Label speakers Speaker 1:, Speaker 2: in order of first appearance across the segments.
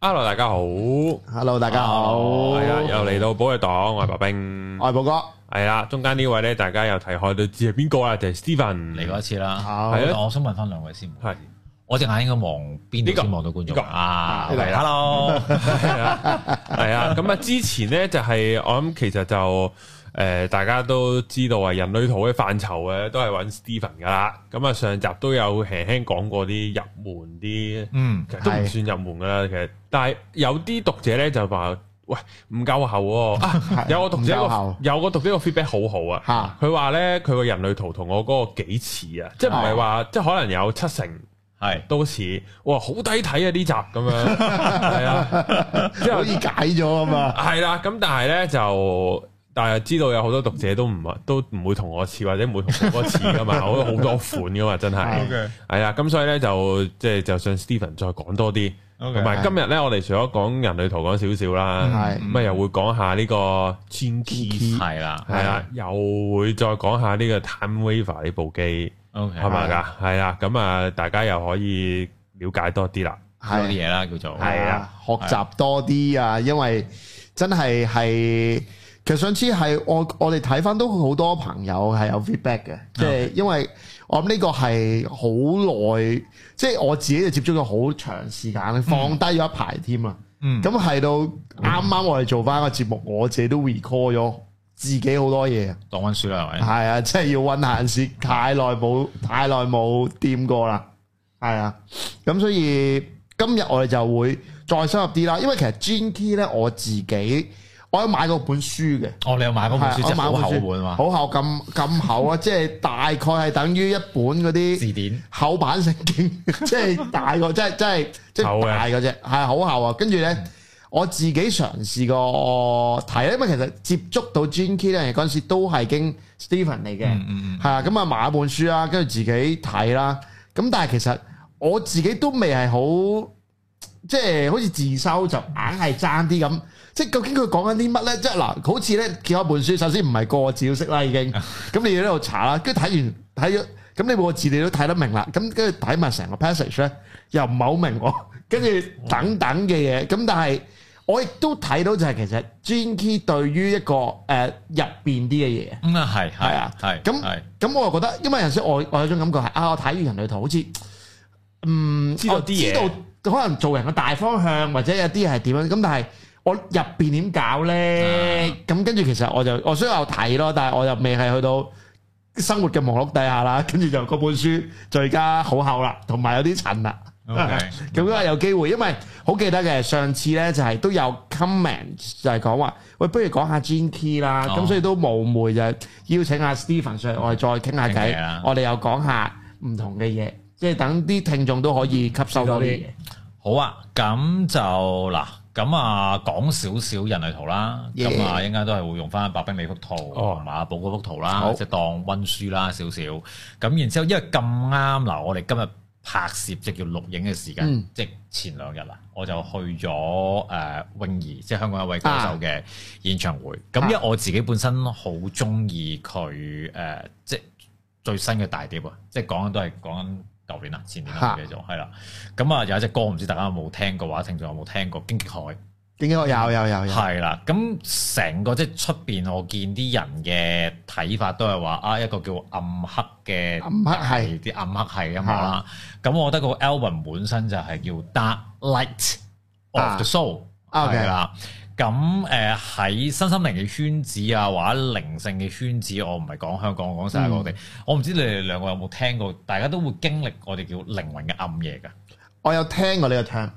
Speaker 1: Hello，大家好，
Speaker 2: Hello，大家好，
Speaker 1: 係啊，又嚟到寶藥黨，我係白冰，
Speaker 2: 我係寶哥，
Speaker 1: 係啦，中間呢位咧，大家又睇開都知係邊個啦，就係 Steven
Speaker 3: 嚟過一次啦。
Speaker 2: 好
Speaker 1: 係啊
Speaker 3: 但我想問翻兩位先，
Speaker 1: 係
Speaker 3: 我隻眼應該望邊
Speaker 1: 呢個
Speaker 3: 度先望到觀
Speaker 1: 呢
Speaker 3: 眾
Speaker 1: 個
Speaker 3: 啊？
Speaker 2: 呢個
Speaker 3: 係啦，hello，
Speaker 1: 係啊，係 啊，咁啊，之前咧就係我諗，其實就誒大家都知道啊，人類圖嘅範疇嘅都係揾 Steven 噶啦，咁啊上集都有輕輕講過啲入門啲。
Speaker 3: 嗯，
Speaker 1: 其實都唔算入門噶啦，其實，但係有啲讀者咧就話：喂，唔夠厚 喎！啊，有個讀者
Speaker 2: 唔夠厚
Speaker 1: 個有個讀者個 feedback 好好啊，
Speaker 2: 吓
Speaker 1: 佢話咧佢個人類圖同我嗰個幾似啊，即係唔係話即係可能有七成
Speaker 3: 係
Speaker 1: 都似，哇，好抵睇啊呢集咁樣，係啊，之後
Speaker 2: 好似解咗咁嘛，
Speaker 1: 係啦，咁但係咧就。但係知道有好多讀者都唔都唔會同我似，或者唔會同我嗰個似噶嘛，好多好多款噶嘛，真係
Speaker 2: 係
Speaker 1: 係啊，咁所以咧就即係就想 Steven 再講多啲，
Speaker 3: OK
Speaker 1: 同埋今日咧我哋除咗講人類圖講少少啦，
Speaker 2: 係
Speaker 1: 咁啊又會講下呢個 g e n k e
Speaker 3: 係啦
Speaker 1: 係啦，又會再講下呢個 Time Waver 呢部機
Speaker 3: ，OK，
Speaker 1: 係啊咪㗎？係啦，咁啊大家又可以了解多啲啦。
Speaker 3: 多啲
Speaker 2: 係
Speaker 3: 嘢啦，叫做
Speaker 2: 係
Speaker 1: 係
Speaker 2: 啊
Speaker 1: 啊，
Speaker 2: 學習多啲啊，因為真係係。其實上次係我我哋睇翻都好多朋友係有 feedback
Speaker 1: 啊
Speaker 2: 嘅，即係因為我諗呢個係好耐，即係我自己就接觸咗好長時間，
Speaker 1: 嗯
Speaker 2: 放低咗一排添啊。
Speaker 3: 嗯
Speaker 2: 咁係到啱啱我哋做翻個節目，我自己都 recall 咗自己好多嘢啊。
Speaker 3: 當温書啦，係咪？
Speaker 2: 係啊，即係要温閒事，太耐冇太耐冇掂過啦。係啊，咁所以今日我哋就會再深入啲啦。因為其實 Gene Key 咧，我自己我有買過本書嘅，
Speaker 3: 哦，你有買嗰本書
Speaker 2: 係啊
Speaker 3: 真係好
Speaker 2: 我買
Speaker 3: 厚
Speaker 2: 過
Speaker 3: 本嘛？
Speaker 2: 好厚咁咁厚啊，即係大概係等於一本嗰啲
Speaker 3: 字典
Speaker 2: 厚版聖經， 即係大個，即係即係即
Speaker 1: 厚
Speaker 2: 係
Speaker 1: 嘅
Speaker 2: 大嗰只，係好厚啊。跟住咧，我自己嘗試過睇，因為其實接觸到 Gene Key 咧嗰陣時都係經 Stephen 嚟嘅。
Speaker 3: 嗯嗯
Speaker 2: 係啊，咁啊買一本書啦，跟住自己睇啦。咁但係其實我自己都未係好，即係好似自修就硬係爭啲咁。即係究竟佢講緊啲乜呢？即係嗱，好似呢，見開本書，首先唔係個個字都識啦，已 經。咁你要喺度查啦，跟住睇完睇咗，咁你每個字你都睇得明啦。咁跟住睇埋成個 passage 呢，又唔係好明喎。 跟住等等嘅嘢，咁但係我亦都睇到就係其實 Gene Key 對於一個誒入邊啲嘅嘢。
Speaker 3: 嗯，咁啊係
Speaker 2: 係啊
Speaker 3: 係
Speaker 2: 咁
Speaker 3: 係
Speaker 2: 咁我又覺得，因為有陣時我我有種感覺係啊，我睇完人類圖好似嗯
Speaker 1: 知道啲嘢
Speaker 2: 我知道可能做人嘅大方向或者有啲係點樣咁，但係我入邊點搞咧？
Speaker 1: 啊
Speaker 2: 咁、跟住其實我就我雖然有睇咯，但係我又未係去到生活嘅忙碌底下啦，跟住就嗰本書就而家好厚啦，同埋有啲塵啦。
Speaker 3: OK
Speaker 2: 咁都係有機會，因為好記得嘅上次咧就係都有 comment 就係講話，喂，不如講下 Gene Key 啦，
Speaker 3: 哦
Speaker 2: 咁、所以都冒昧就邀請阿 Stephen 上嚟，我哋再傾下
Speaker 3: 傾偈啦
Speaker 2: 偈，我哋又講下唔同嘅嘢，即係等啲聽眾都可以吸收到啲嘢。
Speaker 3: 好啊，咁就嗱，咁啊講少少人類圖啦，咁
Speaker 2: Yeah 哦
Speaker 3: 啊應該都係會用翻白冰你幅圖同埋阿寶嗰幅圖啦
Speaker 2: 好，
Speaker 3: 即係當温書啦少少。咁然之後，因為咁啱嗱，我哋今日拍攝即係叫錄影嘅時間，
Speaker 2: 嗯
Speaker 3: 即係前兩日啦，我就去咗誒、呃泳兒，即係香港一位歌手嘅演唱會。咁、
Speaker 2: 啊
Speaker 3: 因為我自己本身好中意佢誒，即係最新嘅大碟啊，即係講緊都係講緊舊年啦、前年啦，
Speaker 2: 啊
Speaker 3: 唔記得咗，係啦。咁啊有一隻歌唔知大家有冇聽過，或者聽眾有冇聽過《荊棘海》
Speaker 2: 點解我有有有有？
Speaker 3: 係啦，咁成個即係出邊我見啲人嘅睇法都係話啊一個叫暗黑嘅
Speaker 2: 暗黑系
Speaker 3: 係啲暗黑系音樂啦。咁我覺得個 album 本身就係叫 Dark Light of the Soul
Speaker 2: 啊，OK
Speaker 3: 係啦。咁誒喺身心靈嘅圈子啊，或者靈性嘅圈子，我唔係講香港，我講世界各
Speaker 2: 嗯
Speaker 3: 地。我唔知你哋兩個有冇聽過，大家都會經歷我哋叫靈魂嘅暗夜㗎。
Speaker 2: 我有聽過呢個 term，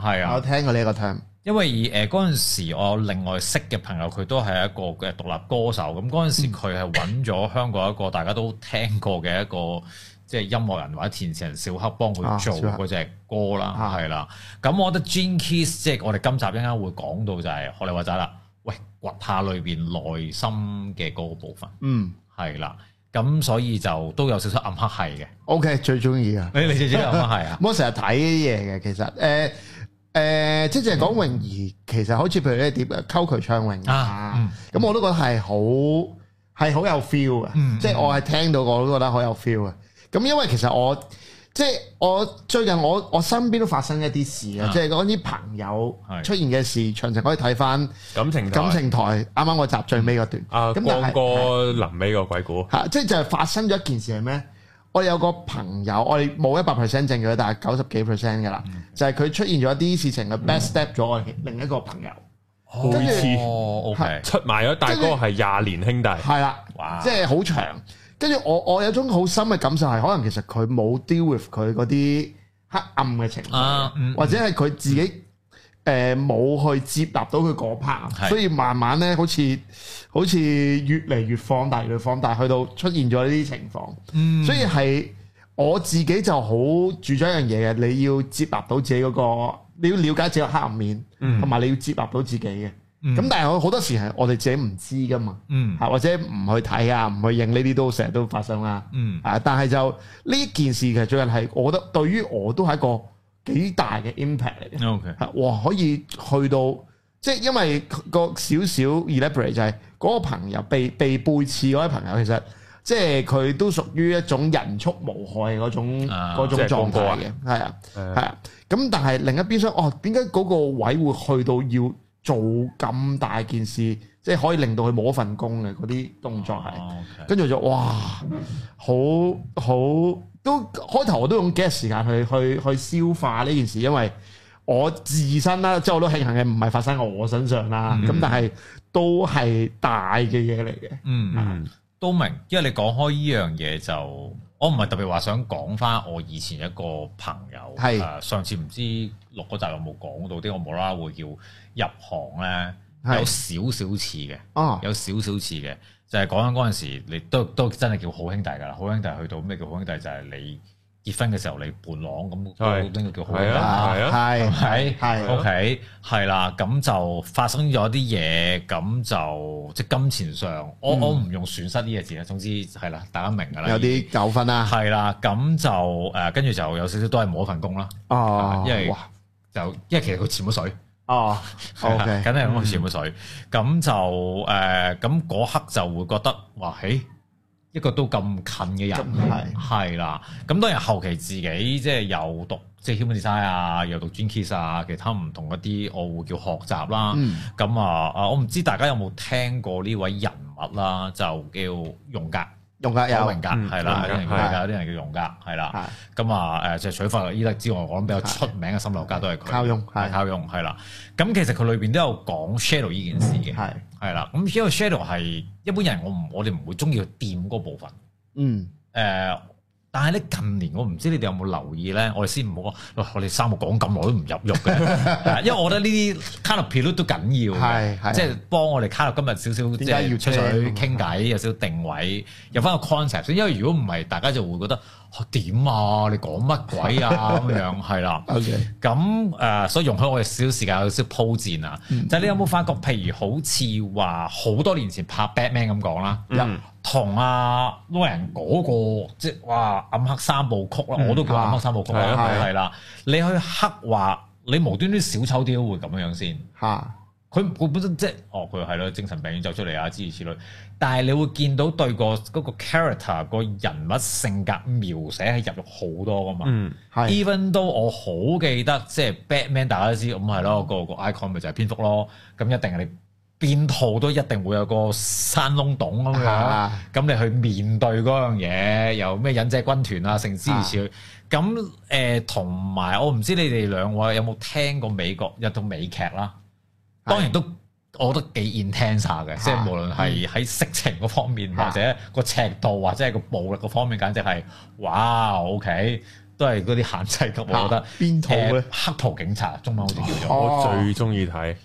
Speaker 3: 係
Speaker 2: 我有
Speaker 3: 啊，
Speaker 2: 聽過呢個 term，
Speaker 3: 因為誒嗰陣時，我有另外識嘅朋友佢都係一個嘅獨立歌手，咁嗰陣
Speaker 2: 嗯
Speaker 3: 時佢係揾咗香港一個大家都聽過嘅一個即係音樂人或者填詞人小黑幫
Speaker 2: 啊
Speaker 3: 佢做
Speaker 2: 小黑
Speaker 3: 嗰只歌啦，
Speaker 2: 啊
Speaker 3: 係啦、咁我覺得 Gene Keys 即係我哋今集一陣間會講到就係、學你話齋啦，喂掘下裏邊內心嘅嗰個部分
Speaker 2: 嗯
Speaker 3: 係啦，咁所以就都有少少暗黑 係嘅。
Speaker 2: ，OK，最中意啊！
Speaker 3: 你你知唔知 暗黑 係啊？
Speaker 2: 我成日睇呢啲嘢嘅，其實誒誒、即係淨係講泳兒，其實好似譬如呢碟誒溝渠唱泳
Speaker 3: 啊
Speaker 2: 啊
Speaker 3: 嗯，
Speaker 2: 咁、我都覺得係好係好有 feel 嘅，
Speaker 3: 嗯
Speaker 2: 啊即係我係聽到我都覺得好有 feel 嘅。咁因為其實我即係我最近我我身邊都發生一啲事啊，
Speaker 3: 啊
Speaker 2: 即係嗰啲朋友
Speaker 3: 係
Speaker 2: 出現嘅事，詳情可以睇翻
Speaker 1: 感情台
Speaker 2: 感情台啱啱我集最尾嗰段。
Speaker 1: 啊，
Speaker 2: 咁
Speaker 1: 光
Speaker 2: 但係
Speaker 1: 哥臨尾個鬼故，
Speaker 2: 嚇，即係就係發生咗一件事係咩？我哋有個朋友，我哋冇一百 percent 證據，但係九十幾 percent 嘅啦，就係佢出現咗一啲事情，佢 best step 咗我另一個朋友，
Speaker 1: 好
Speaker 2: 跟住
Speaker 1: 似
Speaker 3: 哦，OK，
Speaker 1: 出賣咗大哥係廿年兄弟，
Speaker 2: 係啦，
Speaker 3: 哇
Speaker 2: 即係好長。跟住我我有種好深嘅感受係，可能其實佢冇 deal with 佢嗰啲黑暗嘅情況，
Speaker 3: 啊，嗯，
Speaker 2: 或者係佢自己誒冇、去接納到佢嗰 part，
Speaker 3: 係
Speaker 2: 所以慢慢咧好似好似越嚟越放大，越嚟越放大，去到出現咗呢啲情況。
Speaker 3: 嗯
Speaker 2: 所以係我自己就好主張一樣嘢嘅，你要接納到自己嗰、個，你要了解自己嘅黑暗面，
Speaker 3: 嗯
Speaker 2: 同埋、你要接納到自己嘅。咁、但係我好多時係我哋自己唔知噶嘛，
Speaker 3: 嗯
Speaker 2: 啊或者唔去睇啊，唔去認呢啲都成日都發生啦。
Speaker 3: 嗯
Speaker 2: 啊，但係就呢件事其實最近係，我覺得對於我都係一個幾大嘅 impact 嚟嘅。
Speaker 3: 嗯 ，OK，
Speaker 2: 係哇，可以去到即係因為個少少 elaborate 就係嗰個朋友被被背刺嗰位朋友，其實即係佢都屬於一種人畜無害嗰種
Speaker 3: 啊
Speaker 2: 嗰種
Speaker 1: 即係
Speaker 2: 狀
Speaker 1: 公告
Speaker 2: 態
Speaker 1: 啊
Speaker 2: 嘅，係啊
Speaker 1: 誒
Speaker 2: 係啊。咁但係另一邊廂，哦，點解嗰個位會去到要做咁大件事，即係可以令到佢冇一份工嘅嗰啲動作係？
Speaker 3: 哦，OK，
Speaker 2: 跟住就哇，好好都開頭我都用幾日時間去去去消化呢件事，因為我自身啦，即係我都慶幸嘅，唔係發生喺我身上啦。咁、但係都係大嘅嘢嚟嘅，
Speaker 3: 嗯。
Speaker 1: 嗯，
Speaker 3: 都明，因為你講開依樣嘢就，我唔係特別話想講翻我以前一個朋友，
Speaker 2: 係
Speaker 3: 呃上次唔知錄嗰集有冇講到啲，我無啦啦會叫入行咧，
Speaker 2: 係
Speaker 3: 有少少似嘅，
Speaker 2: 哦，
Speaker 3: 有少少似嘅，就係講緊嗰陣時，你都都真係叫好兄弟㗎啦，好兄弟去到咩叫好兄弟就係你結婚嘅時候你伴郎咁，
Speaker 1: 係
Speaker 3: 都應該叫好兄
Speaker 1: 係
Speaker 3: 弟
Speaker 1: 啊
Speaker 3: 啦。
Speaker 1: 係啊
Speaker 2: 係
Speaker 3: 係
Speaker 2: 係
Speaker 3: OK，係啦，咁就發生咗啲嘢，咁就即係金錢上，我、我唔用損失呢個字啦，總之係啦，大家明㗎啦。
Speaker 2: 嗯有啲糾紛啊啦，
Speaker 3: 係啦，咁就誒，跟、住就有少少都係冇一份工啦，
Speaker 2: 哦，
Speaker 3: 因為
Speaker 2: 哇
Speaker 3: 就因為其實佢潛咗水。
Speaker 2: 哦，OK， 嗯
Speaker 3: 梗係咁去潛咗水，咁就誒咁嗰刻就會覺得哇，嘿，一個都咁近嘅人
Speaker 2: 咁係
Speaker 3: 係啦，咁當然後期自己即係又讀即係 human design 啊，又讀 gene keys 啊，其他唔同嗰啲我會叫學習啦。
Speaker 2: 嗯
Speaker 3: 咁啊啊，我唔知大家有冇聽過呢位人物啦，就叫容格，
Speaker 2: 用格有
Speaker 3: 有榮格
Speaker 1: 嗯
Speaker 3: 係啦，有啲
Speaker 1: 容格
Speaker 2: 係
Speaker 3: 人叫容格，有啲人叫容格係啦。
Speaker 2: 係
Speaker 3: 咁啊誒，就除咗法律伊德之外，我諗比較出名嘅心理學家都係佢。
Speaker 2: 靠用
Speaker 3: 係
Speaker 2: 係
Speaker 3: 靠用係啦。咁其實佢裏邊都有講 shadow 呢件事嘅，
Speaker 2: 係
Speaker 3: 係啦。咁因為 shadow 係一般人我唔我哋唔會中意去掂嗰部分。誒、
Speaker 2: 嗯
Speaker 3: 但係咧近年我唔知你哋有冇留意咧，我哋先唔好話，哇我哋三個講咁耐都唔入肉 嘅，係啊因為我覺得呢啲卡路 l 都緊要嘅。
Speaker 2: 係係
Speaker 3: 即係幫我哋卡入今日少少，即
Speaker 2: 點解要
Speaker 3: 係吹水
Speaker 2: 聽嗯
Speaker 3: 傾偈，有少少定位，入翻個 concept 先。因為如果唔係，大家就會覺得哦點啊，你講乜鬼 啊咁樣，係啦。
Speaker 2: OK
Speaker 3: 咁誒、呃所以容許我哋少少時間有少少鋪墊啊。
Speaker 2: 嗯
Speaker 3: 就係你有冇發覺，譬如好似話好多年前拍 Batman 咁講啦，
Speaker 1: 嗯
Speaker 3: 同阿 l a n 嗰個即係哇暗黑三部曲啦，我都叫暗黑三部曲
Speaker 1: 係
Speaker 3: 啦
Speaker 2: 嗯啊係，啊
Speaker 3: 係啦。你去黑話，你無端端小丑點解會咁樣先？
Speaker 2: 嚇
Speaker 3: 佢佢本身即係哦，佢係咯，精神病院走出嚟啊，諸如此類。但係你會見到對個嗰個 character 個人物性格描寫係入咗好多噶嘛。
Speaker 1: 嗯，
Speaker 2: 係
Speaker 3: even 都我好記得，即係 Batman 大家都知，咁係咯，個個 icon 咪就係蝙蝠咯。咁一定係你邊套都一定會有個山窿洞咁樣
Speaker 2: 啊。
Speaker 3: 咁你去面對嗰樣嘢，有咩忍者軍團啊，成之如此類。咁誒，同埋我唔知你哋兩位有冇聽過美國有套美劇啦？
Speaker 2: 係
Speaker 3: 當然都。我覺得幾 intense 下嘅，即係無論係喺色情嗰方面，
Speaker 2: 啊
Speaker 3: 或者個尺度，或者係個暴力嗰方面，簡直係哇 OK，都係嗰啲限制級，我覺得。
Speaker 2: 邊套咧
Speaker 3: 誒？黑袍警察，中文好似叫做。
Speaker 2: 哦
Speaker 1: 我最中意 睇，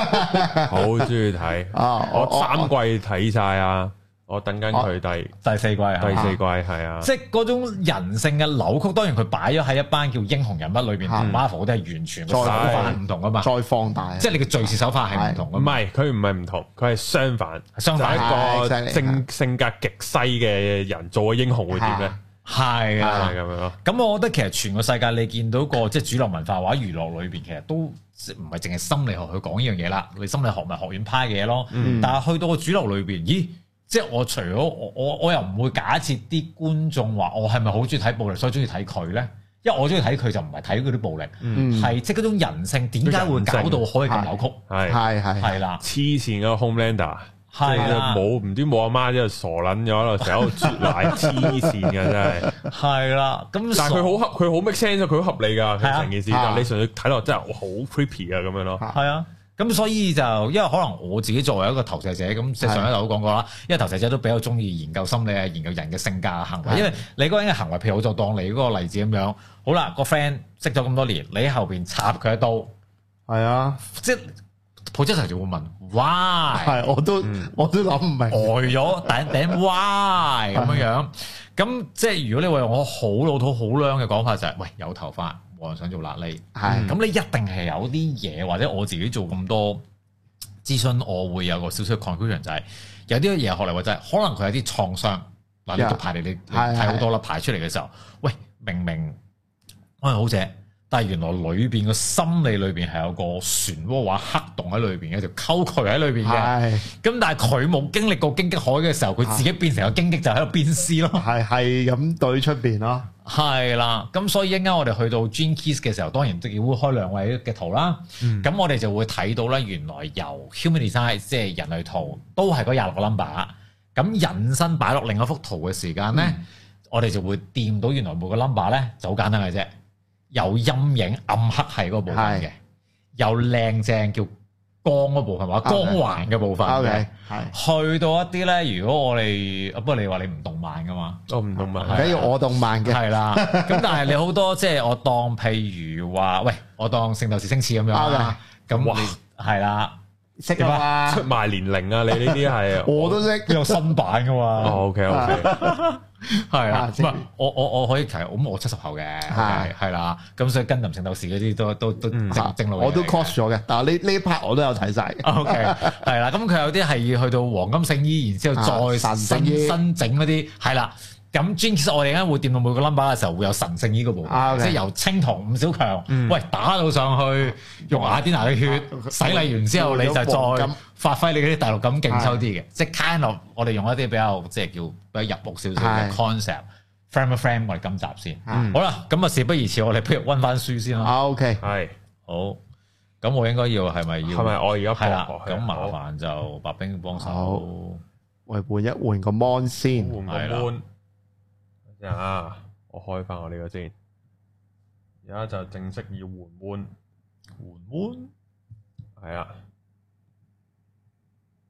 Speaker 1: 好中意睇，
Speaker 2: 啊
Speaker 1: 我三季睇晒啊，我等緊佢第
Speaker 2: 哦
Speaker 3: 第四季
Speaker 1: 第
Speaker 3: 係。
Speaker 1: 四季係啊，
Speaker 3: 即係嗰種人性嘅扭曲，當然佢擺咗喺一班叫英雄人物裏邊，同
Speaker 2: 嗯
Speaker 3: Marvel 都係完全個
Speaker 2: 再
Speaker 3: 手法唔同噶嘛。
Speaker 2: 再放大，
Speaker 3: 即係你嘅敘事手法係唔同噶
Speaker 1: 唔
Speaker 3: 嘛。
Speaker 1: 係佢唔係唔同，佢係相反，
Speaker 3: 相反啊
Speaker 1: 就係一
Speaker 2: 係
Speaker 1: 個
Speaker 2: 犀利
Speaker 1: 性性格極西嘅人做嘅英雄會點咧？
Speaker 3: 係
Speaker 1: 係
Speaker 3: 啊
Speaker 1: 咁。樣咯，
Speaker 3: 咁我覺得其實全個世界你見到個即係主流文化或者娛樂裏邊，其實都唔係淨係心理學去講呢樣嘢啦。你心理學咪學院派嘅嘢咯。但係去到個主流裏邊，咦？即係我除咗我我我又唔會假設啲觀眾話哦我係咪好中意睇暴力，所以中意睇佢咧？因為我中意睇佢就唔係睇嗰啲暴力，
Speaker 2: 嗯
Speaker 3: 係即係嗰種人性點解會搞到可以咁扭曲？
Speaker 1: 係
Speaker 2: 係係
Speaker 3: 係啦，
Speaker 1: 黐線嘅 Homelander，
Speaker 3: 啊
Speaker 1: 啊
Speaker 3: 係啊啦，
Speaker 1: 冇唔知冇阿媽真係傻撚咗喺度成日喺度啜 奶，黐線嘅真係。
Speaker 3: 係啦。咁
Speaker 1: 但係
Speaker 3: 所
Speaker 1: 佢好合，佢好 make sense 啊佢好合理㗎，
Speaker 3: 係
Speaker 1: 佢
Speaker 3: 啊
Speaker 1: 成件事。
Speaker 2: 啊
Speaker 1: 但係你純粹睇落真係好 creepy 啊咁樣咯。
Speaker 3: 係啊，咁所以就因為可能我自己作為一個投射者，咁即係上一集都講過啦，因為投射者都比較中意研究心理啊，研究人嘅性格啊行為，
Speaker 2: 係
Speaker 3: 因為你嗰個人嘅行為，譬如我就當你嗰個例子咁樣，好啦，個 friend 識咗咁多年，你喺後邊插佢一刀，
Speaker 2: 係啊，
Speaker 3: 即係 projector 就會問 why
Speaker 2: 係我都我都諗唔明。
Speaker 3: 呆咗頂頂 why 咁樣樣，咁即係如果你話用我好老土好娘嘅講法就係、喂有頭髮冇人想做辣痢。
Speaker 2: 係
Speaker 3: 嗯咁你一定係有啲嘢，或者我自己做咁多諮詢，我會有個少少 conclusion 就係、有啲嘢學嚟話就係可能佢有啲創傷。嗱，你
Speaker 2: Yeah.
Speaker 3: 讀排你你你
Speaker 2: 係
Speaker 3: 睇好多啦，排出嚟嘅時候，喂，明明我係好者，但係原來裏邊個心理裏邊係有個漩渦或者黑洞喺裏邊嘅，就溝渠喺裏邊嘅。
Speaker 2: 係
Speaker 3: 咁但係佢冇經歷過荊棘海嘅時候，佢
Speaker 2: 啊
Speaker 3: 自己變成個荊棘就喺度鞭屍咯。
Speaker 2: 係係咁對出邊咯，
Speaker 3: 係啦，咁所以一陣間我哋去到 Gene Keys 嘅時候，當然都要開兩位嘅圖啦。
Speaker 2: 嗯
Speaker 3: 咁、我哋就會睇到咧，原來由 Human Design 即係人類圖都係嗰廿六個 number。咁引申擺落另一幅圖嘅時間咧，
Speaker 2: 嗯
Speaker 3: 我哋就會掂到原來每個 number 咧就好簡單嘅啫，有陰影暗黑係嗰部分
Speaker 2: 係
Speaker 3: 嘅，有靚正叫光嗰部分或者光
Speaker 2: OK
Speaker 3: 環嘅部分
Speaker 2: O
Speaker 3: 嘅
Speaker 2: K，係
Speaker 3: 去到一啲咧，如果我哋啊不過你話你唔動漫噶嘛？
Speaker 1: 我哦唔同
Speaker 2: 唔
Speaker 1: 埋，
Speaker 2: 緊要，我動漫嘅，
Speaker 3: 係啦，咁但係你好多即係我當譬如話，喂，我當聖鬥士星矢咁樣
Speaker 2: 啊
Speaker 3: 啦，咁
Speaker 1: 哇
Speaker 3: 你係啦，
Speaker 2: 識啊
Speaker 1: 出
Speaker 2: 嘛，
Speaker 1: 埋年齡啊！你呢啲 係
Speaker 3: 哦
Speaker 2: 我都識。
Speaker 3: 有新版噶嘛，
Speaker 1: 哦 OK OK，
Speaker 3: 係啦
Speaker 2: 啊，
Speaker 3: 唔係我我我可以提，咁我七十後嘅，
Speaker 2: 係
Speaker 3: 係啦，咁所以跟林聖鬥士嗰啲都都都
Speaker 1: 嗯
Speaker 3: 正正路嚟嘅，
Speaker 2: 啊我都 cos 咗嘅，但係呢呢 part 我都有睇晒。
Speaker 3: O K，係啦，咁佢有啲係要去到黃金聖衣，然之後再
Speaker 2: 啊神聖
Speaker 3: 新
Speaker 2: 衣
Speaker 3: 新整嗰啲，係啦。咁 Jinx 我哋咧會掂到每個 number 嘅時候會有神聖衣嗰部分，
Speaker 2: 啊，OK
Speaker 3: 即係由青銅伍小強，喂打到上去，用雅典娜嘅血洗禮完之後，你就
Speaker 2: 用咗黃
Speaker 3: 再
Speaker 2: 金
Speaker 3: 發揮你嗰啲大陸感勁抽啲嘅，即係 kind of 我哋用一啲比較即係叫比較入屋少少嘅
Speaker 2: 係
Speaker 3: concept frame a frame 我哋今集先。
Speaker 2: 嗯
Speaker 3: 好啦，咁啊事不宜遲，我哋不如温翻書先啦。
Speaker 2: O K，
Speaker 1: 係
Speaker 3: 好，咁我應該要係咪要？
Speaker 1: 係咪我而家
Speaker 3: 係啦，
Speaker 1: 搏落去啊
Speaker 3: 咁麻煩就白冰幫
Speaker 2: 好
Speaker 3: 手。
Speaker 2: 喂，換一換個 mon 先。
Speaker 1: 換
Speaker 3: 係
Speaker 1: 個
Speaker 3: 啦
Speaker 1: mon 等陣啊！我開翻我呢個先，而家就正式要換 mon，
Speaker 3: 緩
Speaker 1: 係啊，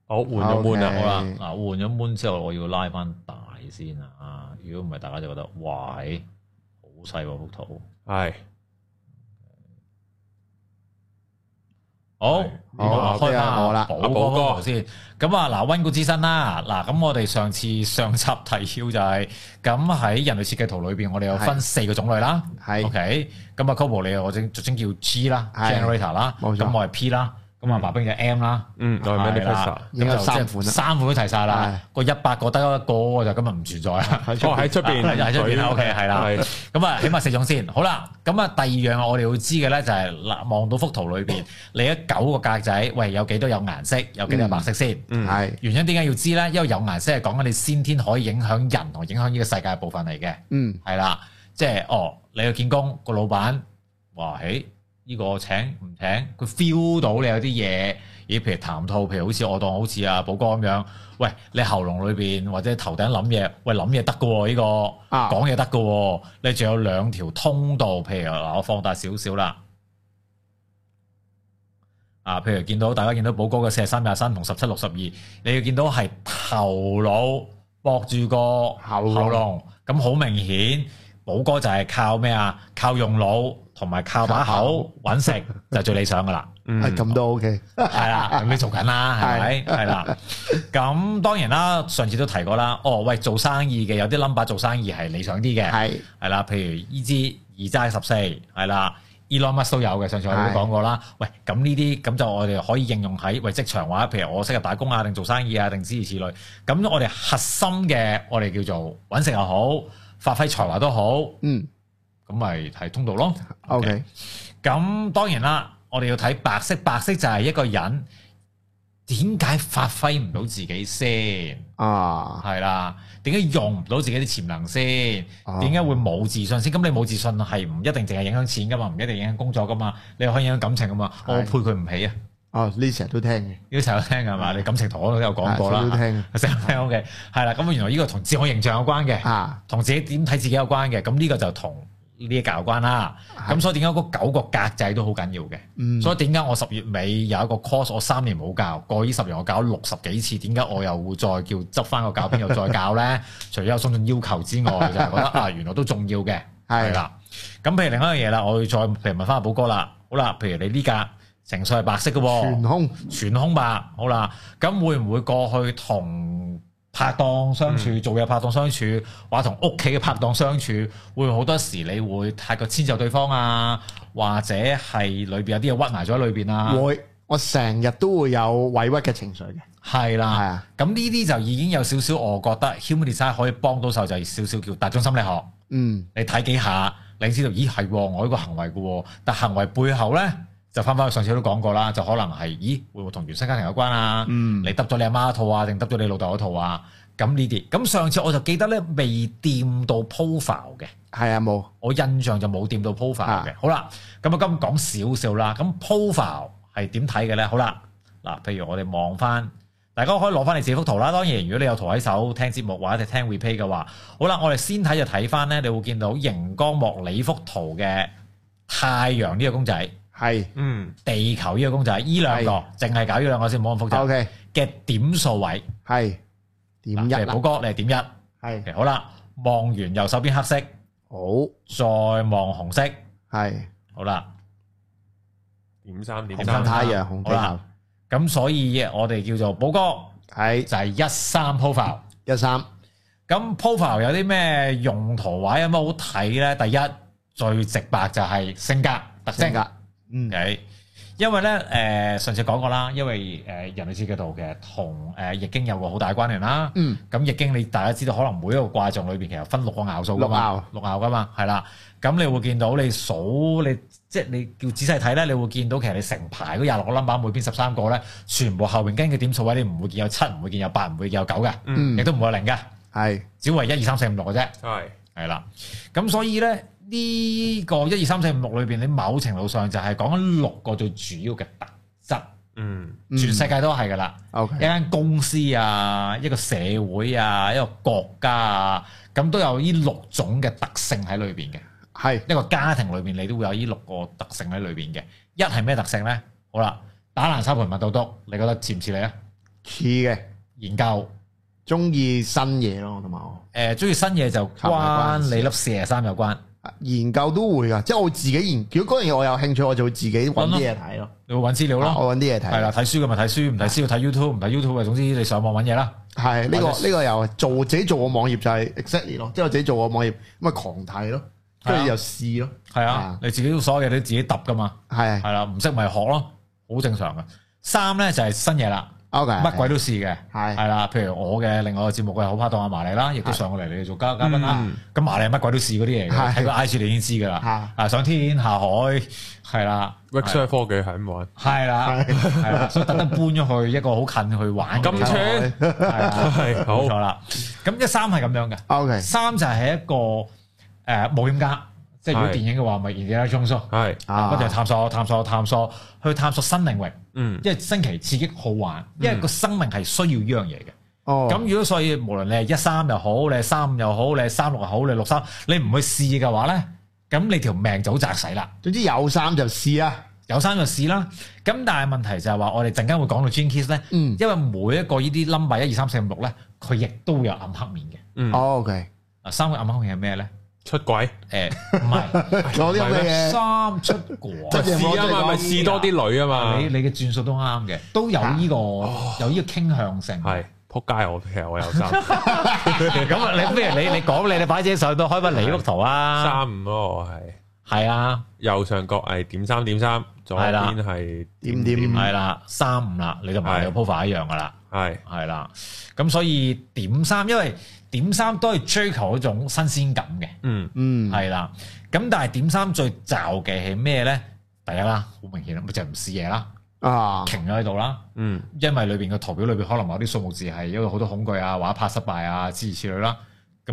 Speaker 1: 好換咗 mon 啦，
Speaker 3: 緩
Speaker 2: 係
Speaker 3: 好啦，嗱換咗 moon 之後，我要拉翻大先啊！如果唔係，大家就覺得哇，係好細喎幅圖。
Speaker 1: 係
Speaker 3: 好
Speaker 1: 係，
Speaker 2: 好
Speaker 3: 開
Speaker 2: 俾
Speaker 3: 翻
Speaker 2: 下我啦
Speaker 3: 寶
Speaker 1: 阿寶
Speaker 3: 哥
Speaker 1: 哥
Speaker 3: 先。咁啊，嗱，温故知新啦。嗱，咁我哋上次上集提要就係咁喺人類設計圖裏邊，我哋有分四個種類啦。
Speaker 2: 係
Speaker 3: OK，咁啊 c o b o 你我稱俗稱叫 G 啦
Speaker 2: 係
Speaker 3: ，generator 啦，
Speaker 2: 冇錯
Speaker 3: 咁我係 P 啦，咁啊白冰就 M 啦，
Speaker 1: 嗯，我係 m a n i f e s t a
Speaker 2: 已經有
Speaker 3: 咁就
Speaker 2: 三
Speaker 3: 即係
Speaker 2: 款啦
Speaker 3: 三款都齊晒啦，個一百個得一個就今日唔存在啦。
Speaker 2: 喺出
Speaker 1: 哦喺出邊，
Speaker 3: 係喺出 邊
Speaker 1: 佢
Speaker 3: OK，係啦
Speaker 1: 係
Speaker 3: 咁啊，起碼四種先。好啦，咁啊，第二樣我哋會知嘅咧就係嗱，望到幅圖 裏邊，你一九個格仔，喂，有幾多有顏色，有幾多係白色先？
Speaker 1: 嗯
Speaker 2: 係
Speaker 3: 原因點解要知咧？因為有顏色係講緊你先天可以影響人同影響呢個世界嘅部分嚟嘅。
Speaker 2: 嗯
Speaker 3: 係啦，即係哦，你去見工個老闆話：，誒呢、個請唔請？佢 feel 到你有啲嘢，咦？譬如談吐，譬如好似我當好似阿寶哥咁樣，喂，你喉嚨裏邊或者頭頂諗嘢，喂諗嘢得嘅喎，呢、個
Speaker 2: 啊
Speaker 3: 講嘢得嘅喎，你仲有兩條通道，譬如嗱，我放大少少啦。啊，譬如見到大家見到寶哥嘅四十三、廿三同十七、六十二，你要見到係頭腦駁住個
Speaker 2: 喉
Speaker 3: 喉
Speaker 2: 嚨
Speaker 3: 嚨，咁好明顯，寶哥就係靠咩啊？靠用腦同埋靠把
Speaker 2: 靠
Speaker 3: 口
Speaker 2: 口
Speaker 3: 揾食就最理想 噶啦，
Speaker 1: 嗯
Speaker 2: 係咁都 O K。
Speaker 3: 係啦，咁你做緊啦，係咪？係啦，咁當然啦，上次都提過啦，哦喂，做生意嘅有啲 number 做生意係理想啲嘅，
Speaker 2: 係
Speaker 3: 係啦，譬如呢支二齋十四係啦，Elon Musk 都有嘅，上次我都
Speaker 2: 係
Speaker 3: 講過啦。喂，咁呢啲咁就我哋可以應用喺喂職場或者譬如我適合打工啊，定做生意啊，定之如此類。咁我哋核心嘅我哋叫做揾食又好，發揮才華都好，
Speaker 2: 嗯
Speaker 3: 咁咪睇通道咯。
Speaker 2: O K。
Speaker 3: 咁當然啦，我哋要睇白色，白色就係一個人點解發揮唔到自己先？
Speaker 2: 啊，
Speaker 3: 係啦，點解用唔到自己啲潛能先？
Speaker 2: 啊
Speaker 3: 點解會冇自信先？咁你冇自信係唔一定淨係影響錢噶嘛，唔一定影響工作噶嘛，你可以影響感情噶嘛。我
Speaker 2: 係
Speaker 3: 配佢唔起啊！
Speaker 2: 哦，呢成日都聽嘅，
Speaker 3: 呢個成日都聽㗎嘛，你感情堂我都有講過
Speaker 2: 嗯啊成日都
Speaker 3: 啦，
Speaker 2: 聽
Speaker 3: 成日都聽 OK，係啦。咁原來呢個同自我形象有關嘅
Speaker 2: 嘅，啊，
Speaker 3: 同自己點睇自己有關嘅。咁呢個就同呢一教有關啦。咁所以點解嗰九個格仔都好緊要嘅？
Speaker 2: 嗯，
Speaker 3: 所以點解我十月尾有一個 course，我三年冇教，過呢十年我教咗六十幾次，點解我又會再叫執翻個教鞭又再教呢？ 除咗有送進要求之外，就係覺得啊，原來都重要嘅，
Speaker 2: 係
Speaker 3: 係啦。咁譬如另一樣嘢啦，我要再譬如問翻阿寶哥啦，好啦，譬如你呢架成數係白色嘅
Speaker 2: 全
Speaker 3: 喎，
Speaker 2: 空
Speaker 3: 全空白，好啦，咁會唔會過去同拍檔相
Speaker 2: 嗯
Speaker 3: 處、做嘢拍檔相處，或者同屋企嘅拍檔相處，會唔會好多時你會太過遷就對方啊，或者係裏邊有啲嘢屈埋咗喺裏邊啊，
Speaker 2: 會，我成日都會有委屈嘅情緒嘅，
Speaker 3: 係
Speaker 2: 係
Speaker 3: 啦，
Speaker 2: 啊，
Speaker 3: 咁呢啲就已經有少少，我覺得 human design 可以幫到手，就係少少叫大眾心理學。
Speaker 2: 嗯，
Speaker 3: 你睇幾下，你知道，咦係喎，我呢個行為嘅喎，但行為背後咧就翻返去上次都講過啦，就可能係，咦會唔會同原生家庭有關啊？
Speaker 2: 嗯
Speaker 3: 你揼咗你阿媽嗰套啊，定揼咗你老豆嗰套啊？咁呢啲，咁上次我就記得咧未掂到 profile 嘅，
Speaker 2: 係啊，冇，
Speaker 3: 我印象就冇掂到 profile 嘅。
Speaker 2: 啊
Speaker 3: 好啦，咁啊今講少少啦，咁 profile 係點睇嘅咧？好啦，嗱，譬如我哋望翻。大家可以攞翻你自己幅圖啦。當然，如果你有圖喺手聽節目或者聽 replay 嘅話，好啦，我哋先睇就睇翻咧，你會見到熒光幕你幅圖嘅太陽呢個公仔、
Speaker 2: 係
Speaker 1: 嗯，
Speaker 3: 地球呢個公仔，呢兩個淨係搞呢兩個先，冇咁複雜
Speaker 2: ，OK，
Speaker 3: 嘅點數位。
Speaker 2: 係點一
Speaker 3: 嗱譬如寶
Speaker 2: 啦，
Speaker 3: 哥，你係點一
Speaker 2: 係，
Speaker 3: OK，好啦，望完右手邊黑色，
Speaker 2: 好，
Speaker 3: 再望紅色，
Speaker 2: 係
Speaker 3: 好啦。
Speaker 1: 點三點
Speaker 3: 紅
Speaker 1: 三
Speaker 3: 心
Speaker 2: 太陽紅地
Speaker 3: 好
Speaker 2: 球
Speaker 3: 啦，咁所以我哋叫做寶哥
Speaker 2: 係
Speaker 3: 就係一三 profile。
Speaker 2: 一三，
Speaker 3: 咁 profile 有啲咩用途或者有乜好睇咧？第一最直白就係性格特徵
Speaker 2: 性。格，嗯，
Speaker 3: OK，因為咧誒、呃上次講過啦，因為誒、呃人類設計圖嘅同誒易經有個好大關聯啦。
Speaker 2: 嗯，
Speaker 3: 咁易經你大家知道，可能每一個卦象裏邊其實分六個爻數㗎嘛，六爻㗎嘛，係啦。咁你會見到你數你即係你叫仔細睇咧，你會見到其實你成排嗰廿六個 number 每邊十三個咧，全部後面跟嘅點數位，你唔會見有七，唔會見有八，唔會見有九嘅，
Speaker 2: 嗯
Speaker 3: 亦，都唔會有零嘅，
Speaker 2: 係，
Speaker 3: 只會係一二三四五六嘅啫。
Speaker 1: 係
Speaker 3: 係啦，咁所以咧呢、個一二三四五六裏邊，你某程度上就係講緊六個最主要嘅特質，
Speaker 1: 嗯
Speaker 2: 嗯
Speaker 3: 全世界都係噶啦，一
Speaker 2: ，OK，
Speaker 3: 間公司啊，一個社會啊，一個國家啊，咁都有呢六種嘅特性喺裏邊嘅。
Speaker 2: 係，
Speaker 3: 一個家庭裏邊，你都會有呢六個特性喺裏邊嘅。一係咩特性咧？好啦，打爛沙盤問到篤，你覺得似唔似你啊？
Speaker 2: 似嘅，
Speaker 3: 研究
Speaker 2: 中意新嘢咯，同埋我。
Speaker 3: 誒，中、意新嘢就
Speaker 2: 靠埋
Speaker 3: 關
Speaker 2: 關事
Speaker 3: 你粒四廿三有關，
Speaker 2: 研究都會噶，即係我自己研。如果嗰樣嘢我有興趣，我就會自己揾啲嘢睇咯。
Speaker 3: 你會揾資料咯。
Speaker 2: 啊我揾啊啲嘢
Speaker 3: 係啦，
Speaker 2: 睇。
Speaker 3: 睇書嘅咪睇書，唔睇書就睇 YouTube，唔睇 YouTube 咪總之你上網揾嘢啦。
Speaker 2: 係呢個
Speaker 3: 或者
Speaker 2: 呢個又做自己做個網頁就係 exactly 咯，即係我自己做個網頁咁咪狂睇咯，
Speaker 3: 係啊
Speaker 2: 跟住又試咯，
Speaker 3: 係啊
Speaker 2: 啊，
Speaker 3: 你自己所有嘢你都自己揼噶嘛。
Speaker 2: 係
Speaker 3: 係啦，唔識咪學咯，好正常嘅。三咧就係新嘢啦，
Speaker 2: OK
Speaker 3: 乜鬼都試嘅。
Speaker 2: 係
Speaker 3: 係啦，譬如我嘅另外個節目嘅好拍檔阿麻利啦，亦都上過嚟你哋做嘉嘉賓啦。咁麻利乜鬼都試嗰啲嘢嘅，
Speaker 2: 係
Speaker 3: 睇個 I G 你已經知㗎啦
Speaker 2: 嚇。
Speaker 3: 啊，上天下海係啦，
Speaker 1: ，Wixer 科技係咁玩，
Speaker 3: 係啦，係啦，所以特登搬咗去一個好近去玩嘅
Speaker 1: 咁
Speaker 3: 地方。
Speaker 1: 串
Speaker 3: 係啦，
Speaker 1: 係
Speaker 3: 冇
Speaker 1: 好
Speaker 3: 錯啦。咁一三係咁樣嘅。
Speaker 2: OK
Speaker 3: 三就係一個誒、呃、冒險家，即係如果
Speaker 1: 係
Speaker 3: 電影嘅話，咪 Indiana Jones 咯，
Speaker 1: 係
Speaker 2: 啊
Speaker 3: 不斷探索、探索、探索，去探索新領域，
Speaker 1: 嗯
Speaker 3: 因為新奇、刺激、好玩，因為個生命係需要呢樣嘢嘅。
Speaker 2: 哦
Speaker 3: 咁、如果所以無論你係一三又好，你係三五又好，你係三六又好，你六三，你唔去試嘅話咧，咁你條命就好窄死啦。
Speaker 2: 總之有衫就試啊啦，
Speaker 3: 有三就試啦，咁但係問題就係話，我哋陣間會講到 Gene Keys 咧，
Speaker 2: 嗯
Speaker 3: 因為每一個呢啲 number 一二三四五六咧，佢亦都會有暗黑面嘅。
Speaker 1: 嗯，
Speaker 2: 哦，OK
Speaker 3: 啊，三個暗黑面係咩咧？
Speaker 1: 出軌
Speaker 3: 誒、唔係。
Speaker 2: 嗰啲咁嘅嘢
Speaker 3: 三出果，
Speaker 2: 真係
Speaker 1: 試啊嘛，咪試多啲女啊嘛，
Speaker 3: 你你嘅轉數都啱嘅，都有呢個有呢個傾向性。
Speaker 1: 係仆街我其實我有三
Speaker 3: 咁啊，你不如你你講你你擺自己上到開翻你幅圖啊，
Speaker 1: 三五咯，我係
Speaker 3: 係啊，
Speaker 1: 右上角係點三點三，左
Speaker 3: 係啦
Speaker 1: 邊係
Speaker 2: 點點
Speaker 3: 係啦，三五啦，你就埋你個 profile 一樣噶啦，
Speaker 1: 係
Speaker 3: 係啦。咁所以點三，因為點三都係追求一種新鮮感嘅，
Speaker 1: 嗯
Speaker 2: 嗯
Speaker 3: 係啦。咁但係點三最罩嘅係咩咧？第一啦，好明顯啦，咪就係唔試嘢啦。
Speaker 2: 啊，
Speaker 3: 停咗喺度啦。
Speaker 1: 嗯，
Speaker 3: 因為裏邊嘅圖表裏邊可能某啲數目字係因為好多恐懼啊，或者怕失敗啊，諸如此類啦。咁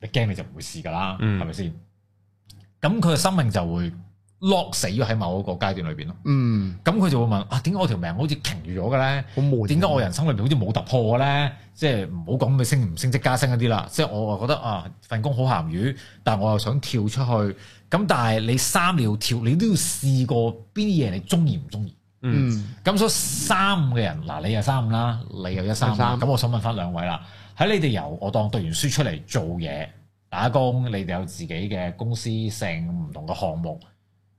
Speaker 3: 你驚你就唔會試噶啦，
Speaker 1: 嗯
Speaker 3: 係咪先？咁佢嘅生命就會 lock 死咗喺某一個階段裏邊咯。
Speaker 2: 嗯，
Speaker 3: 咁佢就會問啊，點解我條命好似停住咗嘅咧？
Speaker 2: 好悶。
Speaker 3: 點解我人生裏邊好似冇突破嘅咧？即係唔好講佢升唔升職加薪嗰啲啦，即係我啊覺得啊份工好鹹魚，但我又想跳出去。咁但係你三年跳，你都要試過邊啲嘢你中意唔中意。
Speaker 2: 嗯
Speaker 3: 咁所以三五嘅人，嗱你又三五啦，你又一三五啦。
Speaker 2: 一三五
Speaker 3: 咁我想問翻兩位啦，喺你哋由我當讀完書出嚟做嘢打工，你哋有自己嘅公司性唔同嘅項目，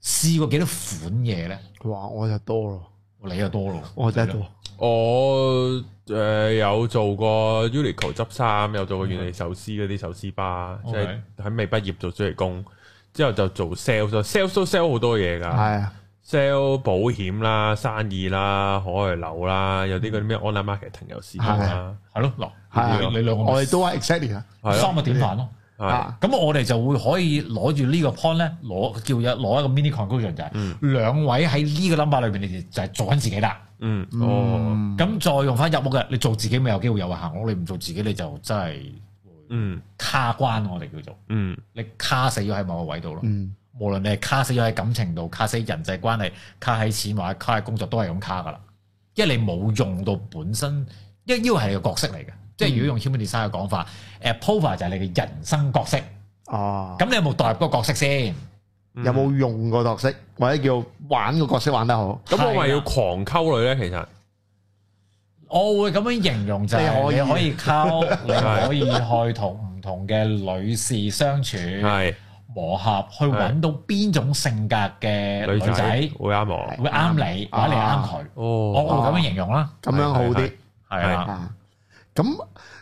Speaker 3: 試過幾多款嘢咧？
Speaker 2: 哇，我就多咯，
Speaker 3: 你又多咯，
Speaker 2: 我哦真係多。
Speaker 1: 我誒有做過 Uniqlo 執衫，有做過原嚟壽司嗰啲壽司吧，即
Speaker 3: 嗯 OK
Speaker 1: 係喺未畢業做暑期工，之後就做 sales，sales 都 sell 好多嘢
Speaker 2: 係
Speaker 1: 㗎
Speaker 2: 啊，
Speaker 1: ，sell 保險啦、生意啦、海外樓啦，有
Speaker 2: 嗯
Speaker 1: 啲嗰啲咩 online marketing 又試過啦，
Speaker 3: 係咯，
Speaker 2: 係啊
Speaker 3: 嗱，你你兩個咪
Speaker 2: 我哋都係 exactly 啊
Speaker 1: 係咯，
Speaker 3: 三個典範咯。
Speaker 1: 係
Speaker 2: 啊，
Speaker 3: 咁我哋就會可以攞住呢個 point 咧，攞叫一攞一個 mini conclusion 就係、
Speaker 1: 嗯
Speaker 3: 兩位喺呢個 number 裏邊，你哋就係做緊自己啦。
Speaker 1: 嗯哦，
Speaker 2: 嗯，
Speaker 3: 咁再用翻入屋嘅，你做自己咪有機會有運行咯。你唔做自己你就真係
Speaker 1: 嗯
Speaker 3: 卡關，我哋叫做
Speaker 1: 嗯
Speaker 3: 你卡死咗喺某個位度咯。
Speaker 2: 嗯，
Speaker 3: 無論你係卡死咗喺感情度、卡死人際關係、卡喺錢或者卡喺工作，都係咁卡噶啦。因為你冇用到本身，因為呢個係你個角色嚟嘅。即係如果用 human design 嘅講法，誒 profile 就係你嘅人生角色。
Speaker 2: 哦，
Speaker 3: 咁你有冇代入嗰個角色先？
Speaker 1: 嗯
Speaker 2: 有冇用個角色，或者叫玩個角色玩得好？
Speaker 1: 咁我咪要狂溝女咧？其實
Speaker 3: 我會咁樣形容就
Speaker 2: 你可
Speaker 3: 係、
Speaker 2: 以
Speaker 3: 你可以溝，你可以去同唔同嘅女士相處。
Speaker 1: 係
Speaker 3: 磨合去揾到邊種性格嘅
Speaker 1: 女
Speaker 3: 女
Speaker 1: 仔
Speaker 3: 仔
Speaker 1: 會啱我，
Speaker 3: 會啱你，
Speaker 2: 啊
Speaker 3: 或者你啱佢，我
Speaker 1: 哦，
Speaker 3: 我會咁樣形容啦，
Speaker 2: 咁樣好
Speaker 1: 係係
Speaker 2: 啲
Speaker 3: 係啊，
Speaker 2: 啊。咁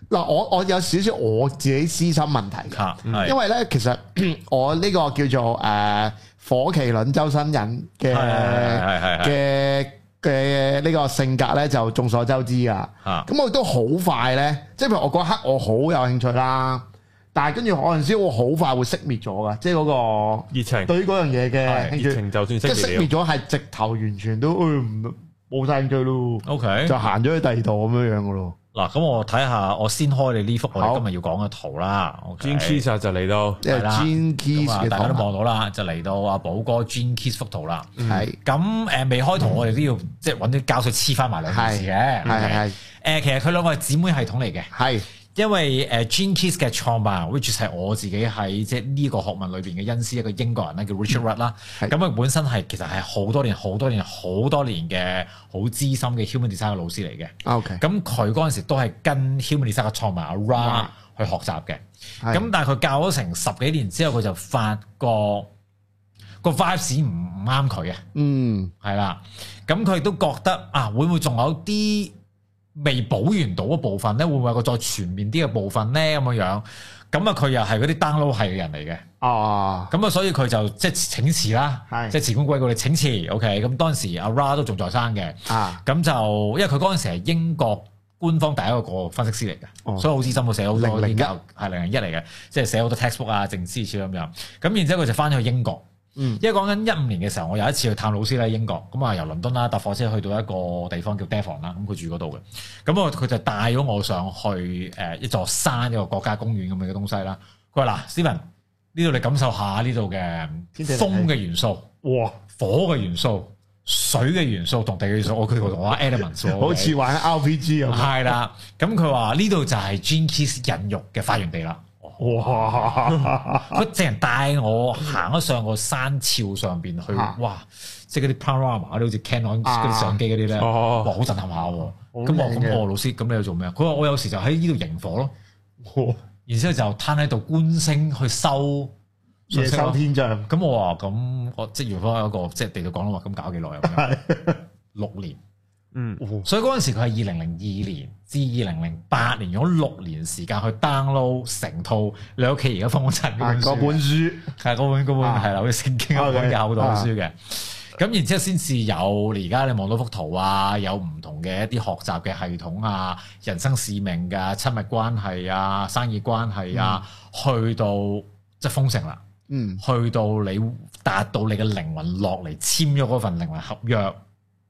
Speaker 2: 嗱，我我有少少我自己私心問題嘅。
Speaker 3: 嚇
Speaker 2: 因
Speaker 3: 係
Speaker 2: 為咧，其實 我呢個叫做誒、呃、火麒麟周身人嘅
Speaker 3: 係係係係
Speaker 2: 嘅嘅呢個性格咧，就眾所周知啊。
Speaker 3: 嚇
Speaker 2: 咁我都好快咧，即係譬如我嗰刻我好有興趣啦，但係跟住我有陣時我好快會熄滅咗噶，即係嗰、
Speaker 1: 熱情
Speaker 2: 個對於嗰樣嘢嘅
Speaker 3: 係
Speaker 1: 熱
Speaker 2: 興趣，
Speaker 1: 情就算
Speaker 2: 即
Speaker 1: 識
Speaker 2: 係
Speaker 1: 別
Speaker 2: 熄滅
Speaker 1: 了，
Speaker 2: 咗係直頭完全都誒唔冇晒興趣咯，
Speaker 3: OK
Speaker 2: 就行咗去第二度咁樣樣噶咯。
Speaker 3: 嗱，咁我睇下我先開你呢幅我
Speaker 2: 好
Speaker 3: 哋今日要講嘅圖啦，OK
Speaker 1: 專 kiss 啊就嚟到，
Speaker 2: 即係
Speaker 3: 係啦
Speaker 2: Gene
Speaker 3: 咁
Speaker 2: Keys
Speaker 3: 啊
Speaker 2: 嘅
Speaker 3: 大家都
Speaker 2: 堂
Speaker 3: 望到啦，就嚟到阿寶哥 Gene Kiss 幅圖啦。
Speaker 2: 係
Speaker 3: 咁誒未開圖，我哋都要即係揾啲膠水黐翻埋兩件事嘅。
Speaker 2: 係係
Speaker 3: OK 誒，其實佢兩個係姊妹系統嚟嘅。
Speaker 2: 係
Speaker 3: 因為誒 Gene Keys 嘅創辦人，which is 係我自己喺即係呢個學問裏邊嘅恩師，一個英國人啦，叫 Richard Rudd 啦。
Speaker 2: 係
Speaker 3: 咁佢本身係其實係好多年、好多年、好多年嘅好資深嘅 human design 嘅老師嚟嘅。
Speaker 2: OK
Speaker 3: 咁佢嗰陣時都係跟 human design 嘅創辦人阿 Ra
Speaker 2: 哇
Speaker 3: 去學習嘅。
Speaker 2: 係
Speaker 3: 咁但係佢教咗成十幾年之後，佢就發覺個 vibes 唔唔啱佢嘅。
Speaker 2: 嗯
Speaker 3: 係啦，咁佢亦都覺得啊，會唔會仲有啲未補完到嘅部分咧？會唔會有個再全面啲嘅部分咧？咁樣樣，咁啊佢又係嗰啲 download 係嘅人嚟嘅，
Speaker 2: 啊。
Speaker 3: 咁啊所以佢就即係請辭啦，
Speaker 2: 係
Speaker 3: 即係辭官歸故，你請辭，OK，咁當時阿 Ra 都仲在生嘅，
Speaker 2: 啊，
Speaker 3: 咁就因為佢嗰陣時係英國官方第一個個分析師嚟嘅，
Speaker 2: 哦
Speaker 3: 所以好資深，佢寫好多
Speaker 2: 001
Speaker 3: 啲教係零零一嚟嘅，即係寫好多 textbook 啊、政治書咁樣。咁然之後佢就翻咗去英國，
Speaker 2: 嗯
Speaker 3: 因為講緊一五年嘅時候，我有一次去探老師咧英國，咁啊由倫敦啦搭火車去到一個地方叫 Devon 啦，咁佢住嗰度嘅，咁我佢就帶咗我上去誒一座山一個國家公園咁樣嘅東西啦。佢話嗱，Steven 呢度你感受下呢度嘅
Speaker 2: 天地人
Speaker 3: 風嘅元素。
Speaker 2: 哇，
Speaker 3: 火嘅元素、水嘅元素同地嘅元素，我佢同我 elements 喎
Speaker 2: 好似玩 RPG 咁，
Speaker 3: 係啦。咁佢話呢度就係 Gene Keys 孕育嘅發源地啦。
Speaker 2: 哇，
Speaker 3: 佢直情帶我行咗上個山峭上邊去
Speaker 2: 啊，
Speaker 3: 哇！即係嗰啲 panorama 嗰啲，好似 Canon
Speaker 2: 啊
Speaker 3: 嗰啲相機嗰啲咧，
Speaker 1: 哦
Speaker 3: 哇！好震撼下
Speaker 2: 好
Speaker 3: 喎。咁我
Speaker 2: 靚嘅
Speaker 3: 咁我老師，咁你又做咩啊？佢話我有時就喺呢度營火咯，然之後就攤喺度觀星去收
Speaker 2: 夜收天象，
Speaker 3: 咁我話咁，我即係如果有一個即係地道講啦話，咁搞幾耐啊咁樣？ 六年。
Speaker 1: 嗯
Speaker 3: 所以嗰陣時佢係二零零二年至二零零八年用咗六年時間去 download 成套你屋企而家封塵
Speaker 2: 啊
Speaker 3: 嗰
Speaker 2: 嗰
Speaker 3: 本
Speaker 2: 本
Speaker 3: 書，
Speaker 2: 書
Speaker 3: 係嗰本嗰本
Speaker 2: 啊
Speaker 3: 係啦，好似聖經嗰本嘅厚度嘅書嘅。咁然之後先至有而家你望到幅圖啊，有唔同嘅一啲學習嘅系統啊、人生使命㗎、親密關係啊、生意關係啊，去到即係封城啦。
Speaker 2: 嗯
Speaker 3: 去到你達到你嘅靈魂落嚟簽咗嗰份靈魂合約，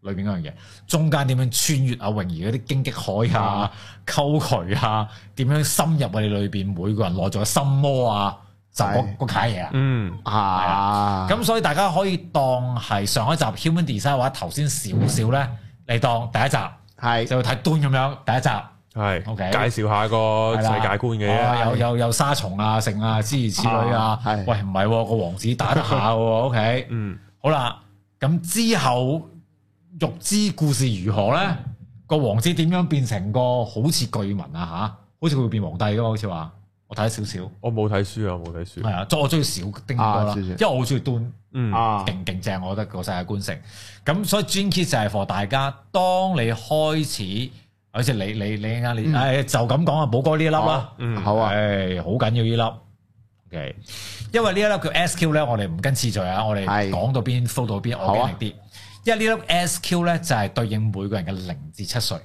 Speaker 3: 裏邊嗰樣嘢，中間點樣穿越阿泳兒嗰啲荊棘海啊、
Speaker 2: 嗯
Speaker 3: 溝渠啊，點樣深入我哋裏邊每個人內在嘅心魔啊，就嗰
Speaker 2: 係
Speaker 3: 嗰卡嘢啊。
Speaker 1: 嗯，
Speaker 2: 啊，
Speaker 3: 咁所以大家可以當係上一集 Human Design 或者頭先少少咧，你當第一集
Speaker 2: 係
Speaker 3: 就會睇端咁樣，第一集
Speaker 1: 系
Speaker 3: OK
Speaker 1: 介紹下個
Speaker 3: 係
Speaker 1: 世
Speaker 3: 啦
Speaker 1: 界觀嘅
Speaker 3: 哦
Speaker 1: 啫，
Speaker 3: 有有有沙蟲啊、剩啊、諸如此類啊
Speaker 2: 啊。係
Speaker 3: 喂，唔係喎，個王子打得下喎，OK。
Speaker 1: 嗯，
Speaker 3: 好啦，咁之後欲知故事如何咧？個王子點樣變成個好似巨民啊吓，好似佢會變皇帝噶嘛？好似話我睇咗少少，
Speaker 1: 我冇睇書啊，我冇睇書，
Speaker 3: 係啊，我中意少丁多啦，
Speaker 2: 嗯啊少少
Speaker 3: 因為我好中意端。
Speaker 1: 嗯，
Speaker 2: 啊，
Speaker 3: 勁勁正，我覺得個世界觀性。咁所以 Gene Keys 就係 for 大家，當你開始，好似你你你啱
Speaker 2: 嗯
Speaker 3: 你，唉就咁講啊，寶哥呢一粒啦，
Speaker 1: 嗯，
Speaker 2: 好啊，
Speaker 3: 唉好緊要呢粒。OK，因為呢一粒叫 SQ 咧，我哋唔跟次序啊，我哋
Speaker 2: 係
Speaker 3: 講到邊 flow 到邊，
Speaker 2: 好
Speaker 3: 我
Speaker 2: 啊
Speaker 3: 經歷啲。因為呢粒 SQ 咧就係對應每個人嘅零至七歲。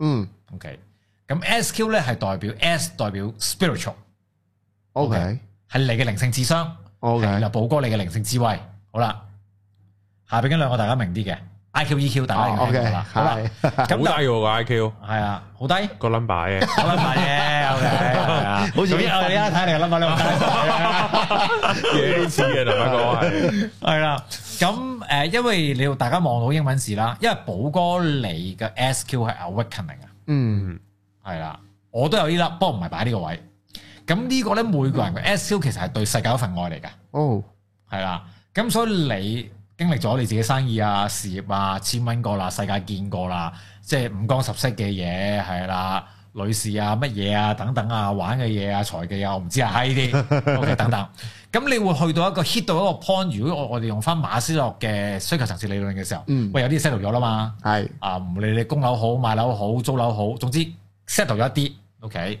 Speaker 2: 嗯
Speaker 3: OK，咁 SQ 咧係代表 S 代表 spiritual，
Speaker 2: ，OK，OK，
Speaker 3: 係你嘅靈性智商。嗱，寶哥你嘅靈性智慧，好啦，下邊嗰兩個大家明啲嘅，IQ、EQ 大家
Speaker 2: 啊
Speaker 3: 已經聽過
Speaker 2: ，OK，
Speaker 3: 啦，好啦，
Speaker 2: 係，
Speaker 1: 好低
Speaker 3: 咁
Speaker 1: 喎個 I Q
Speaker 3: 就係啊，好低，
Speaker 1: 個 number 嘅，
Speaker 3: 好撚慢嘅，OK，係啊，
Speaker 2: 好似
Speaker 3: 總之我哋一睇你諗下呢
Speaker 1: 嘢似嘅，大家 講係，
Speaker 3: 個係啦，咁誒，因為你要大家望到英文字啦，因為寶哥你嘅 SQ 係 awakening 啊，
Speaker 2: 嗯，
Speaker 3: 係啦，我都有呢粒，不過唔係擺呢個位，咁呢個咧每個人嘅 SQ 其實係對世界嗰份愛嚟㗎。
Speaker 2: 哦，
Speaker 3: 係啦，咁所以你經歷咗你自己生意啊、事業啊、千蚊過啦、世界見過啦，即係五光十色嘅嘢係啦，女士啊、乜嘢啊、等等啊、玩嘅嘢啊、財技啊，我唔知啊，呢啲 OK 等等。咁你會去到一個 hit 到一個 point，如果我我哋用翻馬斯洛嘅需求層次理論嘅時候，
Speaker 2: 嗯
Speaker 3: 喂有啲 settle 咗啦嘛，
Speaker 2: 係，
Speaker 3: 啊唔理你供樓好、買樓好、租樓好，總之 settle 咗一啲，OK，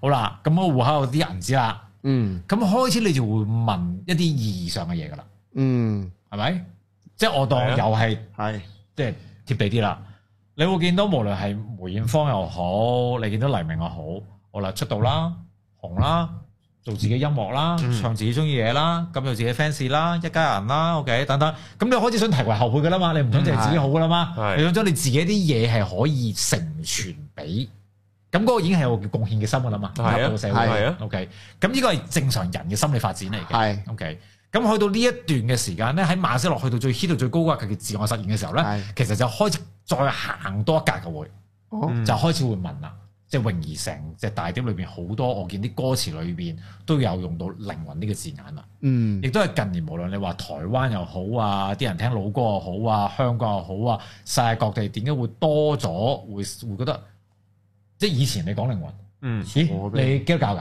Speaker 3: 好啦，咁我户口有啲銀紙啦，
Speaker 2: 嗯，
Speaker 3: 咁開始你就會問一啲意義上嘅嘢噶啦。
Speaker 2: 嗯，
Speaker 3: 係咪？即係我當
Speaker 1: 係啊
Speaker 3: 又係
Speaker 2: 係，
Speaker 3: 即係貼地啲啦。你會見到無論係梅艷芳又好，你見到黎明又好，我啦出道啦、紅啦、做自己音樂啦、
Speaker 1: 嗯
Speaker 3: 唱自己中意嘢啦、咁有自己 fans 啦、一家人啦，OK 等等。咁你開始想提攜後輩噶啦嘛，你唔想淨係自己好噶啦嘛，
Speaker 1: 嗯係
Speaker 3: 你想將你自己啲嘢係可以承傳俾。咁嗰個已經係有個貢獻嘅心噶啦嘛，
Speaker 1: 係啊
Speaker 3: 入到社會
Speaker 1: 係啊
Speaker 3: ，OK。咁呢個係正常人嘅心理發展嚟嘅。
Speaker 2: 係，
Speaker 3: OK，咁去到呢一段嘅時間咧，喺馬斯洛去到最 hit 到最高嗰格嘅自我實現嘅時候咧，
Speaker 2: 係，
Speaker 3: 其實就開始再行多一格嘅會，
Speaker 2: 哦，
Speaker 1: 嗯
Speaker 3: 就開始會問啦。即係泳兒成隻大碟裏邊好多，我見啲歌詞裏邊都有用到靈魂呢個字眼啦。
Speaker 2: 嗯
Speaker 3: 亦，都係近年無論你話台灣又好啊，啲人聽老歌又好啊，香港又好啊，世界各地點解會多咗？會會覺得即係以前你講靈魂，
Speaker 1: 嗯，
Speaker 3: 咦？你基督教㗎？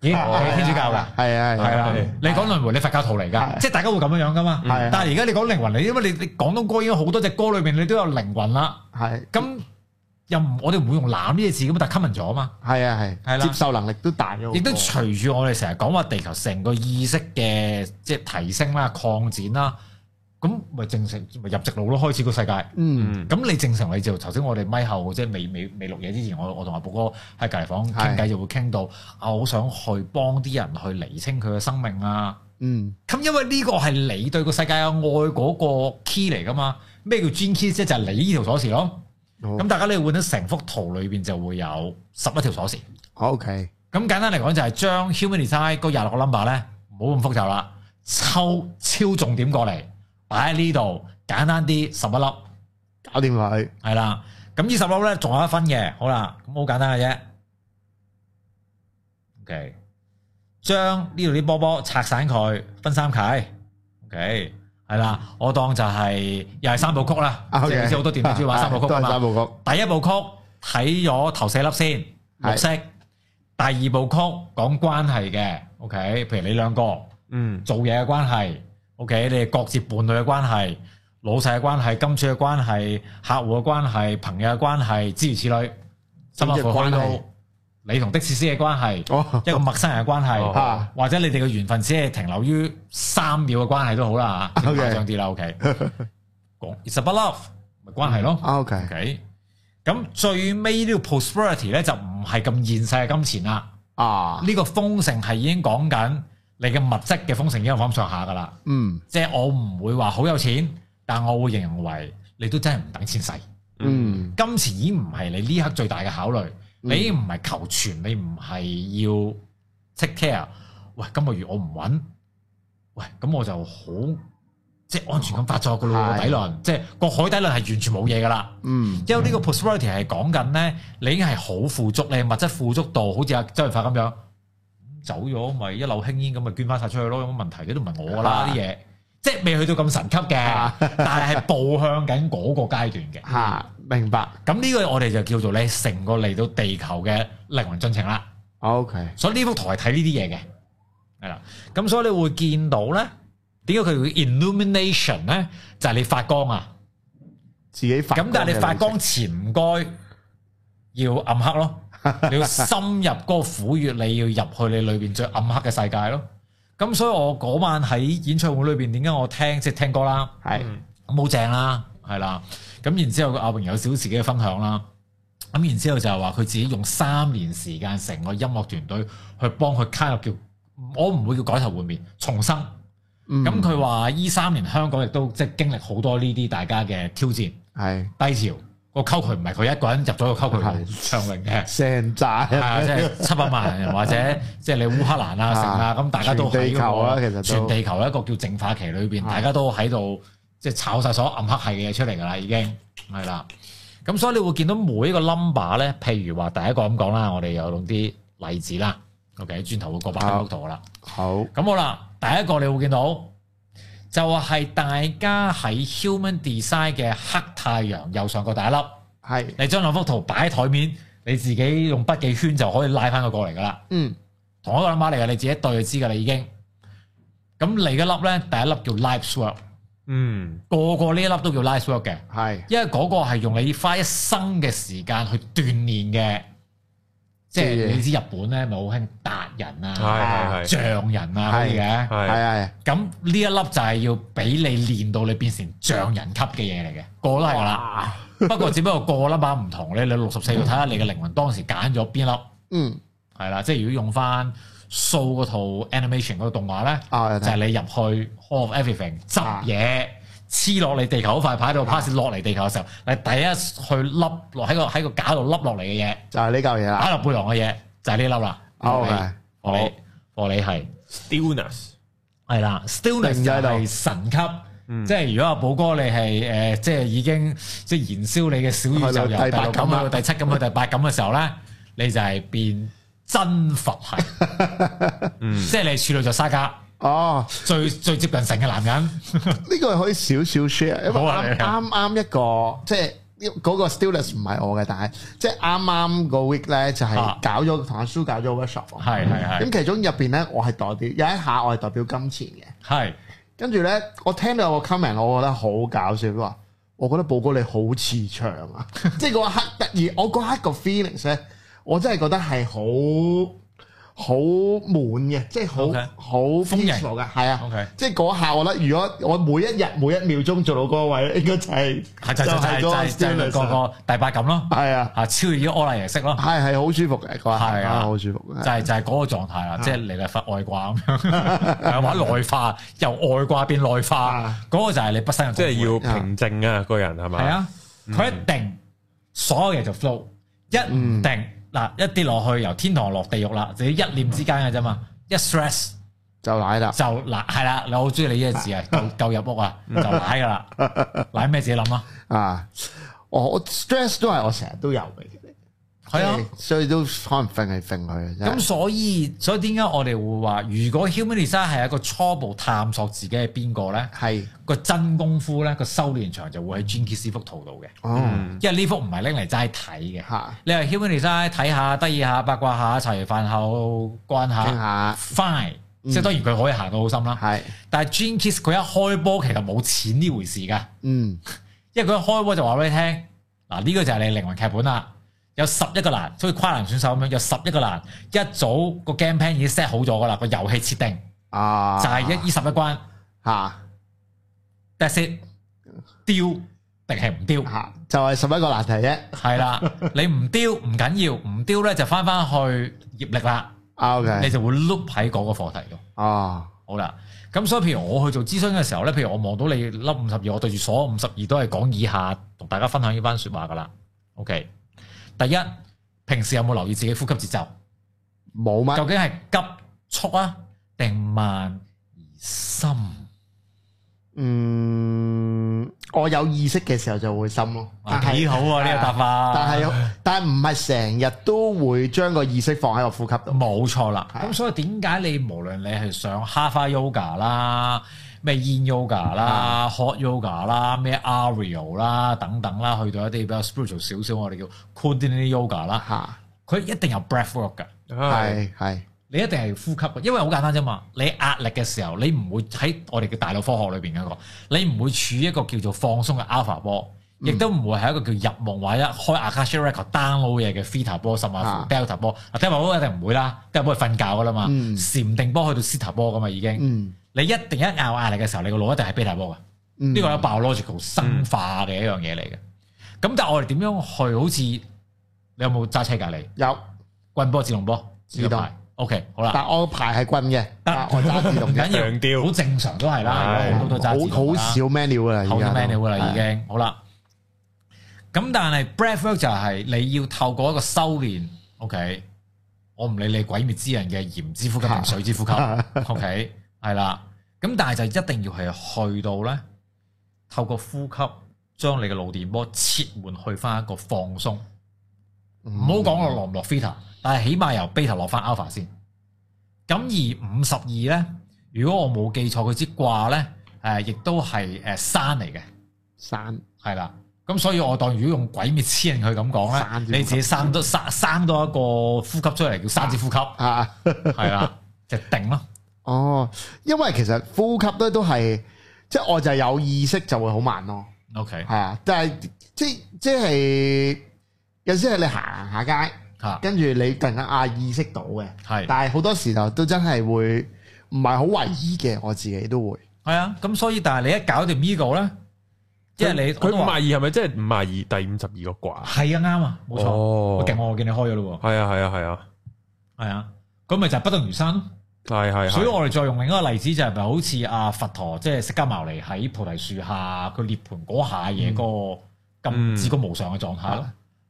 Speaker 3: 咦？你天主教㗎？
Speaker 2: 係啊，係
Speaker 3: 係
Speaker 2: 啊，
Speaker 3: 啦
Speaker 1: 係，
Speaker 3: 你講輪迴，你佛教徒嚟㗎，
Speaker 2: 係
Speaker 3: 即係大家會咁樣樣㗎嘛。
Speaker 2: 係啊
Speaker 3: 但係而家你講靈魂，你因為你你廣東歌已經好多隻歌裏面你都有靈魂啦。
Speaker 2: 係，
Speaker 3: 咁又唔我哋唔會用攬呢隻字咁，但係 common 咗啊嘛。
Speaker 2: 係啊，係，
Speaker 3: 係啦
Speaker 2: 接受能力都大咗好多，
Speaker 3: 亦都隨住我哋成日講話地球成個意識嘅即係提升啦、擴展啦，咁咪正成咪入直路咯，開始個世界。
Speaker 1: 嗯，
Speaker 2: 嗯，
Speaker 3: 咁你正常你就頭先我哋咪後即係未未未錄嘢之前，我我同阿寶哥喺隔離房傾偈就會傾到啊，我好想去幫啲人去釐清佢嘅生命啊。
Speaker 2: 嗯，
Speaker 3: 咁因為呢個係你對個世界嘅愛嗰個 key 嚟噶嘛？咩叫 gene key 啫？就係你呢條鎖匙咯。
Speaker 2: 好
Speaker 3: 咁大家你換咗成幅圖裏邊就會有十一條鎖匙。
Speaker 2: ，OK，
Speaker 3: 咁簡單嚟講就係將 human design 嗰廿六個 number 咧，唔好咁複雜啦，抽超重點過嚟擺喺呢度，簡單啲十一粒
Speaker 2: 搞掂佢，
Speaker 3: 係啦。咁呢十粒咧仲有一分嘅，好啦，咁好簡單嘅啫。OK，將呢度啲波波拆散佢，分三解。OK，係啦，我當就係、又係三部曲啦，
Speaker 2: À,
Speaker 3: 即係好似好多電影主要玩三部曲
Speaker 2: 都
Speaker 3: 啊
Speaker 2: 係
Speaker 3: 嘛
Speaker 2: 三。部曲，
Speaker 3: 第一部曲睇咗頭四粒先，綠色。第二部曲講關係嘅，OK，譬如你兩個
Speaker 1: 嗯，
Speaker 3: 做嘢嘅關係，OK，你哋各自伴侶嘅關係、老細嘅關係、金主嘅關係、客戶嘅關係、朋友嘅關係，諸如此類，甚至乎去到
Speaker 2: 關係
Speaker 3: 你同的士司嘅關係，
Speaker 2: 哦，
Speaker 3: 一個陌生人嘅關係。
Speaker 1: 哦
Speaker 2: 嚇
Speaker 3: 或者你哋嘅緣分只係停留於三秒嘅關係都好啦 嚇，
Speaker 2: OK
Speaker 3: 誇張啲啦，OK。講 It's about love，咪關係咯。
Speaker 2: À, ，OK，
Speaker 3: OK，咁最尾呢個 prosperity 咧就唔係咁現世嘅金錢啦，
Speaker 2: 啊，
Speaker 3: 呢、個豐盛係已經講緊你嘅物質
Speaker 2: Ừ.
Speaker 3: 嘅豐盛已經有咁上下噶啦，
Speaker 2: 嗯，
Speaker 3: 即係我唔會話好有錢，但我會形容為你都真係唔等錢使。
Speaker 2: 嗯
Speaker 3: 金錢已經唔係你呢刻最大嘅考慮，你已經唔係求全，你唔係要 take care。喂，今個月我唔揾，喂，咁我就好即係安全咁發作噶咯
Speaker 2: 係
Speaker 3: 喎底輪，即係個海底輪係完全冇嘢噶啦。
Speaker 2: 嗯
Speaker 3: 因為呢個 prosperity 係講緊咧，你已經係好富足，你係物質富足到好似阿周潤發咁樣走咗，咪一溜輕煙咁咪捐翻晒出去咯，有乜問題嘅都唔係我噶啦
Speaker 2: 啊
Speaker 3: 啲嘢，即係未去到咁神級嘅
Speaker 2: 啊，
Speaker 3: 但係係步向緊嗰個階段嘅。
Speaker 2: 吓明白
Speaker 3: 咁呢個我哋就叫做你成個嚟到地球嘅靈魂進程啦。
Speaker 2: ，OK，
Speaker 3: 所以呢幅圖係睇呢啲嘢嘅，係啦。咁所以你會見到咧，點解佢叫 illumination 咧？就係、你發光啊！
Speaker 2: 自己發
Speaker 3: 咁但係你發光前唔該要暗黑咯，你要深入嗰個苦穴，你要入去你裏邊最暗黑嘅世界咯。咁所以我嗰晚喺演唱會裏邊，點解我聽即係聽歌啦？
Speaker 2: 係
Speaker 3: 咁好正啦，係啦。咁然之後，阿榮有少少自己嘅分享啦。咁然之後就係話佢自己用三年時間，成個音樂團隊去幫佢加入叫，我唔會叫改頭換面，重生。
Speaker 2: Ừ.
Speaker 3: 咁佢話依三年香港亦都即係經歷好多呢啲大家嘅挑戰低
Speaker 2: 係
Speaker 3: 潮。個溝渠唔係佢一個人入咗個溝渠好暢榮嘅，
Speaker 2: 成扎
Speaker 3: 係啊，即係七百萬人或 者即係你烏克蘭啊、成啊，咁大家都喺
Speaker 2: 全地球
Speaker 3: 嗰
Speaker 2: 啊
Speaker 3: 個
Speaker 2: 其實都
Speaker 3: 全地球一個叫淨化期裏邊，
Speaker 2: 啊
Speaker 3: 大家都喺度即係炒晒所有暗黑系嘅嘢出嚟㗎啦，已經係啦。咁所以你會見到每一個 number 咧，譬如話第一個咁講啦，我哋有用啲例子啦。OK，轉啊頭會過百分幅圖㗎啦。
Speaker 2: 好
Speaker 3: 咁好啦，第一個你會見到就係大家喺 Human Design 嘅黑太陽右上角第一粒。
Speaker 2: 係
Speaker 3: 你將兩幅圖擺喺台面，你自己用筆記圈就可以拉翻佢過嚟噶啦。
Speaker 2: 嗯
Speaker 3: 同一個 number 嚟嘅，你自己對就知噶啦已經。咁你嗰粒咧，第一粒叫 life work，
Speaker 1: 嗯
Speaker 3: 個個呢一粒都叫 life work 嘅，
Speaker 2: 係
Speaker 3: 因為嗰個係用你花一生嘅時間去鍛鍊嘅，即
Speaker 2: 嘅
Speaker 3: 係
Speaker 2: 嘢
Speaker 3: 你知日本咧咪好興達人啊、
Speaker 1: 係系系
Speaker 3: 匠人啊嗰啲嘅。
Speaker 2: 係
Speaker 1: 系
Speaker 2: 係
Speaker 3: 咁呢一粒就係要俾你練到你變成匠人級嘅嘢嚟嘅，個個都係噶啦。
Speaker 2: 啦，
Speaker 3: 不過只不過個粒碼唔同咧，你六十四度睇下你嘅靈魂當時揀咗邊粒，
Speaker 2: 嗯
Speaker 3: 係啦，即係如果用翻數嗰套 animation 嗰個動畫咧，
Speaker 2: 啊有
Speaker 3: 就
Speaker 2: 睇
Speaker 3: 係你入去 Hall of Everything 執嘢，黐落你地球嗰塊牌度 pass 落嚟地球嘅時候，你第一去笠落喺個喺個架度笠落嚟嘅嘢，
Speaker 2: 就係呢嚿嘢啦
Speaker 3: 打落背囊嘅嘢啊就係呢粒啦。
Speaker 2: ，OK，
Speaker 3: 我你我你係。
Speaker 1: stillness
Speaker 3: 係啦，stillness
Speaker 2: 定
Speaker 3: 就
Speaker 2: 咗喺度嗯
Speaker 3: 係神級，即係如果阿寶哥你係誒、呃即係已經即係燃燒你嘅小宇宙
Speaker 2: 去
Speaker 3: 由
Speaker 2: 到
Speaker 3: 第
Speaker 2: 第八啊
Speaker 3: 六
Speaker 2: 感
Speaker 3: 感去
Speaker 2: 啦
Speaker 3: 到第七 感去到第八感嘅時候咧，你就係變真佛系，
Speaker 2: 嗯
Speaker 3: 即係你係處女座沙加
Speaker 2: 哦。
Speaker 3: 最最接近神嘅男人，
Speaker 2: 呢個係可以少少 share，因為
Speaker 3: 好啊
Speaker 2: 啱
Speaker 3: 你啊
Speaker 2: 啱啱一個即係呢嗰個 stillness 唔係我嘅，但係即係啱啱個 week 咧就
Speaker 3: 啊
Speaker 2: 係搞咗同阿蘇搞咗個 workshop，
Speaker 3: 係係係
Speaker 2: 咁其中入邊咧我係代表有一下我係代表金錢嘅，
Speaker 3: 係
Speaker 2: 跟住咧我聽到有個 comment 我覺得好搞笑，佢話我覺得寶哥你好慈祥 啊，即係嗰一刻突然我嗰一刻個 feelings 咧，我真係覺得係好好滿嘅，即係好
Speaker 3: OK
Speaker 2: 好
Speaker 3: 豐盈
Speaker 2: peaceful 嘅，係啊。
Speaker 3: OK
Speaker 2: 即係嗰下，我覺得如果我每一日每一秒鐘做到嗰個位咧，應該就係
Speaker 3: 係就就
Speaker 2: 係嗰個
Speaker 3: 就就就
Speaker 2: stillness 啊
Speaker 3: 個第八感咯，
Speaker 2: 係啊，
Speaker 3: 啊超越咗柯麗儀式咯，
Speaker 2: 係係好舒服嘅嗰下，
Speaker 3: 係啊
Speaker 2: 啊好舒服
Speaker 3: 就
Speaker 2: 嘅，
Speaker 3: 係就係嗰個狀態
Speaker 2: 啊
Speaker 3: 啦，即係嚟嚟佛外掛咁樣， 或者內化由外掛變內化
Speaker 2: 啊，
Speaker 3: 嗰個就係你畢生嘅
Speaker 1: 即
Speaker 3: 功
Speaker 1: 係
Speaker 3: 夫
Speaker 1: 要平靜啊，個人係嘛？
Speaker 3: 係，啊，佢一定所有嘢就 flow，一唔定嗱一跌落去由天堂落地獄啦，就要一念之間嘅啫嘛，一 stress
Speaker 2: 就奶啦，
Speaker 3: 就嗱係啦，你好中意你呢個字啊，夠夠入屋啊，就奶噶啦，奶咩自己諗啊，
Speaker 2: 啊，我我 stress 都係我成日都有嘅，其實
Speaker 3: 係啊，
Speaker 2: 所以都可能揈嚟揈去嘅，
Speaker 3: 咁
Speaker 2: 咁
Speaker 3: 所以所以點解我哋會話，如果 human design 係一個初步探索自己係邊個咧，
Speaker 2: 係
Speaker 3: 個真功夫咧個修練場就會喺 j i n k i s 幅圖度嘅。
Speaker 2: 哦
Speaker 3: 因為呢幅唔係拎嚟齋睇嘅，
Speaker 2: 嚇
Speaker 3: 你係 human design 睇下、得意下、八卦下、茶餘飯後關
Speaker 2: 傾
Speaker 3: 下
Speaker 2: 下嗯
Speaker 3: ，fine。即係當然佢可以行到好深啦，
Speaker 2: 係
Speaker 3: 但係 Gene Kiss 佢一開波其實冇錢呢回事㗎，
Speaker 2: 嗯
Speaker 3: 因為佢一開波就話俾你聽，嗱呢個就係你靈魂劇本啦，有十一個欄，所以跨欄選手咁樣有十一個欄，一早個 game plan 已經 set 好咗㗎啦，個遊戲設定
Speaker 2: 啊
Speaker 3: 就係一呢十一關
Speaker 2: 嚇
Speaker 3: ，that's it，丟定係唔丟？
Speaker 2: 嚇就係十一個難題啫，
Speaker 3: 係啦，你唔丟唔緊要，唔丟咧就翻翻去業力啦，
Speaker 2: 啊
Speaker 3: 你
Speaker 2: OK
Speaker 3: 就會 loop 喺嗰個課題度。
Speaker 2: 哦
Speaker 3: 好啦，咁所以譬如我去做諮詢嘅時候咧，譬如我望到你粒五十二，我對住所有五十二都係講以下同大家分享呢番説話噶啦。OK，第一，平時有冇留意自己呼吸節奏？
Speaker 2: 冇乜
Speaker 3: 究竟係急速啊，定慢而深？
Speaker 2: 嗯，我有意識嘅時候就會心咯，但
Speaker 3: 幾
Speaker 2: 係
Speaker 3: 好啊呢個答法。
Speaker 2: 但係但係唔係成日都會將個意識放喺個呼吸度。
Speaker 3: 冇錯啦，
Speaker 2: 係啊
Speaker 3: 咁所以點解你無論你係上哈花 yoga 啦、咩 yin yoga 啦、hot yoga 啦、咩 aerial 啦等等啦，去到一啲比較 spiritual 少少，我哋叫 kundalini yoga 啦，
Speaker 2: 嚇，
Speaker 3: 佢一定有 breath work 㗎，
Speaker 1: 係
Speaker 2: 係係
Speaker 3: 你一定係呼吸嘅，因為好簡單啫嘛。你壓力嘅時候，你唔會喺我哋嘅大腦科學裏邊嗰個，你唔會處於一個叫做放鬆嘅 alpha 波，
Speaker 2: 嗯
Speaker 3: 亦都唔會係一個叫入夢或者開 Akashic record download 嘢嘅 theta 波，甚至乎
Speaker 2: 啊
Speaker 3: delta 波。啊 delta 波一定唔會啦，delta 波係瞓覺噶啦嘛，
Speaker 2: 嗯
Speaker 3: 禪定波去到 theta 波噶嘛已經。
Speaker 2: 嗯
Speaker 3: 你一定一拗壓力嘅時候，你個腦一定係 beta 波㗎。
Speaker 2: 嗯
Speaker 3: 呢個係 biological 生化嘅一樣嘢嚟嘅。咁但係我哋點樣去好似你有冇揸車隔離
Speaker 2: 有，
Speaker 3: 棍波自動波自
Speaker 2: 自動
Speaker 3: 動牌？OK 好啦。
Speaker 2: 但我牌係棍嘅，但啊我揸自動
Speaker 3: 唔
Speaker 2: 嘅，
Speaker 3: 緊要，
Speaker 1: 強調
Speaker 3: 好正常都係啦，
Speaker 1: 係
Speaker 3: 好多都揸自
Speaker 2: 好
Speaker 3: 動啊
Speaker 2: 好
Speaker 3: 啦
Speaker 2: 少 manual 噶啦，啊
Speaker 3: 好
Speaker 2: 而
Speaker 3: 多
Speaker 2: 家
Speaker 3: menu 噶啦
Speaker 2: 係
Speaker 3: 已經，好啦。咁但係 breathwork 就係你要透過一個修練，OK，我唔理你鬼滅之刃嘅鹽之呼吸
Speaker 2: 啊
Speaker 3: 定水 之呼吸，OK，係啦。咁但係就一定要係去到咧，透過呼吸將你嘅腦電波切換去翻一個放鬆，唔
Speaker 2: 唔
Speaker 3: 好講我落唔落 theta，但係起碼由 beta 落翻 alpha 先。咁而五十二咧，如果我冇記錯，佢支卦咧，誒亦都係誒山嚟嘅，
Speaker 2: 散
Speaker 3: 係啦。咁所以我當如果用鬼滅之刃去咁講
Speaker 2: 山字
Speaker 3: 咧，你自己生多生生多一個呼吸出嚟叫山 字呼吸，
Speaker 2: 啊。
Speaker 3: 係啦，就定咯。
Speaker 2: 哦，因為其實呼吸咧都係，即係我就有意識就會好慢咯，
Speaker 3: OK
Speaker 2: 係啊，但係即即係有時係你行下街，
Speaker 3: 嚇，
Speaker 2: 跟住你突然間啊意識到嘅，
Speaker 3: 係
Speaker 2: 但係好多時候都真係會唔係好為意嘅，我自己都會
Speaker 3: 係啊。咁所以但係你一搞掂呢個咧，即係你
Speaker 1: 佢
Speaker 3: 我都
Speaker 1: 五廿
Speaker 3: 話
Speaker 1: 二係咪即係五廿二第五十二個卦？
Speaker 3: 係啊啱啊，冇錯。
Speaker 1: 哦
Speaker 3: 我勁喎我見你開咗咯
Speaker 1: 係啊係啊係啊，
Speaker 3: 喎，係啊。咁咪就係不動如山咯。
Speaker 1: 係係。係
Speaker 3: 所以我哋再用另一個例子就係咪好似阿佛陀即係釋迦牟尼喺菩提樹下佢涅盤嗰下嘢嗰個
Speaker 1: 嗯
Speaker 3: 咁至高無上嘅狀態咯，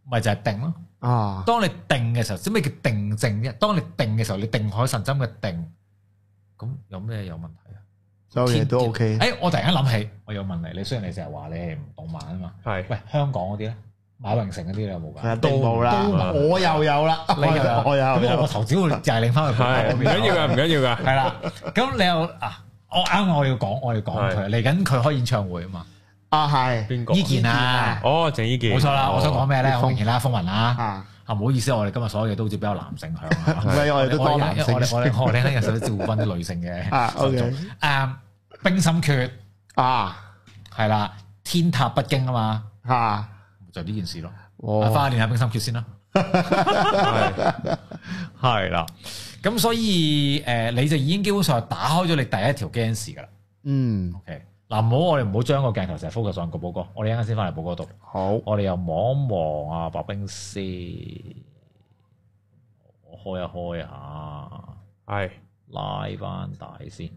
Speaker 3: 咪就係定咯。
Speaker 2: 啊，
Speaker 3: 當你定嘅時候，即咩叫定靜啫？當你定嘅時候，你定海神針嘅定，咁有咩有問題啊？
Speaker 2: 所有嘢都
Speaker 3: 天
Speaker 2: OK
Speaker 3: 誒、。我突然間諗起，我有問你，你雖然你成日話你係唔動漫啊嘛，
Speaker 1: 係
Speaker 3: 喂，香港嗰啲咧，馬榮成嗰啲你有冇
Speaker 2: 其實
Speaker 3: 㗎？
Speaker 2: 啊都冇啦
Speaker 1: 都冇，
Speaker 2: 我又有啦，
Speaker 3: 你又有
Speaker 2: 我又
Speaker 3: 咁我
Speaker 2: 有，
Speaker 3: 頭先會就係拎翻去
Speaker 1: 係唔緊要噶，唔緊要噶。
Speaker 3: 係啦，咁你又啊，我啱我要講，我要講佢嚟緊佢開演唱會啊嘛，
Speaker 2: 啊係
Speaker 1: 邊個？
Speaker 3: 呢件啊，
Speaker 1: 哦，鄭伊健。
Speaker 3: 冇錯啦，
Speaker 1: 哦
Speaker 3: 我想講咩咧？
Speaker 2: 風
Speaker 3: 好明顯啦，風雲啦，
Speaker 2: 啊，
Speaker 3: 啊唔好意思，我哋今日所有嘢都好似比較男性向啊，
Speaker 2: 唔係 我哋都多
Speaker 3: 我
Speaker 2: 男性
Speaker 3: 我哋我哋我哋咧有時都照顧翻啲女性 嘅
Speaker 2: 啊
Speaker 3: 受眾
Speaker 2: OK
Speaker 3: 誒冰心決
Speaker 2: 啊
Speaker 3: 係啦，天塌北京啊嘛，
Speaker 2: 啊，
Speaker 3: 就呢件事咯，啊
Speaker 2: 哇
Speaker 3: 花練下冰心決先啦。
Speaker 1: 係
Speaker 3: 係啦，咁所以誒、你就已經基本上係打開咗你第一條 g a n s 噶啦。
Speaker 2: 嗯
Speaker 3: OK，嗱，唔好我哋唔好將個鏡頭成日 focus 上個寶哥，我哋一陣先翻嚟寶哥度，
Speaker 2: 好。
Speaker 3: 我哋又望一望啊白冰先，我開一開下，
Speaker 1: 係
Speaker 3: 拉翻大先，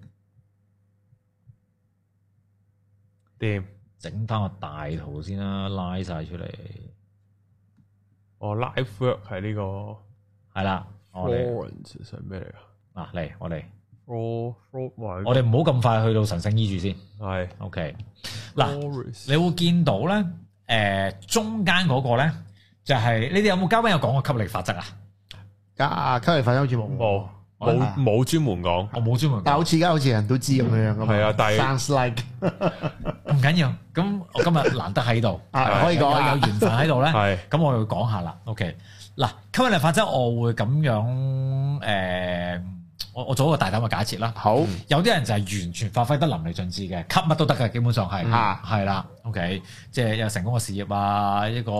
Speaker 1: 掂。
Speaker 3: 整翻個大圖先啦，拉晒出嚟，
Speaker 1: 哦，live work 係呢個
Speaker 3: 係啦，我哋
Speaker 1: Florence 係咩嚟噶
Speaker 3: 嗱嚟我哋，
Speaker 1: ？Flo Flo
Speaker 3: 我哋唔好咁快去到神聖醫住先
Speaker 1: 係
Speaker 3: ，OK，嗱。
Speaker 1: Florence
Speaker 3: 你會見到咧，誒、中間嗰個咧就係、你哋有冇嘉賓有講過吸力法則啊？
Speaker 2: 啊，吸嚟粉好似冇，
Speaker 1: 冇哦冇冇專門講。
Speaker 3: 我冇專門
Speaker 2: 但
Speaker 3: 講，
Speaker 2: 好似而家好似人都知咁樣噶嘛。
Speaker 1: 係啊但係
Speaker 2: sounds like
Speaker 3: 唔緊要。咁我今日難得喺度，
Speaker 2: 啊，可以
Speaker 3: 有
Speaker 2: 講
Speaker 3: 有
Speaker 2: 啊，
Speaker 3: 緣分喺度咧，
Speaker 1: 係
Speaker 3: 咁我要講下啦。OK，嗱，吸引力法則我會咁樣誒、我我做一個大膽嘅假設啦。
Speaker 2: 好
Speaker 3: 有啲人就係完全發揮得淋漓盡致嘅，吸乜都得嘅，基本上係
Speaker 1: 嗯
Speaker 2: 啊
Speaker 3: 係啦，OK，即係有成功嘅事業啊，一個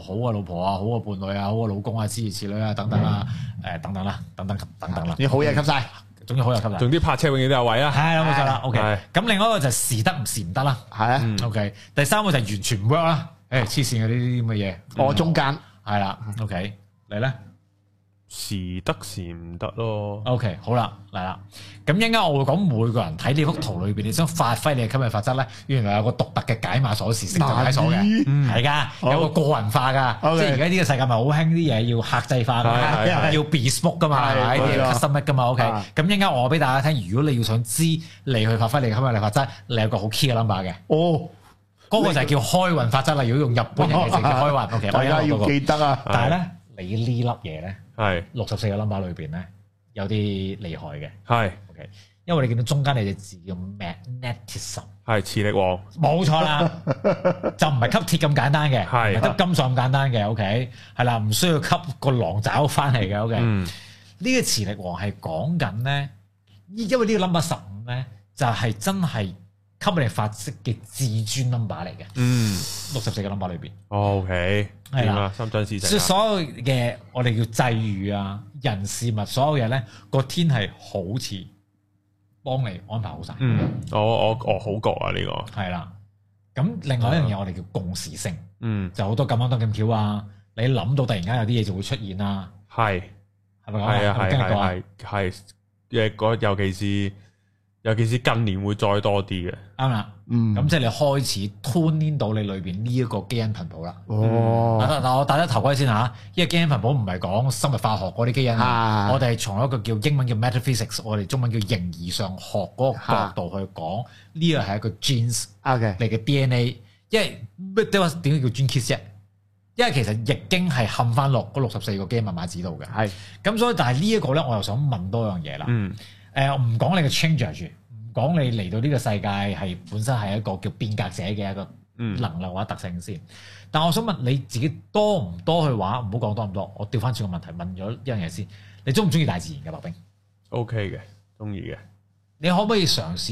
Speaker 3: 好嘅老婆啊，好嘅伴侶啊，好嘅老公啊，諸如此類啊，等等啦，
Speaker 1: 嗯
Speaker 3: 誒等等啦，等等等等啦，
Speaker 2: 你好嘢吸晒
Speaker 3: 總之好有吸引力。
Speaker 1: 總之泊車永遠都有位啊啦。
Speaker 3: 係啦，冇錯啦，OK
Speaker 1: 係。
Speaker 3: 咁另外一個就係時得唔時唔得啦
Speaker 2: 係啊，
Speaker 1: 嗯
Speaker 3: ，OK。第三個就係完全唔 work 哎
Speaker 2: 哦
Speaker 3: 嗯啦，誒黐線嘅呢啲咁嘅嘢，
Speaker 2: 我中間
Speaker 3: 係啦，OK。你咧
Speaker 1: 時得時唔得咯。
Speaker 3: OK，好啦，嚟啦。咁一陣間我會講每個人睇呢幅圖裏邊，你想發揮你嘅吸引力法則咧，原來有個獨特嘅解碼鎖匙識做解鎖嘅，係
Speaker 2: 好
Speaker 3: 噶，有個個人化噶。
Speaker 2: OK
Speaker 3: 即係而家呢個世界咪好興啲嘢要客製化
Speaker 1: 係係
Speaker 3: 㗎，
Speaker 2: 係
Speaker 3: 要 bespoke 噶嘛，係咪？
Speaker 2: 係冇錯
Speaker 3: 要 custom 㗎嘛。OK，
Speaker 2: 啊
Speaker 3: 咁一陣間我俾大家聽，如果你要想知你去發揮你嘅吸引力法則，你有個好 key 嘅 number 嘅，
Speaker 2: 哦，
Speaker 3: 嗰個就係叫開運法則啦。如果用日本人嘅就叫開 運。OK，我
Speaker 2: 大
Speaker 3: 而
Speaker 2: 家
Speaker 3: 家
Speaker 2: 要
Speaker 3: 有嗰個
Speaker 2: 記得啊，
Speaker 3: 但係咧，你呢粒嘢咧，
Speaker 1: 係
Speaker 3: 六十四個 number 裏邊咧，有啲厲害嘅。
Speaker 1: 係
Speaker 3: OK，因為你見到中間你隻字叫 magnetism，
Speaker 1: 係磁力王，
Speaker 3: 冇錯啦， 就唔係吸鐵咁簡單嘅，
Speaker 1: 係
Speaker 3: 唔係得金屬咁簡單嘅。OK，係啦，唔需要吸個狼爪翻嚟嘅。OK，
Speaker 1: 嗯
Speaker 3: 呢個磁力王係講緊咧，因為呢個 number 十五咧，就係真係吸引力法則嘅至尊 number 嚟嘅，
Speaker 1: 嗯哦
Speaker 3: 六十四個 number 裏邊。
Speaker 1: ，OK，
Speaker 3: 係啦
Speaker 1: 點啊？心想事
Speaker 3: 所
Speaker 1: 成
Speaker 3: 以
Speaker 1: 啊，
Speaker 3: 所有嘅我哋叫際遇啊、人事物，所有嘢咧個天係好似幫你安排好晒，
Speaker 1: 嗯，我我我好覺啊呢個，
Speaker 3: 係啦、咁另外一樣嘢我哋叫共時性，
Speaker 1: 嗯
Speaker 3: 就好多咁啱得咁巧啊！你諗到突然間有啲嘢就會出現啊，
Speaker 1: 係
Speaker 3: 係咪咁啊？
Speaker 1: 係啊
Speaker 3: 有冇
Speaker 1: 係
Speaker 3: 經歷過啊
Speaker 1: 係係係誒嗰尤其是尤其是近年會再多啲嘅，
Speaker 3: 啱啦，
Speaker 2: 嗯，
Speaker 3: 咁即係你開始 tune in 到你裏邊呢一個基因頻譜啦。嗱
Speaker 2: 哦，
Speaker 3: 嗱嗱我戴咗頭盔先嚇，因為基因頻譜唔係講生物化學嗰啲基因啊
Speaker 2: 啊，
Speaker 3: 我哋係從一個叫英文叫 metaphysics，我哋中文叫形而上學嗰個角度去講，呢個係一個 genes
Speaker 2: 啊嘅，
Speaker 3: 你嘅 DNA，因為乜點解點解叫 gene keys 啫？因為其實易經係冚翻落嗰六十四個基因密碼指導嘅，
Speaker 2: 係
Speaker 3: 咁所以但係呢一個咧，我又想問多樣嘢啦。
Speaker 1: 嗯
Speaker 3: 誒，呃我唔講你嘅 changer 住，唔講你嚟到呢個世界係本身係一個叫變革者嘅一個
Speaker 1: 嗯
Speaker 3: 能力或者特性先。但我想問你自己多唔多去玩？唔好講多唔多，我調翻轉個問題問咗一樣嘢先。你中唔中意大自然嘅白冰？
Speaker 1: ，OK 嘅，中意嘅，
Speaker 3: 你可唔可以嘗試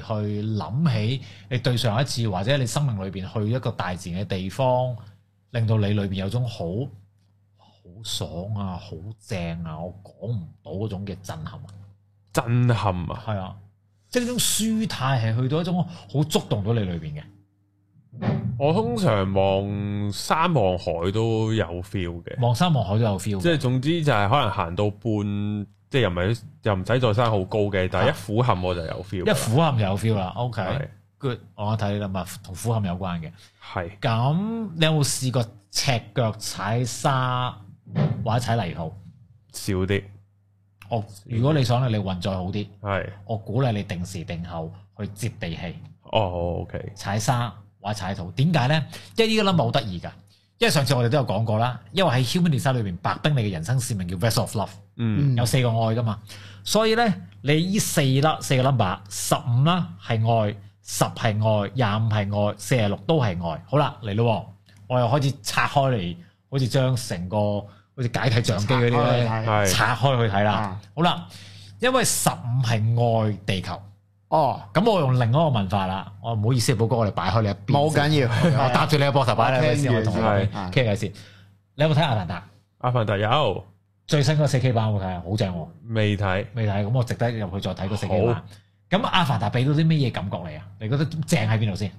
Speaker 3: 去諗起你對上一次或者你生命裏邊去一個大自然嘅地方，令到你裏邊有種好好爽啊、好正啊，我講唔到嗰種嘅震撼啊！
Speaker 1: 震撼啊，
Speaker 3: 係啊，即係呢種舒泰係去到一種好觸動到你裏邊嘅。
Speaker 1: 我通常望山望海都有 feel 嘅。
Speaker 3: 望山望海都有 feel
Speaker 1: 即
Speaker 3: 嘅。
Speaker 1: 係總之就係可能行到半，即係又唔係又唔使再山好高嘅，但係一俯瞰我就有 feel
Speaker 3: 啊一
Speaker 1: 㗎啦。
Speaker 3: 俯瞰就有 feel 啦，OK
Speaker 1: 係。
Speaker 3: good，我睇啦嘛，同俯瞰有關嘅。
Speaker 1: 係
Speaker 3: 咁你有冇試過赤腳踩沙或者踩泥土？
Speaker 1: 少啲，
Speaker 3: 我如果你想你運載好啲，
Speaker 1: 係
Speaker 3: 我鼓勵你定時定候去接地氣、
Speaker 1: 哦，OK，
Speaker 3: 踩沙或者踩土。點解呢？因為呢個 number 好得意㗎。因為上次我哋都有講過啦，因為喺 Human Design 裏邊，白冰你嘅人生使命叫 Vessel of Love。
Speaker 1: 嗯，
Speaker 3: 有四個愛噶嘛，所以咧你依四粒四個 number，十五啦係愛，十係愛，廿五係愛，四十六都係愛。好啦，嚟咯喎，我又開始拆開嚟，好似將成個好似解體相機嗰啲咧
Speaker 1: 係
Speaker 3: 拆開去睇啦
Speaker 2: 啊。
Speaker 3: 好啦，因為十五係愛地球，
Speaker 2: 哦，
Speaker 3: 咁我用另一個文法啦，我唔好意思，寶哥，我哋擺開你一邊，
Speaker 2: 冇，緊要，哦
Speaker 3: 我搭住你嘅膊頭擺你一邊先，我同你
Speaker 1: 係
Speaker 3: 傾偈先。你有冇睇《阿凡達》
Speaker 1: 阿凡達有
Speaker 3: 最新嗰四 K 版？我睇啊，好正喎！
Speaker 1: 未睇？
Speaker 3: 未睇，咁我值得入去再睇嗰四
Speaker 1: 好
Speaker 3: K 版。咁阿凡達俾到啲咩嘢感覺你啊？你覺得正喺邊度先？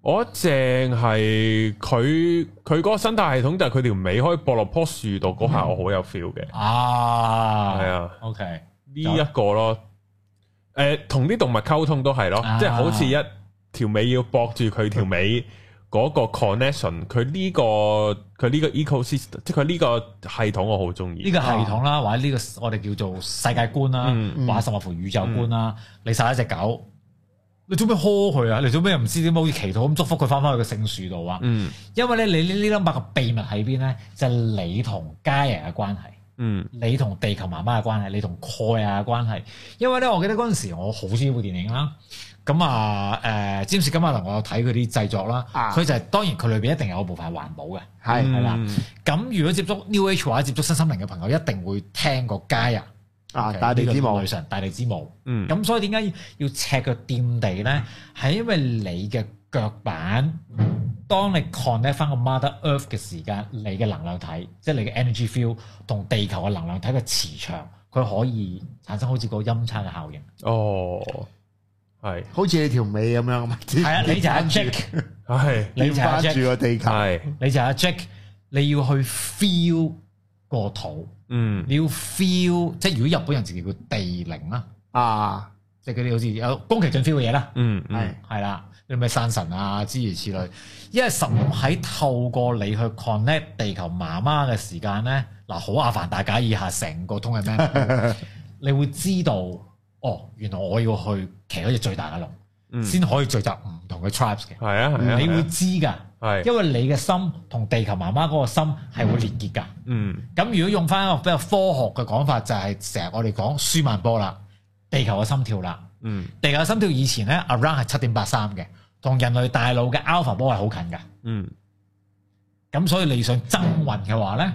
Speaker 1: 我正係佢佢嗰個生態系統就係佢條尾可以駁落棵樹度嗰下，我好有 feel 嘅，
Speaker 3: 嗯啊，
Speaker 1: 係啊，
Speaker 3: ，OK，
Speaker 1: 呢一個咯，誒，同啲動物溝通都係咯
Speaker 3: 啊，
Speaker 1: 即係好似一條尾要駁住佢條尾嗰個 connection，佢呢個佢呢個 ecosystem，即係佢呢個系統我好中
Speaker 3: 呢
Speaker 1: 意，
Speaker 3: 個系啊統啦，或者呢個我哋叫做世界觀啦，
Speaker 1: 啊嗯
Speaker 3: 或者甚至乎宇宙觀啦。你殺一隻狗，你做咩呵佢啊？你做咩唔知點好似祈禱咁祝福佢翻返去個聖樹度啊？
Speaker 1: 嗯
Speaker 3: 因為咧，你呢呢 number 嘅秘密喺邊咧？就係你同家人嘅關係。
Speaker 1: 嗯
Speaker 3: 你同地球媽媽嘅關係，你同蓋亞嘅關係，因為咧，我記得嗰陣時我好中意呢部電影啦。咁啊，誒，詹士金馬倫我有睇佢啲製作啦，
Speaker 2: 啊
Speaker 3: 佢就係當然佢裏邊一定有部分係環保嘅。
Speaker 2: 係
Speaker 3: 係啦
Speaker 1: 嗯
Speaker 3: 咁如果接觸 New Age 或者接觸新心靈嘅朋友，一定會聽過加啊，
Speaker 2: 啊，大地之
Speaker 3: 女
Speaker 2: 母，
Speaker 3: 神，大地之母。
Speaker 1: 嗯
Speaker 3: 咁所以點解要赤腳掂地咧？係因為你嘅腳板，當你 connect 翻個 Mother Earth 嘅時間，你嘅能量體，即係你嘅 energy field 同地球嘅能量體嘅磁場，佢可以產生好似個音叉嘅效應。
Speaker 1: 哦，係
Speaker 2: 好似你條尾咁樣嘛，係
Speaker 3: 係啊，你就係阿 Jack，
Speaker 1: 係
Speaker 3: 你就係阿
Speaker 2: 翻住
Speaker 3: Jack，
Speaker 2: 個地球，
Speaker 1: 係
Speaker 3: 你就係阿 Jack，你要去 feel 個土，
Speaker 1: 嗯
Speaker 3: 你要 feel，即係如果日本人自己叫地靈啦，
Speaker 2: 啊，
Speaker 3: 即係嗰啲好似有宮崎駿 feel 嘅嘢啦，
Speaker 1: 嗯
Speaker 2: 係
Speaker 1: 嗯
Speaker 3: 係啦，你咩山神啊諸如此類，因為實唔喺透過你去 connect 地球媽媽嘅時間咧，嗱好麻煩大家以下成個通係 咩？你會知道哦，原來我要去騎嗰只最大嘅龍，
Speaker 1: 嗯，系
Speaker 3: 先可以聚集唔同嘅 tribes 嘅，
Speaker 1: 啊系啊，
Speaker 3: 你會知㗎，
Speaker 1: 系，
Speaker 3: 因為你嘅心同地球媽媽嗰個心係會連結㗎。
Speaker 1: 嗯
Speaker 3: 咁如果用翻一個比較科學嘅講法，就係成日我哋講舒曼波啦，地球嘅心跳啦，
Speaker 1: 嗯
Speaker 3: 地球嘅心跳以前咧 around 係七點八三嘅，同人類大腦嘅 alpha 波係好近嘅。
Speaker 1: 嗯
Speaker 3: 咁所以你想增運嘅話咧，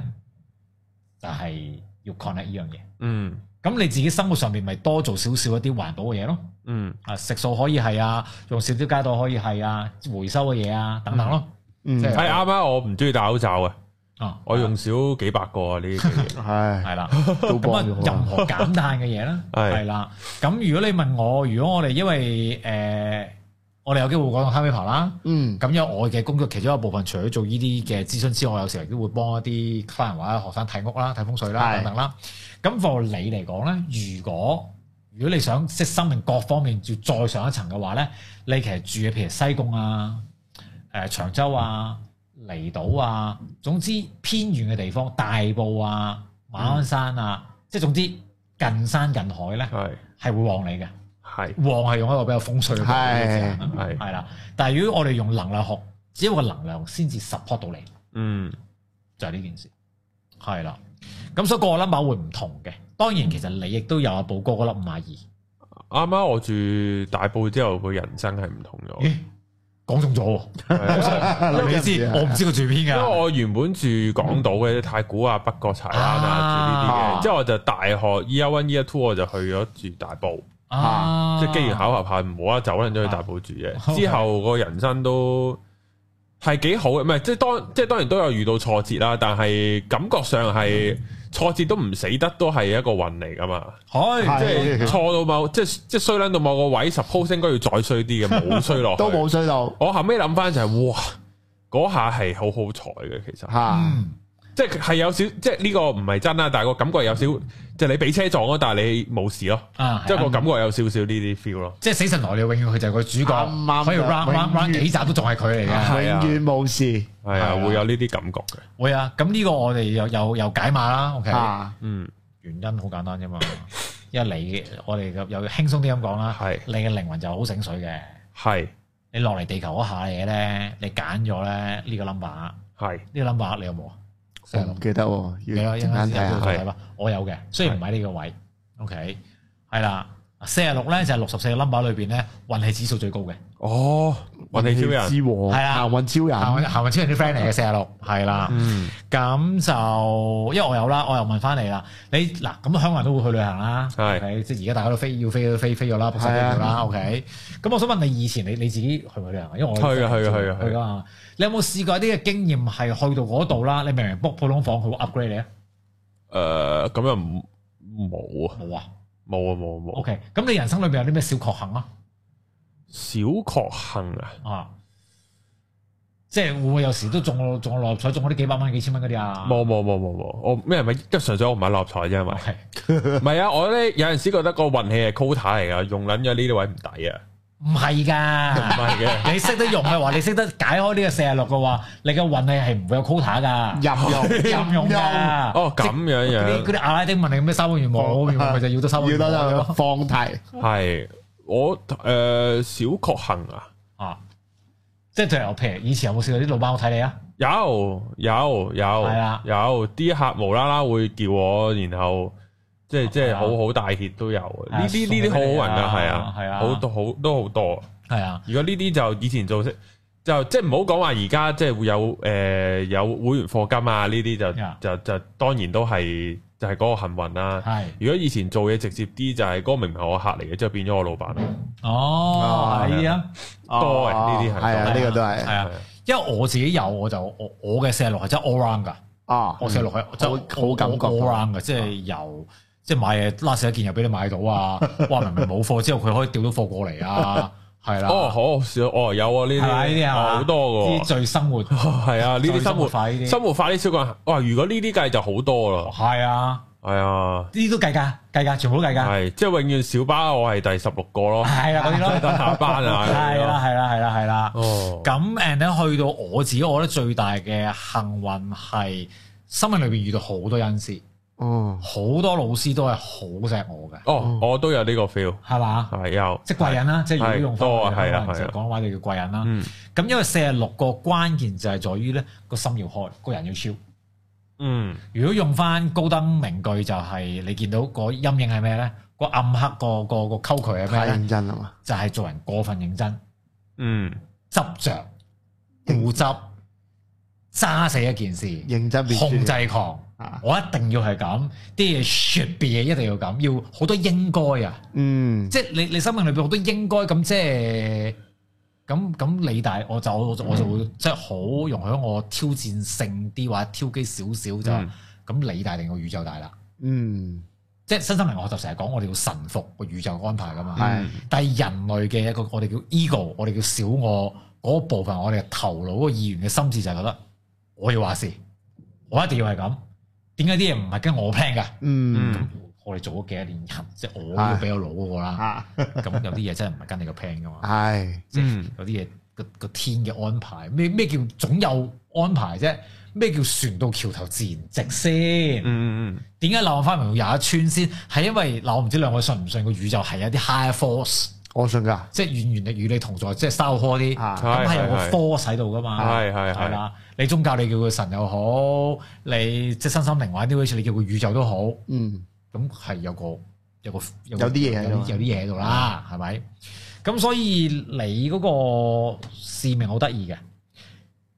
Speaker 3: 就係、要 connect 呢樣嘢。
Speaker 1: 嗯
Speaker 3: 咁你自己生活上面咪多做少少一啲環保嘅嘢咯。
Speaker 1: 嗯
Speaker 3: 啊，食素可以係啊，用少啲膠袋可以係啊，回收嘅嘢啊，等等咯。
Speaker 2: 嗯，
Speaker 3: 即
Speaker 1: 系
Speaker 3: 係
Speaker 1: 啱啱我唔中意戴口罩啊，
Speaker 3: 啊，
Speaker 1: 我用少幾百個啊呢啲嘢，
Speaker 2: 唉，
Speaker 3: 係啦。
Speaker 2: 都
Speaker 3: 咁
Speaker 2: 幫
Speaker 3: 啊，
Speaker 2: 咗
Speaker 3: 任
Speaker 2: 好
Speaker 3: 何減碳嘅嘢啦，
Speaker 1: 係
Speaker 3: 係啦。咁如果你問我，如果我哋因為誒，我哋有機會講到 h a p 啦。
Speaker 2: 嗯，
Speaker 3: 咁因為我嘅工作其中一部分，除咗做呢啲嘅諮詢之外，有時都會幫一啲 client 或者學生睇屋啦、睇風水啦
Speaker 2: 係
Speaker 3: 等等啦。咁 for 你嚟講咧，如果如果你想即係生命各方面要再上一層嘅話咧，你其實住嘅譬如西貢啊、誒、長洲啊、離島啊，總之偏遠嘅地方，大埔啊、馬鞍山啊，即係總之近山近海咧，
Speaker 1: 係
Speaker 3: 係會旺你嘅。
Speaker 1: 係
Speaker 3: 旺係用一個比較風水嘅角度嚟
Speaker 1: 係
Speaker 3: 講係啦。但係如果我哋用能量學，只有個能量先至 support 到你，
Speaker 1: 嗯
Speaker 3: 就係、呢件事。係啦，咁所以個 number 會唔同嘅。當然，其實你亦都有阿寶哥嗰粒五廿二，
Speaker 1: 啱啱我住大埔之後，佢人生係唔同咗。
Speaker 3: 咦，講中咗
Speaker 1: 係啊哦
Speaker 3: 喎！你知我唔知佢住邊
Speaker 1: 因為
Speaker 3: 㗎，
Speaker 1: 我原本住港島嘅太古啊、北角、柴灣啊
Speaker 3: 啊
Speaker 1: 住呢啲嘅，之後我就大學 year one、year two 我就去咗住大埔，
Speaker 3: 啊，
Speaker 1: 即係機緣巧合下唔好啦，走撚咗去大埔住
Speaker 3: 啊
Speaker 1: 嘅。之後個人生都係幾好嘅，唔係即係當即係當然都有遇到挫折啦，但係感覺上係挫折都唔死得，都係一個運嚟噶嘛。
Speaker 3: 係
Speaker 1: 即
Speaker 2: 係
Speaker 1: 係錯到某，即係即係衰撚到某個位，suppose 應該要再衰啲嘅，冇衰落去。
Speaker 2: 都冇衰到
Speaker 1: 我後尾諗翻就係、哇，嗰下係好好彩嘅，其實。
Speaker 2: 嚇，
Speaker 3: 嗯
Speaker 1: 即係有少，即係呢個唔係真啦，但係個感覺有少，即係你俾車撞咯，但係你冇事咯，
Speaker 3: 啊，
Speaker 1: 即係
Speaker 3: 係
Speaker 1: 個
Speaker 3: 啊
Speaker 1: 感覺有少少呢啲 feel 咯。
Speaker 3: 即係死神來了，永遠佢就係個主角
Speaker 2: 啱啱，
Speaker 3: 可以
Speaker 2: 㗎
Speaker 3: round round
Speaker 2: 永
Speaker 3: round
Speaker 2: 遠
Speaker 3: 幾集都仲係佢嚟嘅。
Speaker 1: 啊係
Speaker 2: 永
Speaker 1: 啊
Speaker 2: 遠冇事
Speaker 1: 係啊，
Speaker 3: 係啊
Speaker 1: 會有呢啲感覺嘅。
Speaker 3: 會啊，咁呢個我哋又又又解碼啦，OK。
Speaker 2: 嚇，
Speaker 1: 嗯，
Speaker 3: 原因好簡單啫嘛，因為你我哋又又輕鬆啲咁講啦，
Speaker 1: 係
Speaker 3: 你嘅靈魂就好醒水嘅，
Speaker 1: 係
Speaker 3: 你落嚟地球嗰下嘢咧，你揀咗咧呢個 number，
Speaker 1: 係
Speaker 3: 呢個 number 你有冇啊？
Speaker 2: 我唔記得喎，
Speaker 3: 你
Speaker 2: 要
Speaker 3: 有
Speaker 2: 陣
Speaker 3: 有
Speaker 2: 間睇
Speaker 3: 陣時有
Speaker 2: 下，
Speaker 3: 冇睇吧？我有嘅，雖然唔喺呢個位，OK，係啦，四十六咧就係六十四個 number 裏邊咧運氣指數最高嘅，
Speaker 1: 哦，運氣超人。
Speaker 2: 之王
Speaker 3: 係啊
Speaker 2: 行運超
Speaker 3: 行
Speaker 2: 人，
Speaker 3: 運行運超人啲 friend 嚟嘅四十六，係啦。
Speaker 1: 嗯，
Speaker 3: 咁就因為我有啦，我又問翻你啦，你嗱咁香港人都會去旅行啦，
Speaker 1: 係啊
Speaker 3: OK，即係而家大家都飛要飛都飛飛咗啦，book 晒機票啦，OK。咁我想問你以前你你自己去唔去旅行啊？因為我
Speaker 1: 去嘅去嘅去嘅
Speaker 3: 去㗎嘛。你有冇試過一啲嘅經驗係去到嗰度啦？你明明 book 普通房，佢會 upgrade 你啊？
Speaker 1: 誒呃咁又唔冇啊，
Speaker 3: 冇啊
Speaker 1: 冇啊冇啊冇啊。
Speaker 3: ，OK。咁你人生裏面有啲咩小確幸啊？
Speaker 1: 小確幸啊，
Speaker 3: 啊，即係會唔會有時都中咗中咗六合彩，中嗰啲幾百蚊、幾千蚊嗰啲啊？
Speaker 1: 冇冇冇冇冇，我咩咪即係純粹我唔買六合彩啫，因 為
Speaker 3: OK，
Speaker 1: 唔係啊，我咧有陣時覺得個運氣係 quota 嚟㗎，用撚咗呢啲位唔抵啊，
Speaker 3: 唔係㗎
Speaker 1: 唔。係 嘅。
Speaker 3: 你識得用嘅話，你識得解開呢個四十六嘅話，你嘅運氣係唔會有 quota 噶，
Speaker 2: 入
Speaker 3: 任用噶。
Speaker 1: 哦，咁樣
Speaker 3: 即係嗰啲
Speaker 1: 樣
Speaker 3: 嗰。啲阿拉丁問你有咩三個願望，願望咪就要得三個
Speaker 2: 要
Speaker 3: 願望
Speaker 2: 得
Speaker 3: 咯
Speaker 2: 放題，
Speaker 1: 系我诶、小確幸啊，
Speaker 3: 啊！即係譬如譬如以前有冇試過啲老闆好睇你啊？
Speaker 1: 有有有
Speaker 3: 係啊
Speaker 1: 有啲客無啦啦會叫我，然後即係即
Speaker 3: 係
Speaker 1: 係
Speaker 3: 啊
Speaker 1: 好好大熱都有，
Speaker 3: 啊
Speaker 1: 呢啲
Speaker 3: 送俾
Speaker 1: 呢啲好
Speaker 3: 你
Speaker 1: 好運
Speaker 3: 啊
Speaker 1: 噶，係啊，
Speaker 3: 係啊
Speaker 1: 好多好都好多。
Speaker 3: 係啊，
Speaker 1: 如果呢啲就以前做就即係唔好講話而家即係會有诶、有會員課金啊，呢啲就
Speaker 3: Yeah
Speaker 1: 就就當然都係就係嗰個幸運啦。
Speaker 3: 係
Speaker 1: 如果以前做嘢直接啲，就係嗰個明明係我客嚟嘅，之後變咗我老闆啦。
Speaker 3: 哦，係啊，
Speaker 1: 多啊呢啲係
Speaker 2: 係啊，
Speaker 1: 多
Speaker 2: 呢個都
Speaker 3: 係
Speaker 2: 係
Speaker 1: 係
Speaker 3: 啊
Speaker 1: 啊，
Speaker 3: 因為我自己有我就我我嘅四十六係真係 all round 噶，
Speaker 2: 啊，
Speaker 3: 我四十六係真係
Speaker 2: 好好感覺
Speaker 3: all round 嘅，即係由。即係買嘢 last 一件又俾你買到啊！哇，明明冇貨之後佢可以調到貨過嚟啊，係啦，
Speaker 1: 哦，好少，哦，有啊，呢
Speaker 3: 係咪
Speaker 1: 啲
Speaker 3: 呢啲係
Speaker 1: 哦
Speaker 3: 嘛？
Speaker 1: 好多
Speaker 3: 啲
Speaker 1: 噶，
Speaker 3: 最生活
Speaker 1: 係啊，呢啲
Speaker 3: 最
Speaker 1: 生活
Speaker 3: 化呢啲
Speaker 1: 生活化啲小個人，哇！如果呢啲計就好多啦，
Speaker 3: 係啊，
Speaker 1: 係啊，
Speaker 3: 呢啲都計㗎，計㗎，全部都計㗎，
Speaker 1: 係即係永遠小巴我係第十六個咯，
Speaker 3: 啊係啊啦嗰 啲
Speaker 1: 即係
Speaker 3: 咯，
Speaker 1: 等下班啊，
Speaker 3: 係啦，係啦係啦係啦。
Speaker 1: 哦，
Speaker 3: 咁 and 咧去到我自己，我覺得最大嘅幸運係生命裏邊遇到好多恩師，
Speaker 2: 哦，
Speaker 3: 好多老師都係好錫我嘅，
Speaker 1: 哦，我都有呢個 feel，
Speaker 3: 係嘛？
Speaker 1: 係有，
Speaker 3: 即係貴人啦，即係如果
Speaker 1: 係
Speaker 3: 用翻
Speaker 1: 多
Speaker 3: 我
Speaker 1: 啊係
Speaker 3: 哋
Speaker 1: 啊
Speaker 3: 可能就
Speaker 1: 係啊
Speaker 3: 講話就叫貴人啦。
Speaker 1: 嗯
Speaker 3: 咁因為四十六個關鍵就係在於咧個心要開，個人要超。
Speaker 1: 嗯，
Speaker 3: 如果用翻高登名句就係、你見到個陰影係咩咧？個暗黑個個個溝渠係咩
Speaker 2: 太
Speaker 3: 咧？
Speaker 2: 認真啦嘛，
Speaker 3: 就係做人過分認真、
Speaker 1: 嗯，
Speaker 3: 執着、固執、揸死一件事。
Speaker 2: 認真變
Speaker 3: 控制狂
Speaker 2: 啊，
Speaker 3: 我一定要係咁，啲嘢 should be 嘅一定要咁，要好多應該啊！
Speaker 2: 嗯，
Speaker 3: 即係你你生命裏邊好多應該咁，即係咁咁你大我就我就我就會即係好容許我挑戰性啲或者挑機少少就
Speaker 1: 嗯
Speaker 3: 咁你大定個宇宙大啦。
Speaker 2: 嗯，
Speaker 3: 即係身心靈學習成日講，我哋要臣服個宇宙安排噶嘛。
Speaker 2: 係
Speaker 3: 但係人類嘅一個我哋叫 ego，我哋叫小我嗰部分，我哋嘅頭腦嗰個意願嘅心智就係覺得我要話事，我一定要係咁。點解啲嘢唔係跟我 plan 㗎？
Speaker 2: 嗯，
Speaker 1: 嗯，
Speaker 3: 我哋做咗幾多年人，即係我要俾我老嗰個啦。
Speaker 2: 啊，
Speaker 3: 咁有啲嘢真係唔係跟你個 plan 㗎嘛，
Speaker 2: 係，
Speaker 3: 即係
Speaker 1: 嗯
Speaker 3: 有啲嘢個個天嘅安排。咩咩叫總有安排啫？咩叫船到橋頭自然直先？
Speaker 1: 嗯嗯
Speaker 3: 點解流浪花明會有一村先？係因為嗱，我唔知兩位信唔信個宇宙係有啲 higher force，
Speaker 2: 我信㗎，
Speaker 3: 即係原原力與你同在，即係 s t y 啲，
Speaker 2: 啊
Speaker 3: 咁係有
Speaker 1: 係
Speaker 3: 個
Speaker 1: 係
Speaker 3: force 喺度噶嘛。
Speaker 1: 係係係
Speaker 3: 啊係啦，你宗教你叫佢神又好，你即係身心靈或者 new age 你叫佢宇宙都好，
Speaker 2: 嗯，
Speaker 3: 咁係有個有個個
Speaker 2: 有啲嘢喺度
Speaker 3: 有有啲嘢喺度啦，係咪？咁所以你嗰個使命好得意嘅。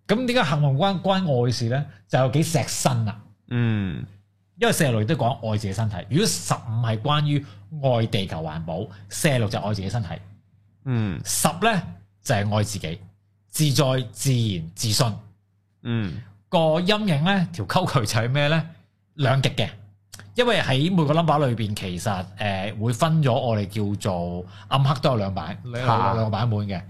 Speaker 3: 咁點解幸運關關愛事咧？就有幾錫身啊！
Speaker 1: 嗯
Speaker 3: 因為四十六都講愛自己身體，如果十五係關於愛地球環保，四十六就係愛自己身體，
Speaker 1: 嗯
Speaker 3: 十呢就係愛自己，自在自然自信。
Speaker 1: 嗯
Speaker 3: 個陰影呢條溝渠就係咩呢？兩極嘅，因為喺每個 number 裏邊其實誒、呃、會分咗我哋叫做暗黑都有兩版兩
Speaker 2: 啊
Speaker 3: 兩個版本嘅，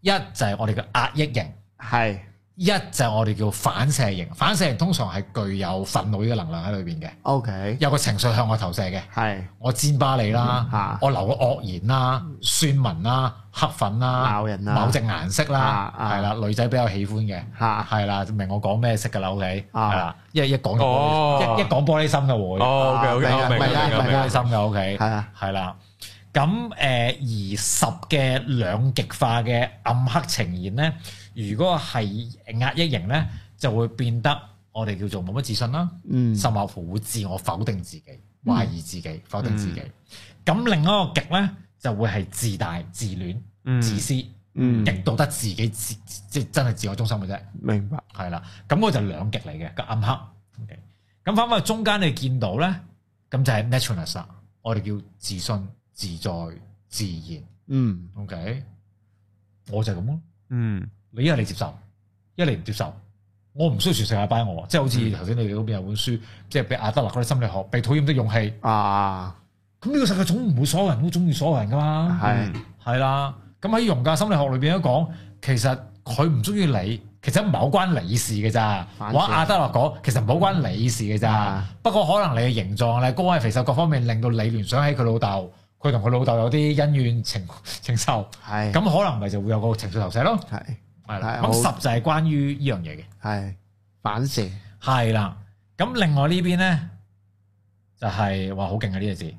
Speaker 3: 一就係我哋嘅壓抑型，
Speaker 2: 係，
Speaker 3: 一就係我哋叫反射型。反射型通常係具有憤怒嘅能量喺裏邊嘅，
Speaker 2: OK，
Speaker 3: 有個情緒向我投射嘅。
Speaker 2: 係，
Speaker 3: 我煎巴你啦，
Speaker 2: 啊
Speaker 3: 我留個惡言啦、酸民啦、黑粉啦、
Speaker 2: 鬧人啦
Speaker 3: 某隻顏色啦
Speaker 2: 啊，啊
Speaker 3: 係啦，女仔比較喜歡嘅，
Speaker 2: 嚇，
Speaker 3: 係啦，明我講咩色㗎啦，OK，
Speaker 2: 啊
Speaker 3: 係啦，一一講就
Speaker 1: 哦
Speaker 3: 玻璃一一講玻璃心嘅
Speaker 1: 哦，OK
Speaker 3: 會，
Speaker 1: OK，
Speaker 2: 明啊
Speaker 1: 我明
Speaker 2: 明啊
Speaker 1: 明
Speaker 2: 明
Speaker 1: 明
Speaker 2: 啊
Speaker 3: 玻璃心嘅 OK，
Speaker 2: 係啊，
Speaker 3: 係啦。咁誒而十嘅兩極化嘅暗黑呈現咧，如果係壓抑型咧，就會變得我哋叫做冇乜自信啦。
Speaker 2: 嗯，
Speaker 3: 甚或乎會自我否定自己、懷疑自己、否定自己。
Speaker 2: 嗯
Speaker 3: 咁、另一個極咧，就會係自大、自戀、
Speaker 1: 嗯
Speaker 3: 自私，
Speaker 2: 嗯，
Speaker 3: 極到得自己自即係真係自我中心嘅啫。
Speaker 2: 明白，
Speaker 3: 係啦，咁嗰就兩極嚟嘅個暗黑。OK，咁反翻去中間你見到咧，咁就係 naturalness 啦，我哋叫自信、自在、自然。
Speaker 2: 嗯，
Speaker 3: OK，我就係咁咯。
Speaker 1: 嗯
Speaker 3: 你一係你接受，一係你唔接受。我唔需要全世界 buy 我，即係好似
Speaker 2: 嗯
Speaker 3: 頭先你哋嗰邊有本書，即係俾阿德勒嗰啲心理學，被討厭的勇氣。
Speaker 2: 啊，
Speaker 3: 咁呢個世界總唔會所有人都中意所有人噶
Speaker 2: 嗯
Speaker 3: 嘛，
Speaker 2: 係，
Speaker 3: 係啦。咁喺容格心理學裏邊都講，其實佢唔中意你，其實唔係好關你事嘅咋。
Speaker 2: 反
Speaker 3: 或
Speaker 2: 正
Speaker 3: 者阿德勒講，其實唔係好關你事嘅咋
Speaker 2: 啊。
Speaker 3: 不過可能你嘅形狀、你高矮肥瘦各方面，令到你聯想起佢老豆，佢同佢老豆有啲恩怨情情仇，
Speaker 2: 係，
Speaker 3: 咁可能咪就會有個情緒投射咯。
Speaker 2: 係，
Speaker 3: 係啦，
Speaker 2: 係
Speaker 3: 咁
Speaker 2: 好
Speaker 3: 十就係關於呢樣嘢嘅，
Speaker 2: 係，反射，
Speaker 3: 係啦。咁另外呢邊咧就係話好勁嘅啊呢個字，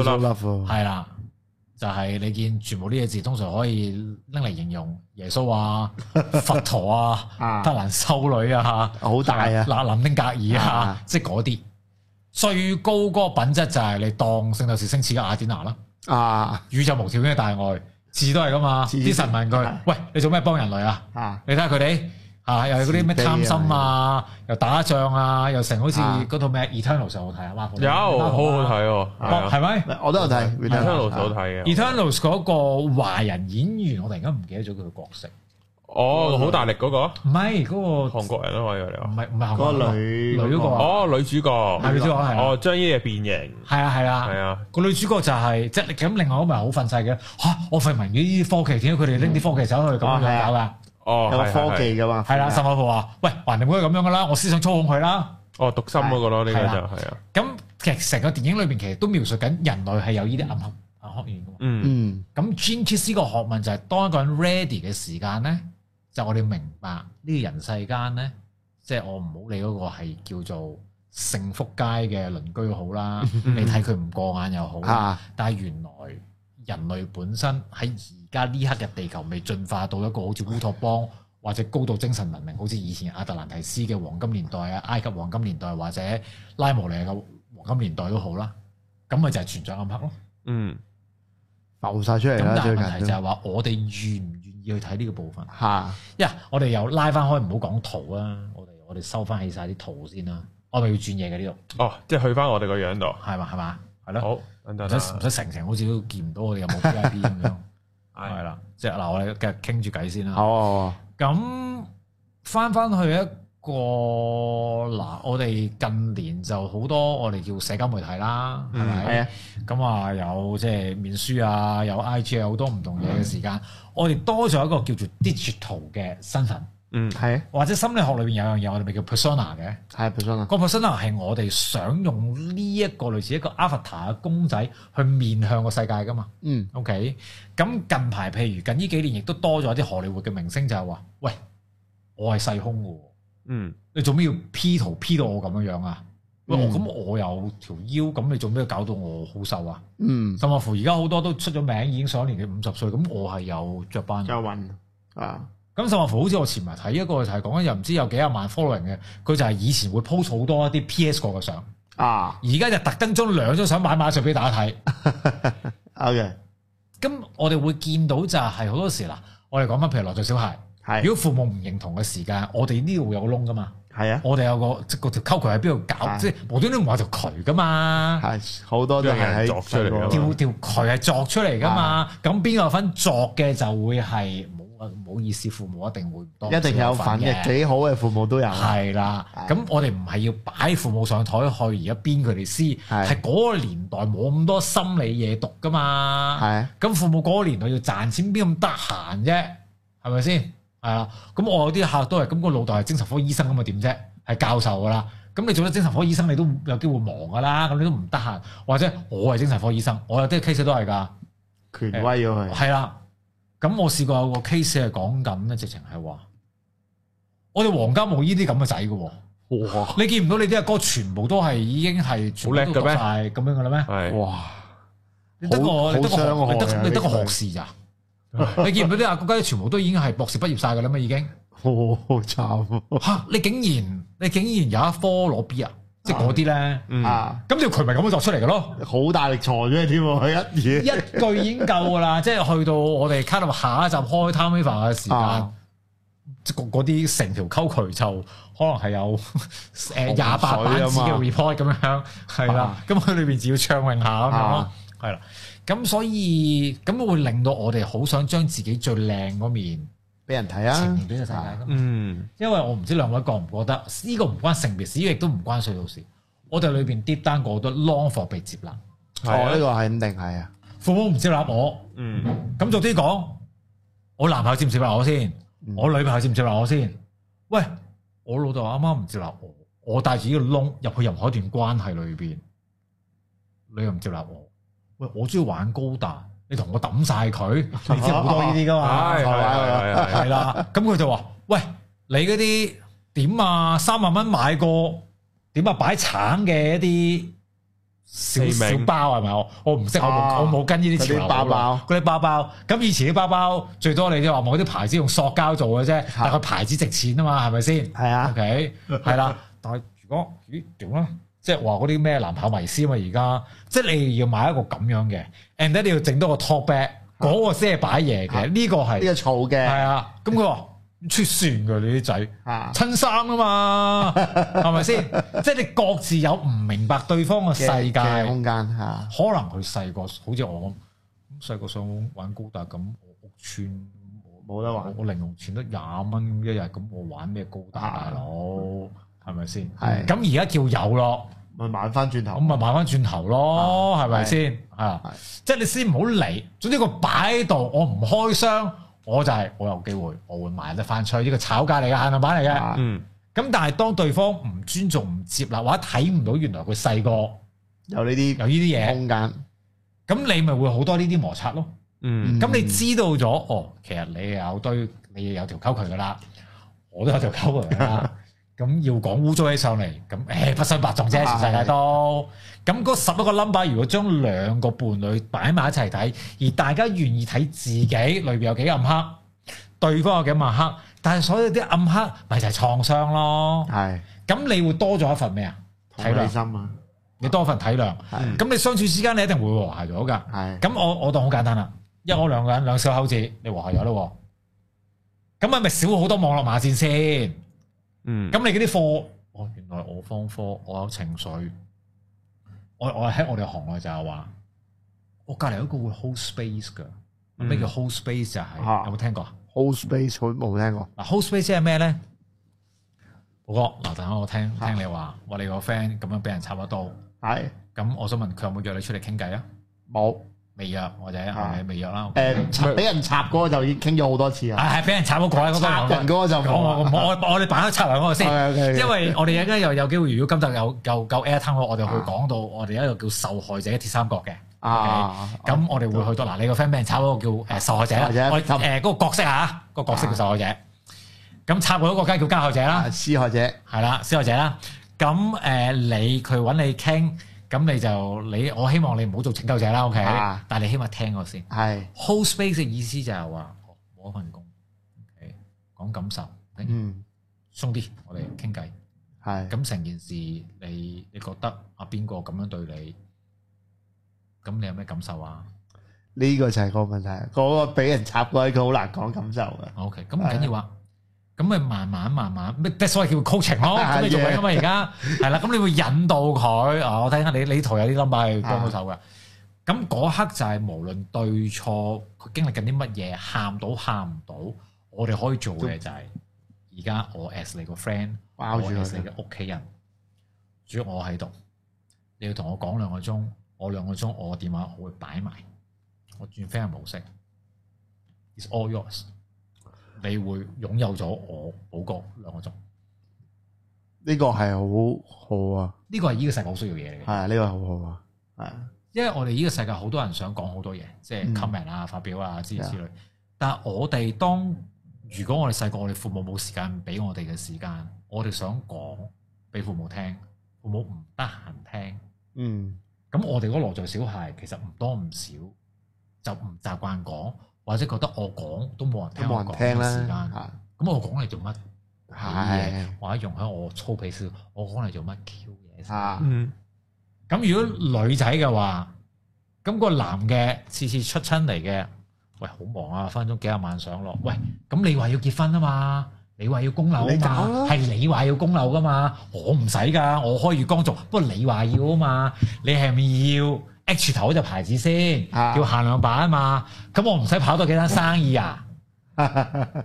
Speaker 1: Universal love
Speaker 3: 係啦，就係、你見全部呢個字通常可以拎嚟形容耶穌 啊、佛陀啊、
Speaker 2: 啊
Speaker 3: 德蘭修女啊、
Speaker 2: 好大啊
Speaker 3: 嗱林丁格爾啊
Speaker 2: 啊，
Speaker 3: 即係嗰啲最高嗰個品質就係你當聖鬥士星矢嘅雅典娜啦。
Speaker 2: 啊，
Speaker 3: 宇宙無條件嘅大愛，次次都係噶嘛。
Speaker 2: 次次
Speaker 3: 啲神問佢：喂，你做咩幫人類啊？
Speaker 2: 啊，
Speaker 3: 你睇下佢哋啊，又係嗰啲咩
Speaker 2: 自卑啊
Speaker 3: 貪心啊，又打仗啊，又成好似嗰套咩 Eternal 上好睇啊嘛，
Speaker 1: 有好好睇喎，係啊
Speaker 3: 哦，係咪
Speaker 2: 我都有睇啊
Speaker 1: 《Eternal》
Speaker 2: Returnal
Speaker 1: 好睇嘅，
Speaker 3: ？Eternals 嗰個華人演員，我突然間唔記得咗佢嘅角色，
Speaker 1: 哦，好大力嗰個
Speaker 3: 唔係嗰個
Speaker 1: 韓國人啊，我以為你
Speaker 3: 唔
Speaker 1: 話。
Speaker 3: 係唔係韓
Speaker 2: 嗰
Speaker 3: 國
Speaker 2: 個
Speaker 3: 女，
Speaker 2: 女
Speaker 3: 女嗰個啊
Speaker 1: 哦，女主角。
Speaker 3: 係女主角係啊
Speaker 1: 哦，將呢嘢變形。
Speaker 3: 係啊係
Speaker 1: 係
Speaker 3: 啊，
Speaker 1: 啊，
Speaker 3: 個女主角就係即係咁，另外嗰咪好憤世嘅嚇，我費明呢啲科技點解佢哋拎啲科技走去咁樣
Speaker 2: 啊係啊
Speaker 3: 搞㗎？
Speaker 1: 哦，
Speaker 2: 有個
Speaker 1: 係
Speaker 2: 科。
Speaker 1: 係係
Speaker 2: 技噶嘛，啊
Speaker 3: 係啦，沈海富話：喂，橫掂佢咁樣㗎啦，我思想操控佢啦。
Speaker 1: 哦，讀心嗰個咯，呢個
Speaker 3: 係
Speaker 1: 就
Speaker 3: 啦
Speaker 1: 係啊。
Speaker 3: 咁其實成個電影裏邊其實都描述緊人類係有呢啲暗黑暗黑面㗎嘛。
Speaker 1: 嗯，
Speaker 2: 嗯，
Speaker 3: 咁 Gene Keys 呢個學問就係當一個人 ready 嘅時間咧，就我哋明白呢個人世間咧，即係我唔好理嗰個係叫做幸福街嘅鄰居好啦，你睇佢唔過眼又好
Speaker 2: 嚇
Speaker 3: 啦，但係原來人類本身喺而家呢刻嘅地球未進化到一個好似烏托邦或者高度精神文明，好似以前亞特蘭提斯嘅黃金年代啊、埃及黃金年代或者拉姆尼亞嘅黃金年代都好啦，咁咪就係存在暗黑咯。
Speaker 1: 嗯，
Speaker 2: 浮晒出嚟
Speaker 3: 咁
Speaker 2: 啦，
Speaker 3: 但係
Speaker 2: 最
Speaker 3: 問題
Speaker 2: 近
Speaker 3: 就
Speaker 2: 都
Speaker 3: 係話，我哋願唔願意去睇呢個部分？
Speaker 2: 嚇
Speaker 3: 因為我哋又拉翻開，唔好講圖啊！我哋我哋收翻起晒啲圖先啦。我咪要轉嘢嘅呢度，
Speaker 1: 哦，即係去翻我哋個樣度。
Speaker 3: 係嘛係嘛，係咯。
Speaker 1: 好，等啊等
Speaker 3: 唔
Speaker 1: 啦
Speaker 3: 使唔使成成好似都見唔到我哋有冇 VIP 咁樣，
Speaker 1: 係
Speaker 3: 係啦。即係嗱，我哋繼續傾住偈先啦。
Speaker 2: 好啊
Speaker 3: 咁翻翻去一個嗱，我哋近年就好多我哋叫社交媒體啦，係
Speaker 1: 嗯
Speaker 2: 好啊，係
Speaker 3: 咪？
Speaker 2: 啊，
Speaker 3: 咁啊，有即係面書啊，有 IG 啊，有好多唔同嘢
Speaker 2: 嗯
Speaker 3: 嘅時間，我哋多咗一個叫做 digital 嘅身份，
Speaker 1: 嗯，
Speaker 2: 係啊，
Speaker 3: 或者心理學裏邊有樣嘢我哋咪叫 persona 嘅，
Speaker 2: 係啊 persona，
Speaker 3: 個 persona 係我哋想用呢一個類似一個 avatar 嘅公仔去面向個世界噶嘛。
Speaker 2: 嗯
Speaker 3: OK，咁近排譬如近呢幾年亦都多咗啲荷里活嘅明星就係話：，喂，我係細胸嘅喎。
Speaker 1: 嗯，
Speaker 3: 你做咩要 P 圖 P 到我咁樣樣啊？喂，我
Speaker 2: 嗯
Speaker 3: 咁我有條腰，咁你做咩搞到我好瘦啊？
Speaker 2: 嗯，
Speaker 3: 甚至乎而家好多都出咗名，已經上咗年紀五十歲，咁我係有着班嘅。
Speaker 2: 周運啊，
Speaker 3: 咁甚至乎好似我前日睇一個就係講緊又唔知有幾廿萬 following 嘅，佢就係以前會 post 好多一啲 PS 過嘅相，
Speaker 2: 啊
Speaker 3: 而家就特登將兩張相擺埋一齊俾大家睇。
Speaker 2: ，OK，
Speaker 3: 咁我哋會見到就係好多時嗱，我哋講翻譬如落在小孩，
Speaker 2: 係
Speaker 3: 如果父母唔認同嘅時間，我哋呢度會有個窿噶嘛，
Speaker 2: 係啊，
Speaker 3: 我哋有個即係嗰條溝渠喺邊度搞，
Speaker 2: 係
Speaker 3: 即係無端端話條渠噶嘛。
Speaker 2: 係好多都
Speaker 1: 因為有人
Speaker 2: 係喺啊
Speaker 1: 作出嚟㗎嘛
Speaker 2: 細
Speaker 3: 條
Speaker 2: 個
Speaker 3: 條渠係作出嚟噶嘛，咁邊個有份作嘅就會係冇啊，唔好意思，父母一定會多
Speaker 2: 一定有份嘅，幾好嘅父母都有，啊
Speaker 3: 係啦，
Speaker 2: 係
Speaker 3: 咁我哋唔係要擺父母上台去而家鞭佢哋先，
Speaker 2: 係
Speaker 3: 係嗰個年代冇咁多心理嘢讀噶嘛。
Speaker 2: 係啊，
Speaker 3: 咁父母嗰個年代要賺錢，邊咁得閒啫？係咪先？係啦。咁我有啲客都係，咁個老豆係精神科醫生咁啊點啫？係教授噶啦。咁你做咗精神科醫生，你都有機會忙噶啦。咁你都唔得閒，或者我係精神科醫生，我有啲 case 都係㗎。
Speaker 2: 權威咗佢，
Speaker 3: 係啦。咁我試過有個 case 係講緊咧，直情係話，我哋黃家冇呢啲咁嘅仔嘅喎。
Speaker 2: 哇
Speaker 3: 你見唔到你啲阿哥全部都係已經係全部
Speaker 1: 好叻
Speaker 3: 都
Speaker 1: 嘅
Speaker 3: 讀
Speaker 1: 咩
Speaker 3: 晒咁樣嘅啦咩？
Speaker 1: 係。
Speaker 2: 哇，
Speaker 3: 你得個
Speaker 2: 好
Speaker 3: 你得
Speaker 2: 好
Speaker 3: 個
Speaker 2: 傷害
Speaker 3: 你
Speaker 2: 啊
Speaker 3: 得你得個
Speaker 2: 呢句
Speaker 3: 學士咋？ 你見唔到啲阿哥家姐全部都已經係博士畢業晒嘅啦嘛？已經
Speaker 2: 好慘
Speaker 3: 嚇你竟然你竟然有一科攞 B 啊！即係嗰啲咧，
Speaker 1: 嗯，
Speaker 2: 啊，
Speaker 3: 咁條渠咪咁樣作出嚟嘅咯。
Speaker 2: 好大力挫咗佢添喎，嗯佢一嘢。
Speaker 3: 一句已經夠㗎 啦，即係去到我哋卡到下一集開 t i m e v e r 嘅時間
Speaker 2: 啊，
Speaker 3: 即係嗰嗰啲成條溝渠就可能係有 誒廿八
Speaker 2: 洪
Speaker 3: 版
Speaker 2: 水啊
Speaker 3: 紙
Speaker 2: 嘛
Speaker 3: 嘅 report 咁樣，係啦
Speaker 2: 啊，
Speaker 3: 咁佢裏邊只要暢泳下咁樣咯
Speaker 2: 啊，
Speaker 3: 係啦，咁所以咁會令到我哋好想將自己最靚嗰面
Speaker 2: 俾人睇
Speaker 3: 呈
Speaker 2: 啊
Speaker 3: 現！俾個世界㗎嘛
Speaker 1: 嗯，
Speaker 3: 因為我唔知兩位覺唔覺得呢個唔關性別事，亦都唔關歲數事，我哋裏邊 deep down 過好多 long for 被接納，
Speaker 1: 係
Speaker 2: 哦，呢
Speaker 1: 啊。
Speaker 2: 個係肯定係啊，
Speaker 3: 父母唔接納我。
Speaker 1: 嗯，
Speaker 3: 咁逐啲講，我男朋友接唔接納我先？
Speaker 2: 嗯
Speaker 3: 我女朋友接唔接納我先？喂，我老豆啱啱唔接納我，我帶住呢個窿入去任何一段關係裏邊，你又唔接納我？喂，我中意玩高達，你同我抌晒佢，你知好多呢啲 噶嘛？
Speaker 1: 係係係係係。
Speaker 3: 係啦，咁佢就話：喂，你嗰啲點啊？三萬蚊買個點啊？擺橙嘅一啲。小
Speaker 1: 地名
Speaker 3: 小包係咪？我我唔識，我冇
Speaker 2: 啊
Speaker 3: 我冇跟呢啲潮
Speaker 2: 嗰
Speaker 3: 流
Speaker 2: 啲包包
Speaker 3: 嗰啲包包。咁以前啲包包最多你都話冇啲牌子用塑膠做嘅啫，但佢牌子值錢啊嘛，係咪先
Speaker 2: 係啊，
Speaker 3: ？OK，係啦。但係如果咦點咧？即係話嗰啲咩男朋友迷思啊嘛，而家即係你要買一個咁樣嘅，and then 你要整多個 top bag，嗰個先係擺嘢嘅。呢個係
Speaker 2: 呢個燥
Speaker 3: 係
Speaker 2: 嘅
Speaker 3: 啊，咁佢話出算㗎你啲仔，
Speaker 2: 啊，
Speaker 3: 親生啊嘛，係咪先？即係你各自有唔明白對方嘅世
Speaker 2: 嘅
Speaker 3: 界，
Speaker 2: 嘅空間嚇，
Speaker 3: 可能佢細個好似我咁，咁細個想玩高達咁，我屋村我
Speaker 2: 冇得玩。
Speaker 3: 我零用錢得廿蚊一日，咁我玩咩高達
Speaker 2: 啊
Speaker 3: 大佬？係咪先？
Speaker 2: 係
Speaker 3: 咁而家叫有咯，
Speaker 2: 咪玩翻轉頭
Speaker 3: 咁，咪買翻轉頭咯，係
Speaker 2: 係
Speaker 3: 咪先？啊
Speaker 2: 係，
Speaker 3: 即係你先唔好理。總之個擺喺度，我唔開箱，我就係我有機會，我會買得翻出去。呢個炒價嚟嘅限量版嚟嘅。
Speaker 2: 啊
Speaker 1: 嗯，
Speaker 3: 咁但係當對方唔尊重、唔接納，或者睇唔到原來佢細個
Speaker 2: 有呢啲
Speaker 3: 有呢啲嘢，
Speaker 2: 空間。
Speaker 3: 咁你咪會好多呢啲摩擦咯。
Speaker 1: 嗯，
Speaker 2: 嗯
Speaker 3: 咁你知道咗，哦，其實你有堆，你有條溝渠噶啦，我都有條溝渠噶 啦。咁要講污糟起上嚟，咁誒不相伯仲啫，全世界都。咁嗰十一個 number，如果將兩個伴侶擺埋一齊睇，而大家願意睇自己裏邊有幾暗黑，對方有幾暗黑，但係所有啲暗黑咪就係創傷咯。
Speaker 2: 係
Speaker 3: 咁你會多咗一份咩啊？體
Speaker 2: 同理
Speaker 3: 諒，
Speaker 2: 心啊，
Speaker 3: 你多一份體諒。
Speaker 2: 係
Speaker 3: 咁你相處之間，你一定會和諧咗㗎。
Speaker 2: 係
Speaker 3: 咁我我當好簡單啦，因為我兩個人兩小口子，你和諧咗咯喎，咁係咪少好多網絡罵戰先？咁
Speaker 1: 嗯，
Speaker 3: 你嗰啲課，哦，原來我方科，我有情緒，我我喺我哋行內就係話，我隔離有一個會 hold space 㗎，咩叫 hold space 就係、
Speaker 2: 啊
Speaker 3: 有冇聽過啊？
Speaker 2: ，whole space 好冇聽過，
Speaker 3: 嗱，hold space 即係咩咧？寶哥，嗱，等下我聽聽你話，話你個 friend 咁樣俾人插咗刀，
Speaker 2: 係
Speaker 3: 咁我想問佢有冇約你出嚟傾偈啊？
Speaker 2: 冇
Speaker 3: 未約或者
Speaker 2: 啊
Speaker 3: 係未約啦。
Speaker 2: 誒插俾人插嗰個就已經傾咗好多次啦，
Speaker 3: 啊，係俾人炒嗰個咧，嗰個
Speaker 2: 插人嗰個就
Speaker 3: 我我
Speaker 2: 冇啦。啊
Speaker 3: 我我我哋擺開插埋嗰個先，
Speaker 2: 因
Speaker 3: 因為我哋而家又有機會，如果今集有有夠 air time 我哋去講到我哋一個叫受害者嘅鐵三角嘅，
Speaker 2: 啊，
Speaker 3: 咁我哋會去到嗱，你個 friend 俾人炒嗰個叫誒呃受害者啦，
Speaker 2: 受害者
Speaker 3: 我誒嗰個角色啊，個角色叫受害者，咁插嗰個梗係叫加害者啦
Speaker 2: 啊，施害者
Speaker 3: 係啦，施害者啦，咁誒你佢揾你傾，咁你就你我希望你唔好做拯救者啦，OK，
Speaker 2: 啊
Speaker 3: 但係你起碼聽我先。
Speaker 2: 係
Speaker 3: hold space 嘅意思就係話哦冇一份工，OK，講感受，等
Speaker 2: 嗯
Speaker 3: 鬆啲，我哋傾偈。
Speaker 2: 係
Speaker 3: 咁成件事，你你覺得啊邊個咁樣對你，咁你有咩感受啊
Speaker 2: 呢個就係個問題，嗰個俾人插嗰個佢好難講感受嘅。
Speaker 3: ？OK，咁唔緊要啊。咁咪慢慢慢慢，咩 that's why 叫 coaching 咯，咁你做緊噶嘛而家，係啦，咁你會引導佢，啊，我睇下你你圖有啲 number 係幫到手嘅，咁嗰刻就係無論對錯，佢經歷緊啲乜嘢，喊到喊唔到，我哋可以做嘅就係，而家我 as 你個 friend。
Speaker 2: 包住
Speaker 3: 我係你
Speaker 2: 佢，
Speaker 3: 嘅屋企人，主要我喺度，你要同我講兩個鐘，我兩個鐘我電話我會擺埋，我轉 friend 模式，it's all yours，你會擁有咗我寶哥兩個鐘，
Speaker 2: 呢個係好好啊，
Speaker 3: 呢個係呢個世界好需要嘢嚟嘅，
Speaker 2: 係啊呢個好好啊，係啊
Speaker 3: 因為我哋呢個世界好多人想講好多嘢，即係
Speaker 2: 嗯
Speaker 3: comment 啊、發表啊之類
Speaker 2: Yeah
Speaker 3: 之類，但係我哋當如果我哋細個，我哋父母冇時間俾我哋嘅時間，我哋想講俾父母聽，父母唔得閒聽。
Speaker 2: 嗯
Speaker 3: 咁我哋嗰個內在小孩其實唔多唔少，就唔習慣講，或者覺得我講都冇人
Speaker 2: 都
Speaker 3: 聽
Speaker 2: 冇
Speaker 3: 我
Speaker 2: 人
Speaker 3: 講
Speaker 2: 聽
Speaker 3: 嘅時間，
Speaker 2: 啦，
Speaker 3: 咁我講嚟做乜
Speaker 2: 係
Speaker 3: 嘢？或者容許我粗鄙少，我講嚟做乜 Q 嘢先？
Speaker 2: 啊
Speaker 1: 嗯，
Speaker 3: 咁如果女仔嘅話，咁、個男嘅次次出親嚟嘅，喂好忙啊，分鐘幾廿萬上落，喂咁你話要結婚啊嘛？你話要供樓啊
Speaker 2: 你搞
Speaker 3: 嘛
Speaker 2: 啦？
Speaker 3: 係你話要供樓噶嘛？我唔使噶，我開月光族。不過你話要啊嘛？你係咪要 H 頭嗰隻牌子先？
Speaker 2: 啊
Speaker 3: 要限量版啊嘛？咁我唔使跑多幾單生意啊？咁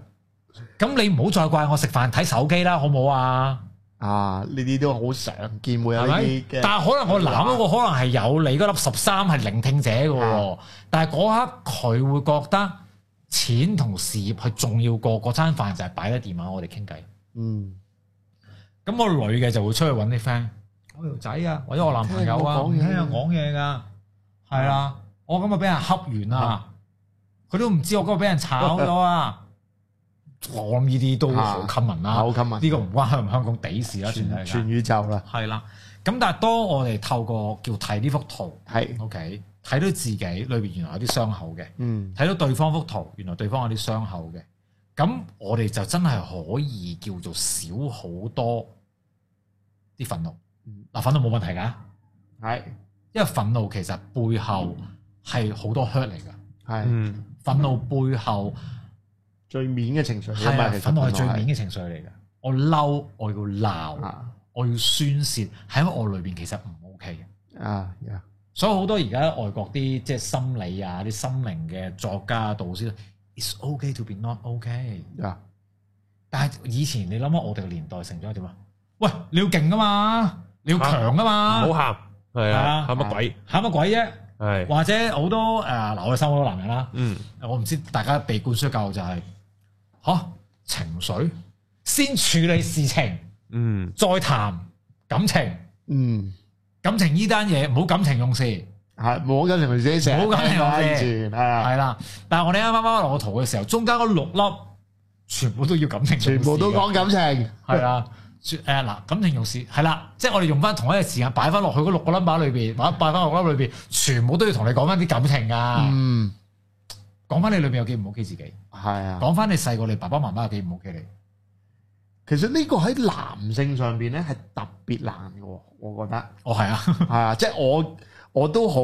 Speaker 3: 你唔好再怪我食飯睇手機啦，好唔好啊？
Speaker 2: 啊呢啲都好常見會有
Speaker 3: 係
Speaker 2: 呢
Speaker 3: 咪
Speaker 2: 啲嘅，
Speaker 3: 但係可能我攬
Speaker 2: 啊
Speaker 3: 嗰個可能係有你嗰粒十三係聆聽者嘅喎，但係嗰刻佢會覺得錢同事業係重要過嗰餐飯就係擺咗電話我哋傾偈。
Speaker 2: 嗯
Speaker 3: 咁我女嘅就會出去揾啲 friend，我條仔啊，或者我男朋友啊，唔
Speaker 2: 唔聽我講嘢啊
Speaker 3: 聽人講嘢㗎，係啦，我今日俾人恰完啦，佢都唔知我今日俾人炒咗啊！我諗呢啲都好
Speaker 2: 啊
Speaker 3: common 啦
Speaker 2: 好，吸引，
Speaker 3: 呢個唔關香唔香港地事啦，全世
Speaker 2: 全
Speaker 3: 界
Speaker 2: 全宇宙啦，
Speaker 3: 係啦。咁但係當我哋透過叫睇呢幅圖
Speaker 2: 係
Speaker 3: ，OK，睇到自己裏邊原來有啲傷口嘅，
Speaker 2: 嗯
Speaker 3: 睇到對方幅圖，原來對方有啲傷口嘅，咁我哋就真係可以叫做少好多啲憤怒。
Speaker 2: 嗯
Speaker 3: 嗱，憤怒冇問題㗎，
Speaker 2: 係
Speaker 3: 因為憤怒其實背後係好多 hurt 嚟㗎。
Speaker 2: 係
Speaker 1: 嗯，
Speaker 3: 憤怒背後
Speaker 2: 最面嘅情緒
Speaker 3: 係
Speaker 2: 啊嘛，
Speaker 3: 啊
Speaker 2: 其實
Speaker 3: 憤怒係最面嘅情緒嚟㗎。我嬲，我要
Speaker 2: 本來係
Speaker 3: 鬧，
Speaker 2: 啊
Speaker 3: 我要宣泄，喺我裏邊其實唔 OK 嘅。
Speaker 2: 啊呀
Speaker 3: 所以好多而家外國啲即係心理啊、啲心靈嘅作家、導師， It's okay to be not okay。
Speaker 2: 啊，
Speaker 3: 但係以前你諗下我哋個年代成長係點啊？喂，你要勁噶嘛，你要強噶嘛
Speaker 1: 啊唔好，喊，係啊，
Speaker 3: 啊
Speaker 1: 喊乜鬼？
Speaker 3: 喊乜鬼啫？
Speaker 1: 係，
Speaker 3: 或者好多誒呃嗱，我哋生活好多男人啦，
Speaker 1: 嗯，
Speaker 3: 我唔知大家被灌輸嘅教育就係、吓情緒先處理事情，
Speaker 1: 嗯，
Speaker 3: 再談感情。
Speaker 2: 嗯，
Speaker 3: 感情呢單嘢唔好感情用事，係
Speaker 2: 系冇緊同自己成，
Speaker 3: 冇緊
Speaker 2: 聽
Speaker 3: 同
Speaker 2: 講
Speaker 3: 自己
Speaker 2: 先係啊，
Speaker 3: 啦。但係我哋啱啱啱落圖嘅時候，中間嗰六粒全部都要感情用事嘅，
Speaker 2: 全部都講感情，
Speaker 3: 係啦。誒嗱，感情用事係啦，即係我哋用翻同一嘅時間擺翻落去嗰六個 number 裏邊，或者擺翻落個 number 裏邊，全部都要同你講翻啲感情啊，
Speaker 2: 嗯，
Speaker 3: 講翻你裏邊有幾唔 OK 自己，
Speaker 2: 係啊。
Speaker 3: 講翻你細個你爸爸媽媽有幾唔 OK 你。
Speaker 2: 其實呢個喺男性上邊咧係特別難嘅喎，我覺得。
Speaker 3: 哦，係啊，
Speaker 2: 係啊，即係我我都好，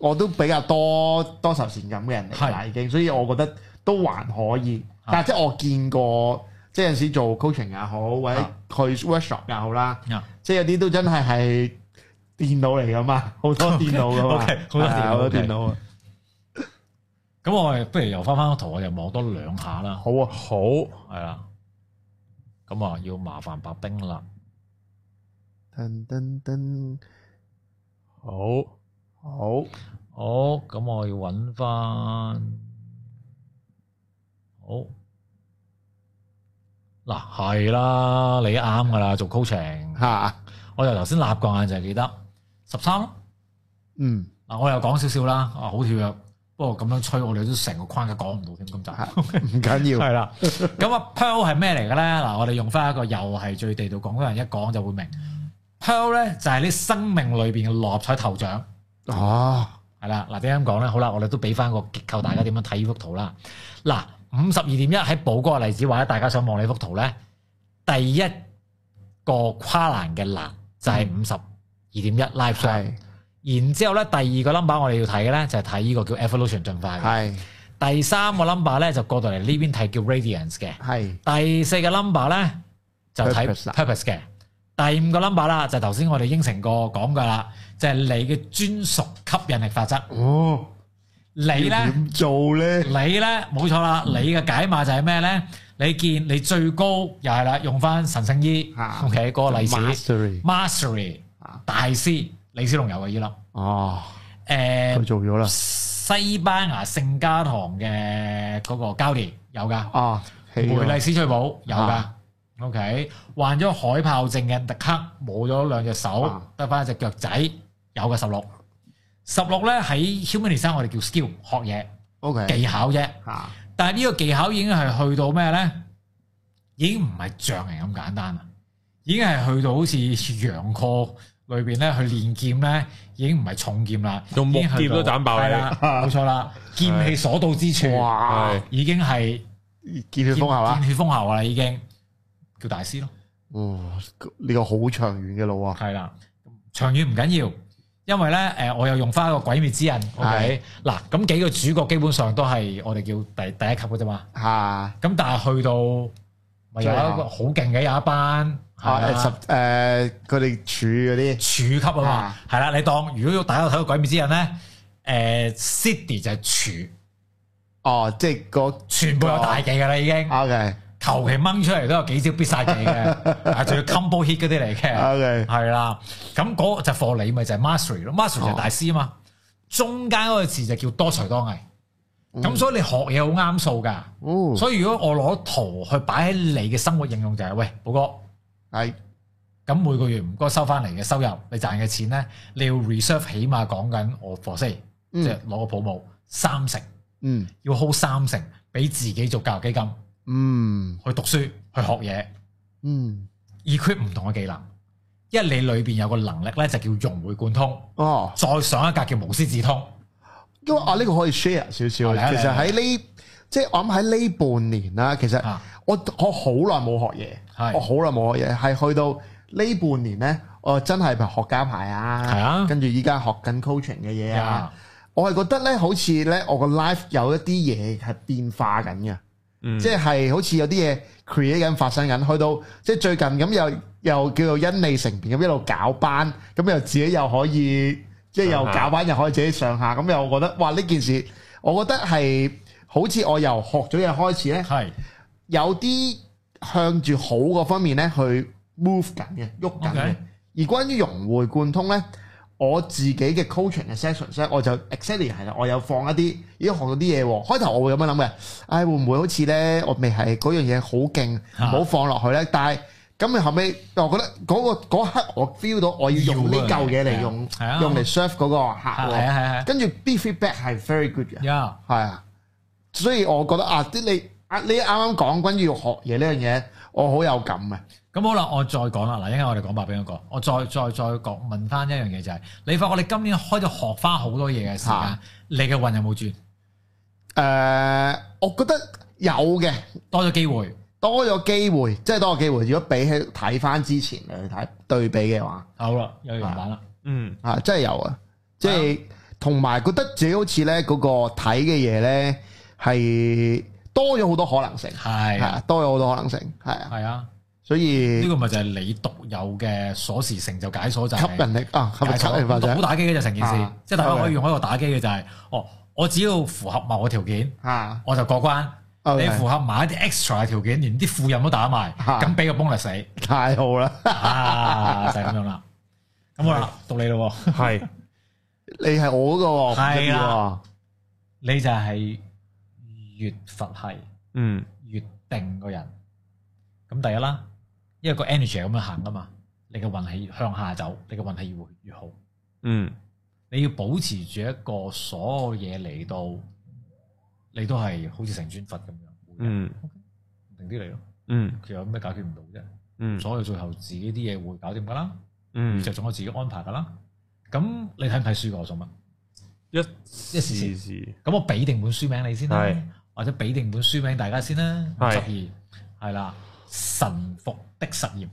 Speaker 2: 我都比較多多愁善感嘅人嚟啦，
Speaker 3: 係啊
Speaker 2: 已經，所以我覺得都還可以。但係即係我見過，即係有陣時做 coaching 也好，或者
Speaker 3: 啊
Speaker 2: 去 workshop 也好啦
Speaker 3: 啊，
Speaker 2: 即係有啲都真係係電腦嚟噶嘛， 好多電腦噶嘛，
Speaker 3: OK，好多
Speaker 2: 係
Speaker 3: 電腦
Speaker 2: 啊好多
Speaker 3: OK
Speaker 2: 電腦啊，
Speaker 3: 咁我哋不如又翻翻個圖，我哋望多兩下啦。
Speaker 2: 好啊，
Speaker 1: 好，
Speaker 3: 係啦，咁啊要麻煩白冰啦。
Speaker 2: 噔噔噔，
Speaker 1: 好，
Speaker 2: 好，
Speaker 3: 好，咁我要揾翻，好嗱係啦，你啱噶啦，做 coaching，
Speaker 2: 嚇，
Speaker 3: 我由頭先立個眼就係記得十三咯。
Speaker 2: 嗯，
Speaker 3: 嗱，我又講少少啦，啊好跳躍，不過咁樣吹我哋都成個框架講唔到添，今集。
Speaker 2: 唔緊要，
Speaker 3: 係啦，咁啊 Pearl 係咩嚟嘅咧？嗱，我哋用翻一個又係最地道廣東人一講就會明，Pearl 咧就係你生命裏邊嘅六合彩頭獎。
Speaker 2: 哦，
Speaker 3: 係啦，嗱點解咁講咧？好啦，我哋都俾翻個結構，大家點樣睇呢幅圖啦。嗱，五十二點一喺寶哥嘅例子，或者大家想望呢幅圖咧，第一個跨欄嘅欄就係五十二點一 live 上，
Speaker 2: 嗯係
Speaker 3: 然之後咧第二個 number 我哋要睇嘅咧就係睇呢個叫 evolution 進化嘅，
Speaker 2: 係
Speaker 3: 第三個 number 咧就過到嚟呢邊睇叫 radiance 嘅，
Speaker 2: 係
Speaker 3: 第四個 number 咧就睇
Speaker 2: Purpose 啦
Speaker 3: purpose 嘅，第五個 number 啦就係頭先我哋應承過講噶啦，就係你嘅專屬吸引力法則，
Speaker 2: 哦，
Speaker 3: 你
Speaker 2: 要
Speaker 3: 咧。
Speaker 2: 點做咧？
Speaker 3: 你咧冇錯啦，你嘅解碼就係咩咧？你見你最高又係啦，用翻神聖衣
Speaker 2: 啊
Speaker 3: ，OK 嗰個例子
Speaker 2: Mastery
Speaker 3: ，mastery
Speaker 2: 啊
Speaker 3: 大師李小龍有嘅依粒，
Speaker 2: 哦，佢
Speaker 3: 誒
Speaker 2: 做咗啦，
Speaker 3: 西班牙聖家堂嘅嗰個膠碟有噶，
Speaker 2: 啊，起
Speaker 3: 梅
Speaker 2: 咗
Speaker 3: 麗史翠普有噶
Speaker 2: 啊
Speaker 3: ，OK 患咗海豹症嘅迪克冇咗兩隻手
Speaker 2: 啊，
Speaker 3: 得翻一隻腳仔有嘅十六，十六咧喺 human design 我哋叫 skill 學嘢
Speaker 2: OK
Speaker 3: 技巧啫。
Speaker 2: 嚇，
Speaker 3: 但係呢個技巧已經係去到咩咧？已經唔係象形咁簡單啦，已經係去到好似楊過裏邊咧去練劍咧，已經唔係重劍啦，
Speaker 1: 用木
Speaker 3: 已經去
Speaker 1: 劍都
Speaker 3: 到
Speaker 1: 斬爆你
Speaker 3: 係啦，冇錯啦，劍氣所到之處，
Speaker 2: 哇，
Speaker 1: 係
Speaker 3: 已經係
Speaker 2: 見血封係嘛？
Speaker 3: 劍血封喉啦，已經叫大師咯，
Speaker 2: 哇，呢個好長遠嘅路啊，
Speaker 3: 係啦，長遠唔緊要。因為咧，誒，我又用翻一個鬼滅之刃，OK，嗱，咁幾個主角基本上都係我哋叫第第一級嘅啫嘛，
Speaker 2: 嚇，
Speaker 3: 咁但係去到咪有一個好勁嘅有一班
Speaker 2: 啊
Speaker 3: 係
Speaker 2: 十
Speaker 3: 啦
Speaker 2: 誒，佢哋柱嗰啲
Speaker 3: 柱級啊嘛
Speaker 2: 啊，
Speaker 3: 係啦，你當如果大家有睇過《鬼滅之刃》咧，誒 City 就係柱，
Speaker 2: 哦，即係個
Speaker 3: 全部有大技㗎啦已經，
Speaker 2: OK
Speaker 3: 求其掹出嚟都有幾招必殺技 嘅，啊仲要 combo hit 嗰啲嚟嘅，
Speaker 2: OK，
Speaker 3: 係啦，咁嗰就課你咪就係 mastery 咯，mastery
Speaker 2: 哦
Speaker 3: 就係大師啊嘛，中間嗰個字就叫多才多藝，
Speaker 2: 嗯
Speaker 3: 咁所以你學嘢好啱數㗎，
Speaker 2: 哦，
Speaker 3: 所以如果我攞圖去擺喺你嘅生活應用就係喂寶哥。
Speaker 2: 係
Speaker 3: 咁每個月唔該收翻嚟嘅收入，你賺嘅錢咧，你要 reserve 起碼講緊我 for say，
Speaker 2: 嗯
Speaker 3: 即係攞個保姆三成，
Speaker 2: 嗯
Speaker 3: 要 hold 三成俾自己做教育基金
Speaker 2: 嗯
Speaker 3: 去讀書去學嘢
Speaker 2: 嗯，
Speaker 3: ，equip 唔同嘅技能，因為你裏邊有個能力咧就叫融會貫通，
Speaker 2: 哦，
Speaker 3: 再上一格叫無師自通，
Speaker 2: 因為啊呢個可以 share 少少
Speaker 3: 嚟啊
Speaker 2: 啊，其
Speaker 3: 嚟
Speaker 2: 實
Speaker 3: 啊
Speaker 2: 喺呢即係我諗喺呢半年啦，其實
Speaker 3: 啊
Speaker 2: 我我好耐冇學嘢。我
Speaker 3: 係
Speaker 2: 哦好耐冇學嘢，係去到呢半年呢，我真係學家牌啊，
Speaker 3: 係啊
Speaker 2: 跟住依家學緊 coaching 嘅嘢啊
Speaker 3: 啊，，
Speaker 2: 我係覺得呢，好似呢，我個 life 有一啲嘢係變化緊嘅，
Speaker 1: 嗯
Speaker 2: 即係好似有啲嘢 create 緊發生緊，去到即係最近咁又又叫做因利成變咁一路搞班，咁又自己又可以即係又
Speaker 1: 上下
Speaker 2: 搞班又可以自己上下，咁又我覺得哇呢件事，我覺得係好似我由學咗嘢開始咧，
Speaker 3: 係
Speaker 2: 有啲向住好嗰方面咧去 move 緊嘅，喐緊嘅。
Speaker 3: OK
Speaker 2: 而關於融會貫通咧，我自己嘅 coaching 嘅 session 咧，我就 exactly 係啦，我有放一啲已經學到啲嘢喎。開頭我會咁樣諗嘅，唉、會唔會好似咧我未係嗰樣嘢好勁，唔好放落去咧？但係咁你後尾，我覺得嗰、個嗰刻我 feel 到我要用呢嚿嘢嚟用
Speaker 3: 啊係啊，
Speaker 2: 用嚟 serve 嗰個客
Speaker 3: 係啊
Speaker 2: 喎。
Speaker 3: 係係
Speaker 2: 跟住啲 feedback 係 very good 嘅。
Speaker 3: 係呀，
Speaker 2: 係啊，所以我覺得啊，啲你啊，你啱啱講關於要學嘢呢樣嘢，我好有感嘅。
Speaker 3: 咁好啦，我再講啦，嗱，一陣間我哋講白冰嗰個，我再再再講問翻一樣嘢就係，你發覺你今年開始學翻好多嘢嘅時間
Speaker 2: 嚇，
Speaker 3: 你嘅運有冇轉？
Speaker 2: 誒、呃我覺得有嘅，
Speaker 3: 多咗機會
Speaker 2: 多咗機會，即係多咗機會。如果比起睇翻之前嚟睇對比嘅話，
Speaker 3: 好啦，有樣板啦，
Speaker 1: 嗯，
Speaker 2: 啊，真係有啊，即係同埋覺得自己好似咧嗰個睇嘅嘢咧係多咗好多可能性，
Speaker 3: 係
Speaker 2: 係
Speaker 3: 啊
Speaker 2: 啊，多咗好多可能性，係啊，
Speaker 3: 係啊，
Speaker 2: 所以
Speaker 3: 呢
Speaker 2: 吸
Speaker 3: 個咪就係你獨有嘅鎖匙成就解鎖就係
Speaker 2: 引力啊，吸引力吸引力法
Speaker 3: 好
Speaker 2: 則
Speaker 3: 打機嘅就成件事
Speaker 2: 啊，
Speaker 3: 即係大家可
Speaker 2: OK
Speaker 3: 以用開個打機嘅就係，哦，我只要符合某個條件，
Speaker 2: 啊
Speaker 3: 我就過關。
Speaker 2: ，OK，
Speaker 3: 你符合埋一啲 extra 嘅條件，連啲副任都打埋，
Speaker 2: 嚇
Speaker 3: 咁俾個 bonus 死
Speaker 2: 太好啦，
Speaker 3: 啊，就係咁樣啦。咁好啦，到你咯喎，
Speaker 1: 系
Speaker 2: 你係我嗰個喎，
Speaker 3: 係啦
Speaker 2: 啊。
Speaker 3: 你就係越佛系
Speaker 1: 嗯
Speaker 3: 越定個人。咁第一啦，因為個 energy 係咁樣行噶嘛，你嘅運氣向下走，你嘅運氣越會越好。
Speaker 1: 嗯
Speaker 3: 你要保持住一個所有嘢嚟到，你都係好似成尊佛咁樣，每日
Speaker 1: 嗯
Speaker 3: 定啲嚟咯。
Speaker 1: 嗯
Speaker 3: 其實有咩解決唔到啫？
Speaker 1: 嗯
Speaker 3: 所有最後自己啲嘢會搞掂噶啦。
Speaker 1: 嗯
Speaker 3: 就，總我自己安排噶啦。咁你睇唔睇書噶？我想問。
Speaker 1: 一
Speaker 3: 一時
Speaker 1: 時時
Speaker 3: 咁我俾定本書名你先啦
Speaker 1: 係，
Speaker 3: 或者俾定本書名大家先啦。
Speaker 1: 係
Speaker 3: 十二係啦，神服的實驗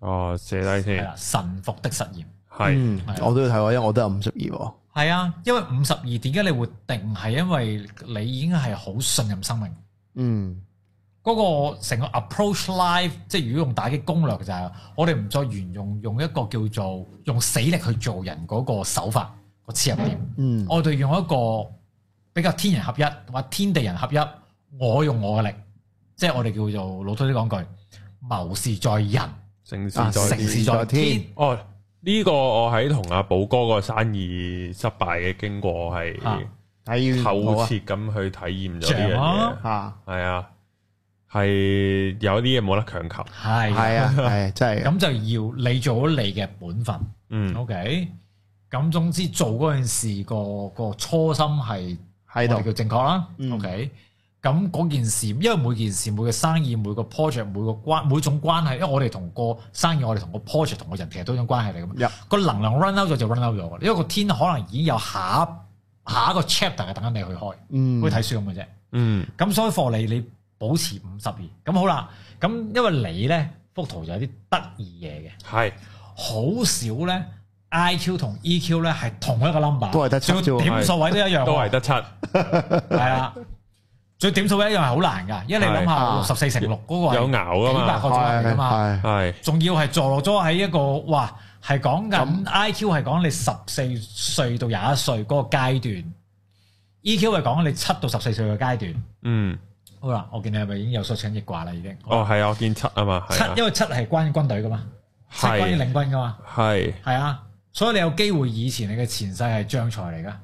Speaker 1: 哦，写低
Speaker 3: 係
Speaker 1: 先，
Speaker 3: 啦，神服的實驗
Speaker 1: 系
Speaker 2: 嗯
Speaker 3: 係啊，
Speaker 2: 我都要睇喎，因為我都有五十二喎。
Speaker 3: 係啊，因為五十二點解你會定係因為你已經係好信任生命。
Speaker 2: 嗯，
Speaker 3: 嗰個成個 approach life，即係如果用打擊攻略就係、我哋唔再沿用用一個叫做用死力去做人嗰個手法個切入點，
Speaker 2: 嗯
Speaker 3: 我哋用一個比較天人合一或者天地人合一，我用我嘅力，即係我哋叫做老土啲講句，謀事在人，
Speaker 1: 城市
Speaker 2: 啊
Speaker 1: 再
Speaker 3: 成
Speaker 2: 城
Speaker 1: 見
Speaker 3: 事
Speaker 2: 事
Speaker 3: 在
Speaker 2: 在
Speaker 3: 天
Speaker 2: 天，
Speaker 1: 哦，呢個我喺同阿寶哥個生意失敗嘅經過係
Speaker 3: 啊
Speaker 2: 睇完
Speaker 1: 透徹咁去體驗咗呢樣
Speaker 3: 正
Speaker 1: 嘢
Speaker 3: 啊，
Speaker 2: 啊，
Speaker 1: 係啊，係有啲嘢冇得強求，
Speaker 3: 係
Speaker 2: 係啊，係真係嘅。
Speaker 3: 咁就要你做好你嘅本分。
Speaker 1: 嗯
Speaker 3: OK，咁總之做嗰件事個個初心係
Speaker 2: 喺度
Speaker 3: 我哋叫正確啦。
Speaker 2: 嗯
Speaker 3: OK，咁嗰件事，因為每件事、每個生意、每個 project、每個關、每種關係，因為我哋同個生意、我哋同個 project、同個人其實都有種關係嚟嘅嘛
Speaker 2: Yep。
Speaker 3: 個能量 run out 咗就 run out 咗㗎啦，因為個天可能已經有下一下一個 chapter 係等緊你去開，
Speaker 2: 嗯
Speaker 3: 好似睇書咁嘅啫。
Speaker 1: 嗯
Speaker 3: 咁所以貨你你保持五十二，咁好啦。咁因為你咧幅圖就有啲得意嘢嘅。
Speaker 1: 係
Speaker 3: 好少咧 IQ 同 EQ 咧係同一個 number，
Speaker 2: 都係得七啫喎
Speaker 3: 仲要點數位都一樣喎，
Speaker 1: 都係得七，
Speaker 3: 係啦。最點數位一樣係好難㗎，因為你諗下
Speaker 2: 係
Speaker 3: 六十四乘六嗰個
Speaker 1: 有
Speaker 3: 係
Speaker 1: 熬噶
Speaker 3: 幾百
Speaker 1: 嘛，
Speaker 3: 個左右嚟㗎嘛，
Speaker 2: 係
Speaker 1: 係
Speaker 3: 仲要係坐落咗喺一個哇係講緊 IQ 係講你十四歲到廿一歲嗰個階段，EQ 係講你七到十四歲嘅階段。
Speaker 1: 嗯，
Speaker 3: 好啦，我見你係咪已經有所請易卦啦已經？
Speaker 1: 哦係啊，我見七啊嘛，
Speaker 3: 七
Speaker 1: 係啊，
Speaker 3: 因為七係關於軍隊㗎嘛，七關於領軍㗎嘛。
Speaker 1: 係
Speaker 3: 係啊，所以你有機會以前你嘅前世係將才嚟噶，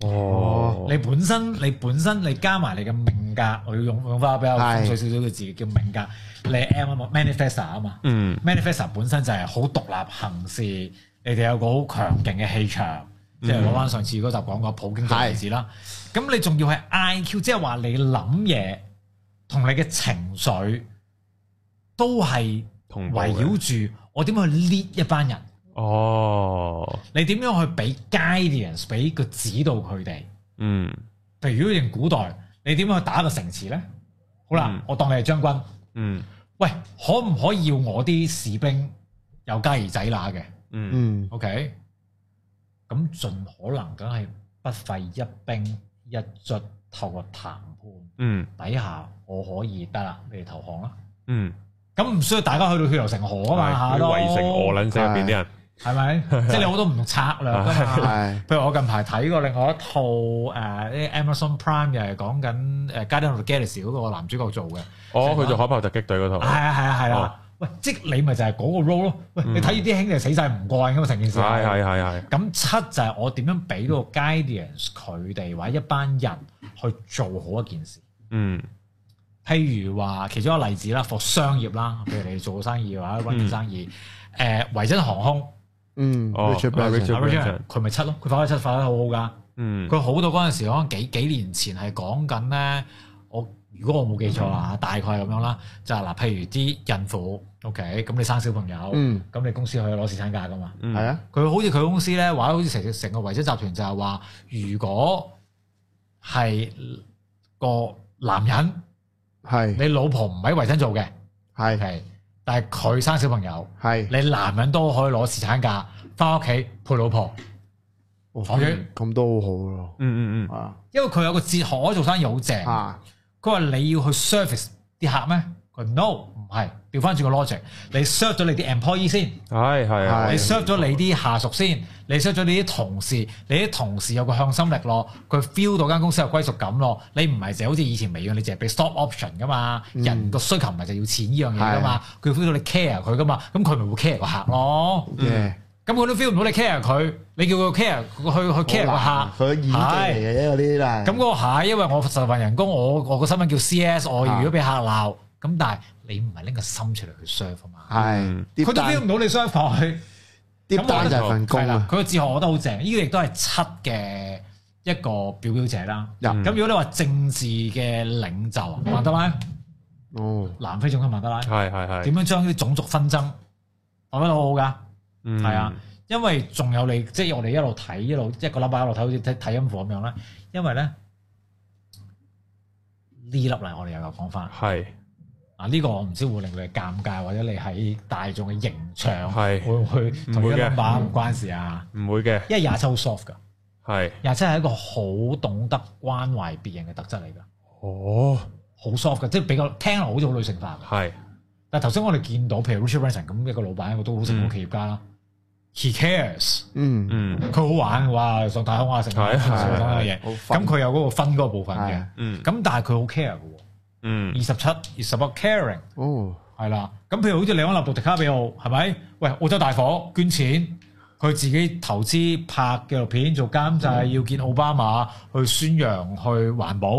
Speaker 1: 哦，
Speaker 3: 你本身你本身你加埋你嘅命格，我要用用翻比較風
Speaker 2: 係
Speaker 3: 水少少嘅字叫命格，你係 M 啊嘛，manifestor 啊嘛
Speaker 1: 嗯
Speaker 3: ，manifestor 本身就係好獨立行事，你哋有個好強勁嘅氣場，即係攞翻上次嗰集講過普京嘅例子啦。咁你仲要係 IQ，即係話你諗嘢同你嘅情緒都係
Speaker 1: 同步嘅
Speaker 3: 圍繞住我點樣去 lead 一班人。
Speaker 1: 哦，
Speaker 3: 你點樣去俾 guidance，俾個指導佢哋？
Speaker 1: 嗯
Speaker 3: 譬如如果用古代，你點樣去打個城池咧？好啦，
Speaker 1: 嗯
Speaker 3: 我當你係將軍，
Speaker 1: 嗯
Speaker 3: 喂，可唔可以要我啲士兵有雞兒仔乸嘅
Speaker 1: 嗯
Speaker 2: 嗯
Speaker 3: ？OK，咁盡可能梗係不費一兵一卒，透過談
Speaker 1: 嗯
Speaker 3: 判底下，我可以得啦，你哋投降啦。
Speaker 1: 嗯，
Speaker 3: 咁唔需要大家去到血流成河啊嘛，下
Speaker 1: 係
Speaker 3: 都
Speaker 1: 圍城俄撚死入邊啲人，
Speaker 3: 係咪？即係你好多唔同策略 㗎嘛。
Speaker 2: 係
Speaker 3: 譬如我近排睇過另外一套誒啲 Amazon Prime 又係講緊誒《Guardians of the Galaxy》嗰個男主角做嘅，
Speaker 1: 哦，佢做海豹突擊隊嗰
Speaker 3: 係
Speaker 1: 套，
Speaker 3: 啊係啊
Speaker 1: 哦
Speaker 3: 係
Speaker 1: 嗯
Speaker 3: 啊，喂，即係你咪就係嗰個 role 咯，喂，你睇住啲兄弟死晒唔慣㗎嘛，成件事
Speaker 1: 係
Speaker 3: 係
Speaker 1: 係係係，
Speaker 3: 咁七就係我點樣俾到個 guidance 佢哋或者一班人去做好一件事。
Speaker 1: 嗯
Speaker 3: 譬如話其中一個例子啦，for 商業啦，譬如你做生意或者揾
Speaker 1: 嗯
Speaker 3: 件生意，誒維珍航空，
Speaker 2: 嗯
Speaker 1: 哦
Speaker 2: Richard
Speaker 1: Richard
Speaker 2: Branson
Speaker 3: 啊
Speaker 1: Branson
Speaker 3: Virgin，佢咪七咯，佢發咗七發得好好㗎。
Speaker 1: 嗯，
Speaker 3: 佢好到嗰陣時，可能幾幾年前係講緊咧，我如果我冇記錯啊，大概係咁樣啦，就係嗱，譬如啲孕婦，OK，咁你生小朋友，咁、
Speaker 2: 嗯
Speaker 3: 你公司可以攞侍產假㗎嘛？
Speaker 1: 嗯
Speaker 2: 係，啊，
Speaker 3: 佢好似佢公司咧，或者好似成成個維珍集團就係話，如果係個男人，
Speaker 2: 係
Speaker 3: 你老婆唔喺維珍做嘅
Speaker 2: 係
Speaker 3: ，OK，但係佢生小朋友，
Speaker 2: 係
Speaker 3: 你男人都可以攞侍產假，翻屋企陪老婆，
Speaker 2: 哦
Speaker 3: 房主
Speaker 2: 咁都好好咯，
Speaker 1: 嗯嗯嗯，
Speaker 2: 啊
Speaker 3: 因為佢有個哲學，做生意好正。
Speaker 2: 啊
Speaker 3: 佢話你要去 service 啲客咩？佢話 no 唔係，調翻轉個 logic，你 serve 咗你啲 employee 先，你
Speaker 1: 係係啊
Speaker 2: 係
Speaker 1: 係，
Speaker 3: serve 咗你啲下屬先，你 serve 咗你啲同事，你啲同事有個向心力咯，佢 feel 到間公司有歸屬感咯，你唔係就好似以前微軟，你淨係俾 stop option 噶嘛，人個需求唔係就要錢呢樣嘢噶嘛，佢 feel 到你 care 佢噶嘛，咁佢咪會 care 個客咯。
Speaker 2: 耶，
Speaker 3: 咁佢都 feel 唔到你 care 佢，你叫佢 care 佢去去 care
Speaker 2: 好
Speaker 3: 個客，
Speaker 2: 難佢演技嚟嘅啫，嗰啲啦，
Speaker 3: 咁嗰個蟹，因為我實份人工，我我個身份叫 C.S.，我
Speaker 2: 啊
Speaker 3: 如果俾客鬧，咁但係你唔係拎個心出嚟去 serve 啊嘛，
Speaker 2: 係
Speaker 1: 嗯
Speaker 2: 啲
Speaker 3: 佢都
Speaker 2: 單
Speaker 3: feel 唔到你 serve 佢，
Speaker 2: 啲單就係份工
Speaker 3: 係啦
Speaker 2: 啊，，
Speaker 3: 佢個哲學我覺得好正，呢個亦都係七嘅一個表表者啦。
Speaker 2: 嗯
Speaker 3: 咁如果你話政治嘅領袖啊，曼德拉，
Speaker 2: 哦
Speaker 3: 南非總統曼德拉，
Speaker 1: 係係係，
Speaker 3: 點樣將啲種族紛爭，我覺得好好㗎。
Speaker 1: 嗯
Speaker 3: 係啊，因為仲有你，即係我哋一路睇一路一個禮拜一路睇，好似睇睇音符咁樣啦。因為咧呢粒嚟，我哋又有講翻
Speaker 1: 係
Speaker 3: 啊！呢、個我唔知會令你尷尬，或者你喺大眾嘅形象
Speaker 1: 係
Speaker 3: 會唔會同
Speaker 1: 唔
Speaker 3: 一
Speaker 1: 會
Speaker 3: 粒
Speaker 1: 嘅
Speaker 3: 碼唔關事啊？
Speaker 1: 唔會嘅，
Speaker 3: 因為廿七好 soft 噶，
Speaker 1: 係，
Speaker 3: 廿七係一個好懂得關懷別人嘅特質嚟噶，
Speaker 1: 哦，
Speaker 3: 好 soft 噶，即係比較聽落好似好女性化㗎。
Speaker 1: 係
Speaker 3: 但係頭先我哋見到，譬如 Richard Branson 咁一個老闆，一個都好成功嘅企業家啦、h e cares。
Speaker 2: 嗯。
Speaker 1: 嗯
Speaker 3: 佢好玩哇！上太空啊，成日
Speaker 1: 係
Speaker 3: 等等嘅
Speaker 2: 係
Speaker 3: 嘢。
Speaker 2: 好
Speaker 3: 咁佢有嗰個分嗰個部分嘅
Speaker 2: 係，
Speaker 1: 嗯
Speaker 3: 咁但係佢好 care 嘅喎。
Speaker 1: 嗯
Speaker 3: 二十七、二十八 caring
Speaker 2: 哦，
Speaker 3: 係啦。咁譬如好似李安納度迪卡比奧係咪？喂，澳洲大火捐錢，佢自己投資拍紀錄片做監製，要見奧巴馬去宣揚去環保，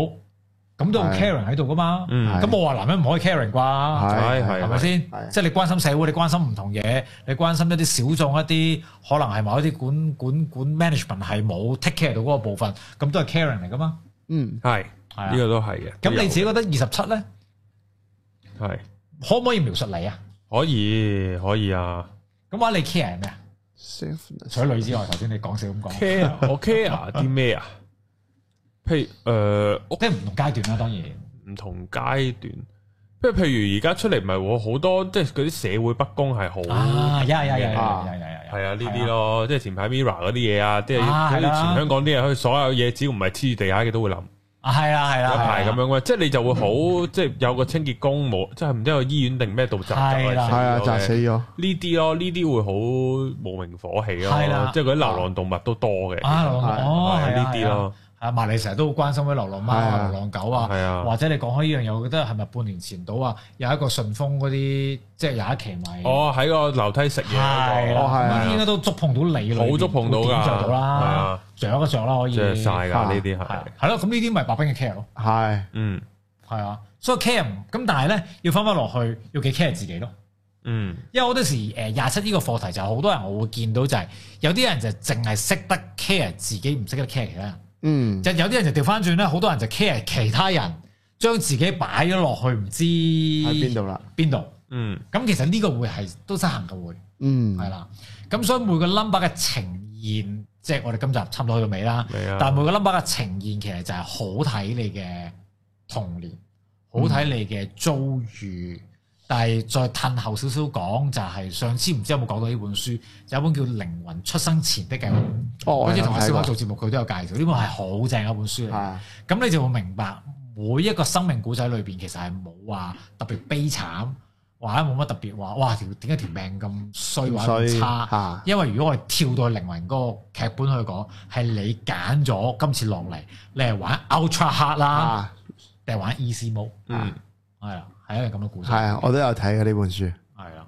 Speaker 3: 咁都好
Speaker 2: 係
Speaker 3: caring 喺度噶嘛。
Speaker 1: 嗯，
Speaker 3: 咁我話男人唔可以 caring 啩？
Speaker 1: 係係
Speaker 3: 係咪先
Speaker 2: 係？
Speaker 3: 即係你關心社會，你關心唔同嘢，你關心一啲小眾一啲，可能係某一啲管管管 management 係冇 take care 到嗰個部分，咁都係 caring 嚟噶嘛？
Speaker 2: 嗯，
Speaker 1: 係，
Speaker 3: 係啊
Speaker 1: 呢個都係嘅，
Speaker 3: 咁
Speaker 1: 都有
Speaker 3: 你自己覺得二十七咧，
Speaker 1: 係
Speaker 3: 可唔可以描述你啊？
Speaker 1: 可以可以 啊。
Speaker 3: 咁話你 care 係咩啊？除咗女之外，頭先你講笑咁講，
Speaker 1: care 我 care 啲咩啊？譬如誒屋
Speaker 3: 即係唔同階段啦，當然
Speaker 1: 唔同階段，即係譬如而家出嚟咪會好多，即係嗰啲社會不公係好
Speaker 3: 啊，有有有有有
Speaker 2: 啊
Speaker 3: 有有有
Speaker 1: 哦係啊呢啲咯，即係前排 Mira 嗰啲嘢啊，即係
Speaker 3: 啊
Speaker 1: 嗰
Speaker 3: 係
Speaker 1: 啲
Speaker 3: 啦
Speaker 1: 前香港啲嘢，佢所有嘢只要唔係黐地下嘅都會冧
Speaker 3: 啊，係啦係
Speaker 1: 有
Speaker 3: 啦，
Speaker 1: 一排
Speaker 3: 係
Speaker 1: 咁
Speaker 3: 啦
Speaker 1: 樣嘅，即係你就會好即係有個清潔工冇，即係唔知有醫院定咩度襲
Speaker 3: 係啦
Speaker 2: 係啊，
Speaker 1: 就
Speaker 2: 砸死咗，
Speaker 1: 呢啲咯，呢啲會好無名火氣
Speaker 3: 係
Speaker 1: 咯
Speaker 3: 啦，
Speaker 1: 即係嗰啲流浪動物都多嘅，
Speaker 3: 啊，流
Speaker 2: 係
Speaker 3: 浪哦
Speaker 1: 係
Speaker 3: 係啊
Speaker 1: 呢啲
Speaker 3: 係啊
Speaker 1: 咯，
Speaker 3: 啊，埋你成日都好關心啲流浪貓
Speaker 2: 係啊
Speaker 3: 啊、流浪狗啊，
Speaker 1: 係啊
Speaker 3: 或者你講開呢樣嘢，我覺得係咪半年前到啊，有一個順豐嗰啲，即係有一期咪
Speaker 1: 哦喺個樓梯食嘢嗰
Speaker 3: 係
Speaker 1: 個
Speaker 2: 哦係啊
Speaker 3: 啦，咁應該都觸碰到你裏面
Speaker 1: 好觸碰到㗎
Speaker 3: 會點着到
Speaker 1: 係
Speaker 3: 啦
Speaker 1: 啊，
Speaker 3: 着一着啦可以，
Speaker 1: 着晒㗎
Speaker 2: 啊
Speaker 1: 呢啲係
Speaker 3: 係，係咯，咁呢啲咪白冰嘅 care 咯，
Speaker 2: 係
Speaker 1: 嗯
Speaker 3: 係啊，所以 care 唔咁，但係咧要翻翻落去要幾 care 自己咯。
Speaker 1: 嗯
Speaker 3: 因為好多時誒廿七呢個課題就係好多人我會見到就係、有啲人就淨係識得 care 自己，唔識得 care 其他人。
Speaker 2: 嗯，
Speaker 3: 就有啲人就調翻轉咧，好多人就 care 其他人，將自己擺咗落去唔知
Speaker 2: 喺邊度啦？
Speaker 3: 邊度。
Speaker 1: 嗯
Speaker 3: 咁其實呢個會係都失衡嘅會，
Speaker 2: 嗯，
Speaker 3: 係啦。咁所以每個 number 嘅呈現，即係我哋今集差唔多去到尾啦。
Speaker 1: 未啊
Speaker 3: 但係每個 number 嘅呈現其實就係好睇你嘅童年，好睇你嘅遭遇。但係再褪後少少講，就係上次唔知有冇講到呢本書，有一本叫《靈魂出生前的計劃》。
Speaker 2: 哦，
Speaker 3: 好
Speaker 2: 我
Speaker 3: 似
Speaker 2: 有
Speaker 3: 同阿
Speaker 2: 睇
Speaker 3: 小
Speaker 2: 過
Speaker 3: 可，做節目，佢都有介紹，呢本係好正嘅一本書嚟嘅。
Speaker 2: 係
Speaker 3: 咁你就會明白每一個生命故仔裏邊其實係冇話特別悲慘，話冇乜特別話，哇條點解條命咁衰或者
Speaker 2: 所以
Speaker 3: 咁差？
Speaker 2: 嚇
Speaker 3: 因為如果我哋跳到靈魂嗰個劇本去講，係你揀咗今次落嚟，你係玩 ultra hard 啦，
Speaker 2: 啊，
Speaker 3: 定係玩 easy mode？
Speaker 1: 嗯，
Speaker 3: 係啦，係一樣咁嘅故事。
Speaker 2: 係啊，我都有睇嘅呢本書。
Speaker 3: 係啦，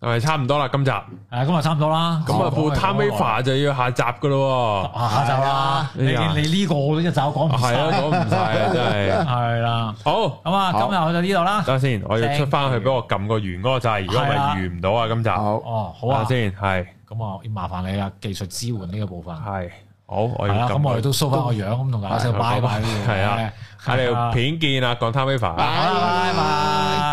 Speaker 1: 係咪差唔多啦？今集咁
Speaker 3: 係咁啊，差唔多啦。
Speaker 1: 啊，部 t i m e f a 就要下集噶咯
Speaker 3: 啊下集啦，你
Speaker 1: 哎呀
Speaker 3: 你呢個我一集都講
Speaker 1: 喎，
Speaker 3: 唔
Speaker 1: 係啊，
Speaker 3: 晒，
Speaker 1: 講唔晒啊，真係。
Speaker 3: 係啦。
Speaker 1: 好，
Speaker 3: 咁啊，
Speaker 2: 好
Speaker 3: 今日我就呢度啦。
Speaker 1: 等下先，我要出翻
Speaker 3: Thank
Speaker 1: 去
Speaker 3: you
Speaker 1: 俾我撳個完嗰個掣，如果唔
Speaker 3: 係
Speaker 1: 係
Speaker 3: 啊
Speaker 1: 完唔到啊，今集。
Speaker 2: 好，
Speaker 3: 哦，
Speaker 1: 好
Speaker 3: 好
Speaker 1: 啊，
Speaker 3: 啊，
Speaker 1: 先係
Speaker 3: 咁啊，要麻煩你啦，技術支援呢個部分。
Speaker 1: 係好，我
Speaker 3: 係啦，
Speaker 1: 要撳
Speaker 3: 啊咁我
Speaker 1: 佢
Speaker 3: 哋。都 show 翻個樣，咁同大家
Speaker 1: 係
Speaker 3: say bye bye 呢
Speaker 1: 係啊
Speaker 3: 樣嘢。
Speaker 1: 我哋片見啊，講 t i m e f a
Speaker 3: 好啦，拜拜。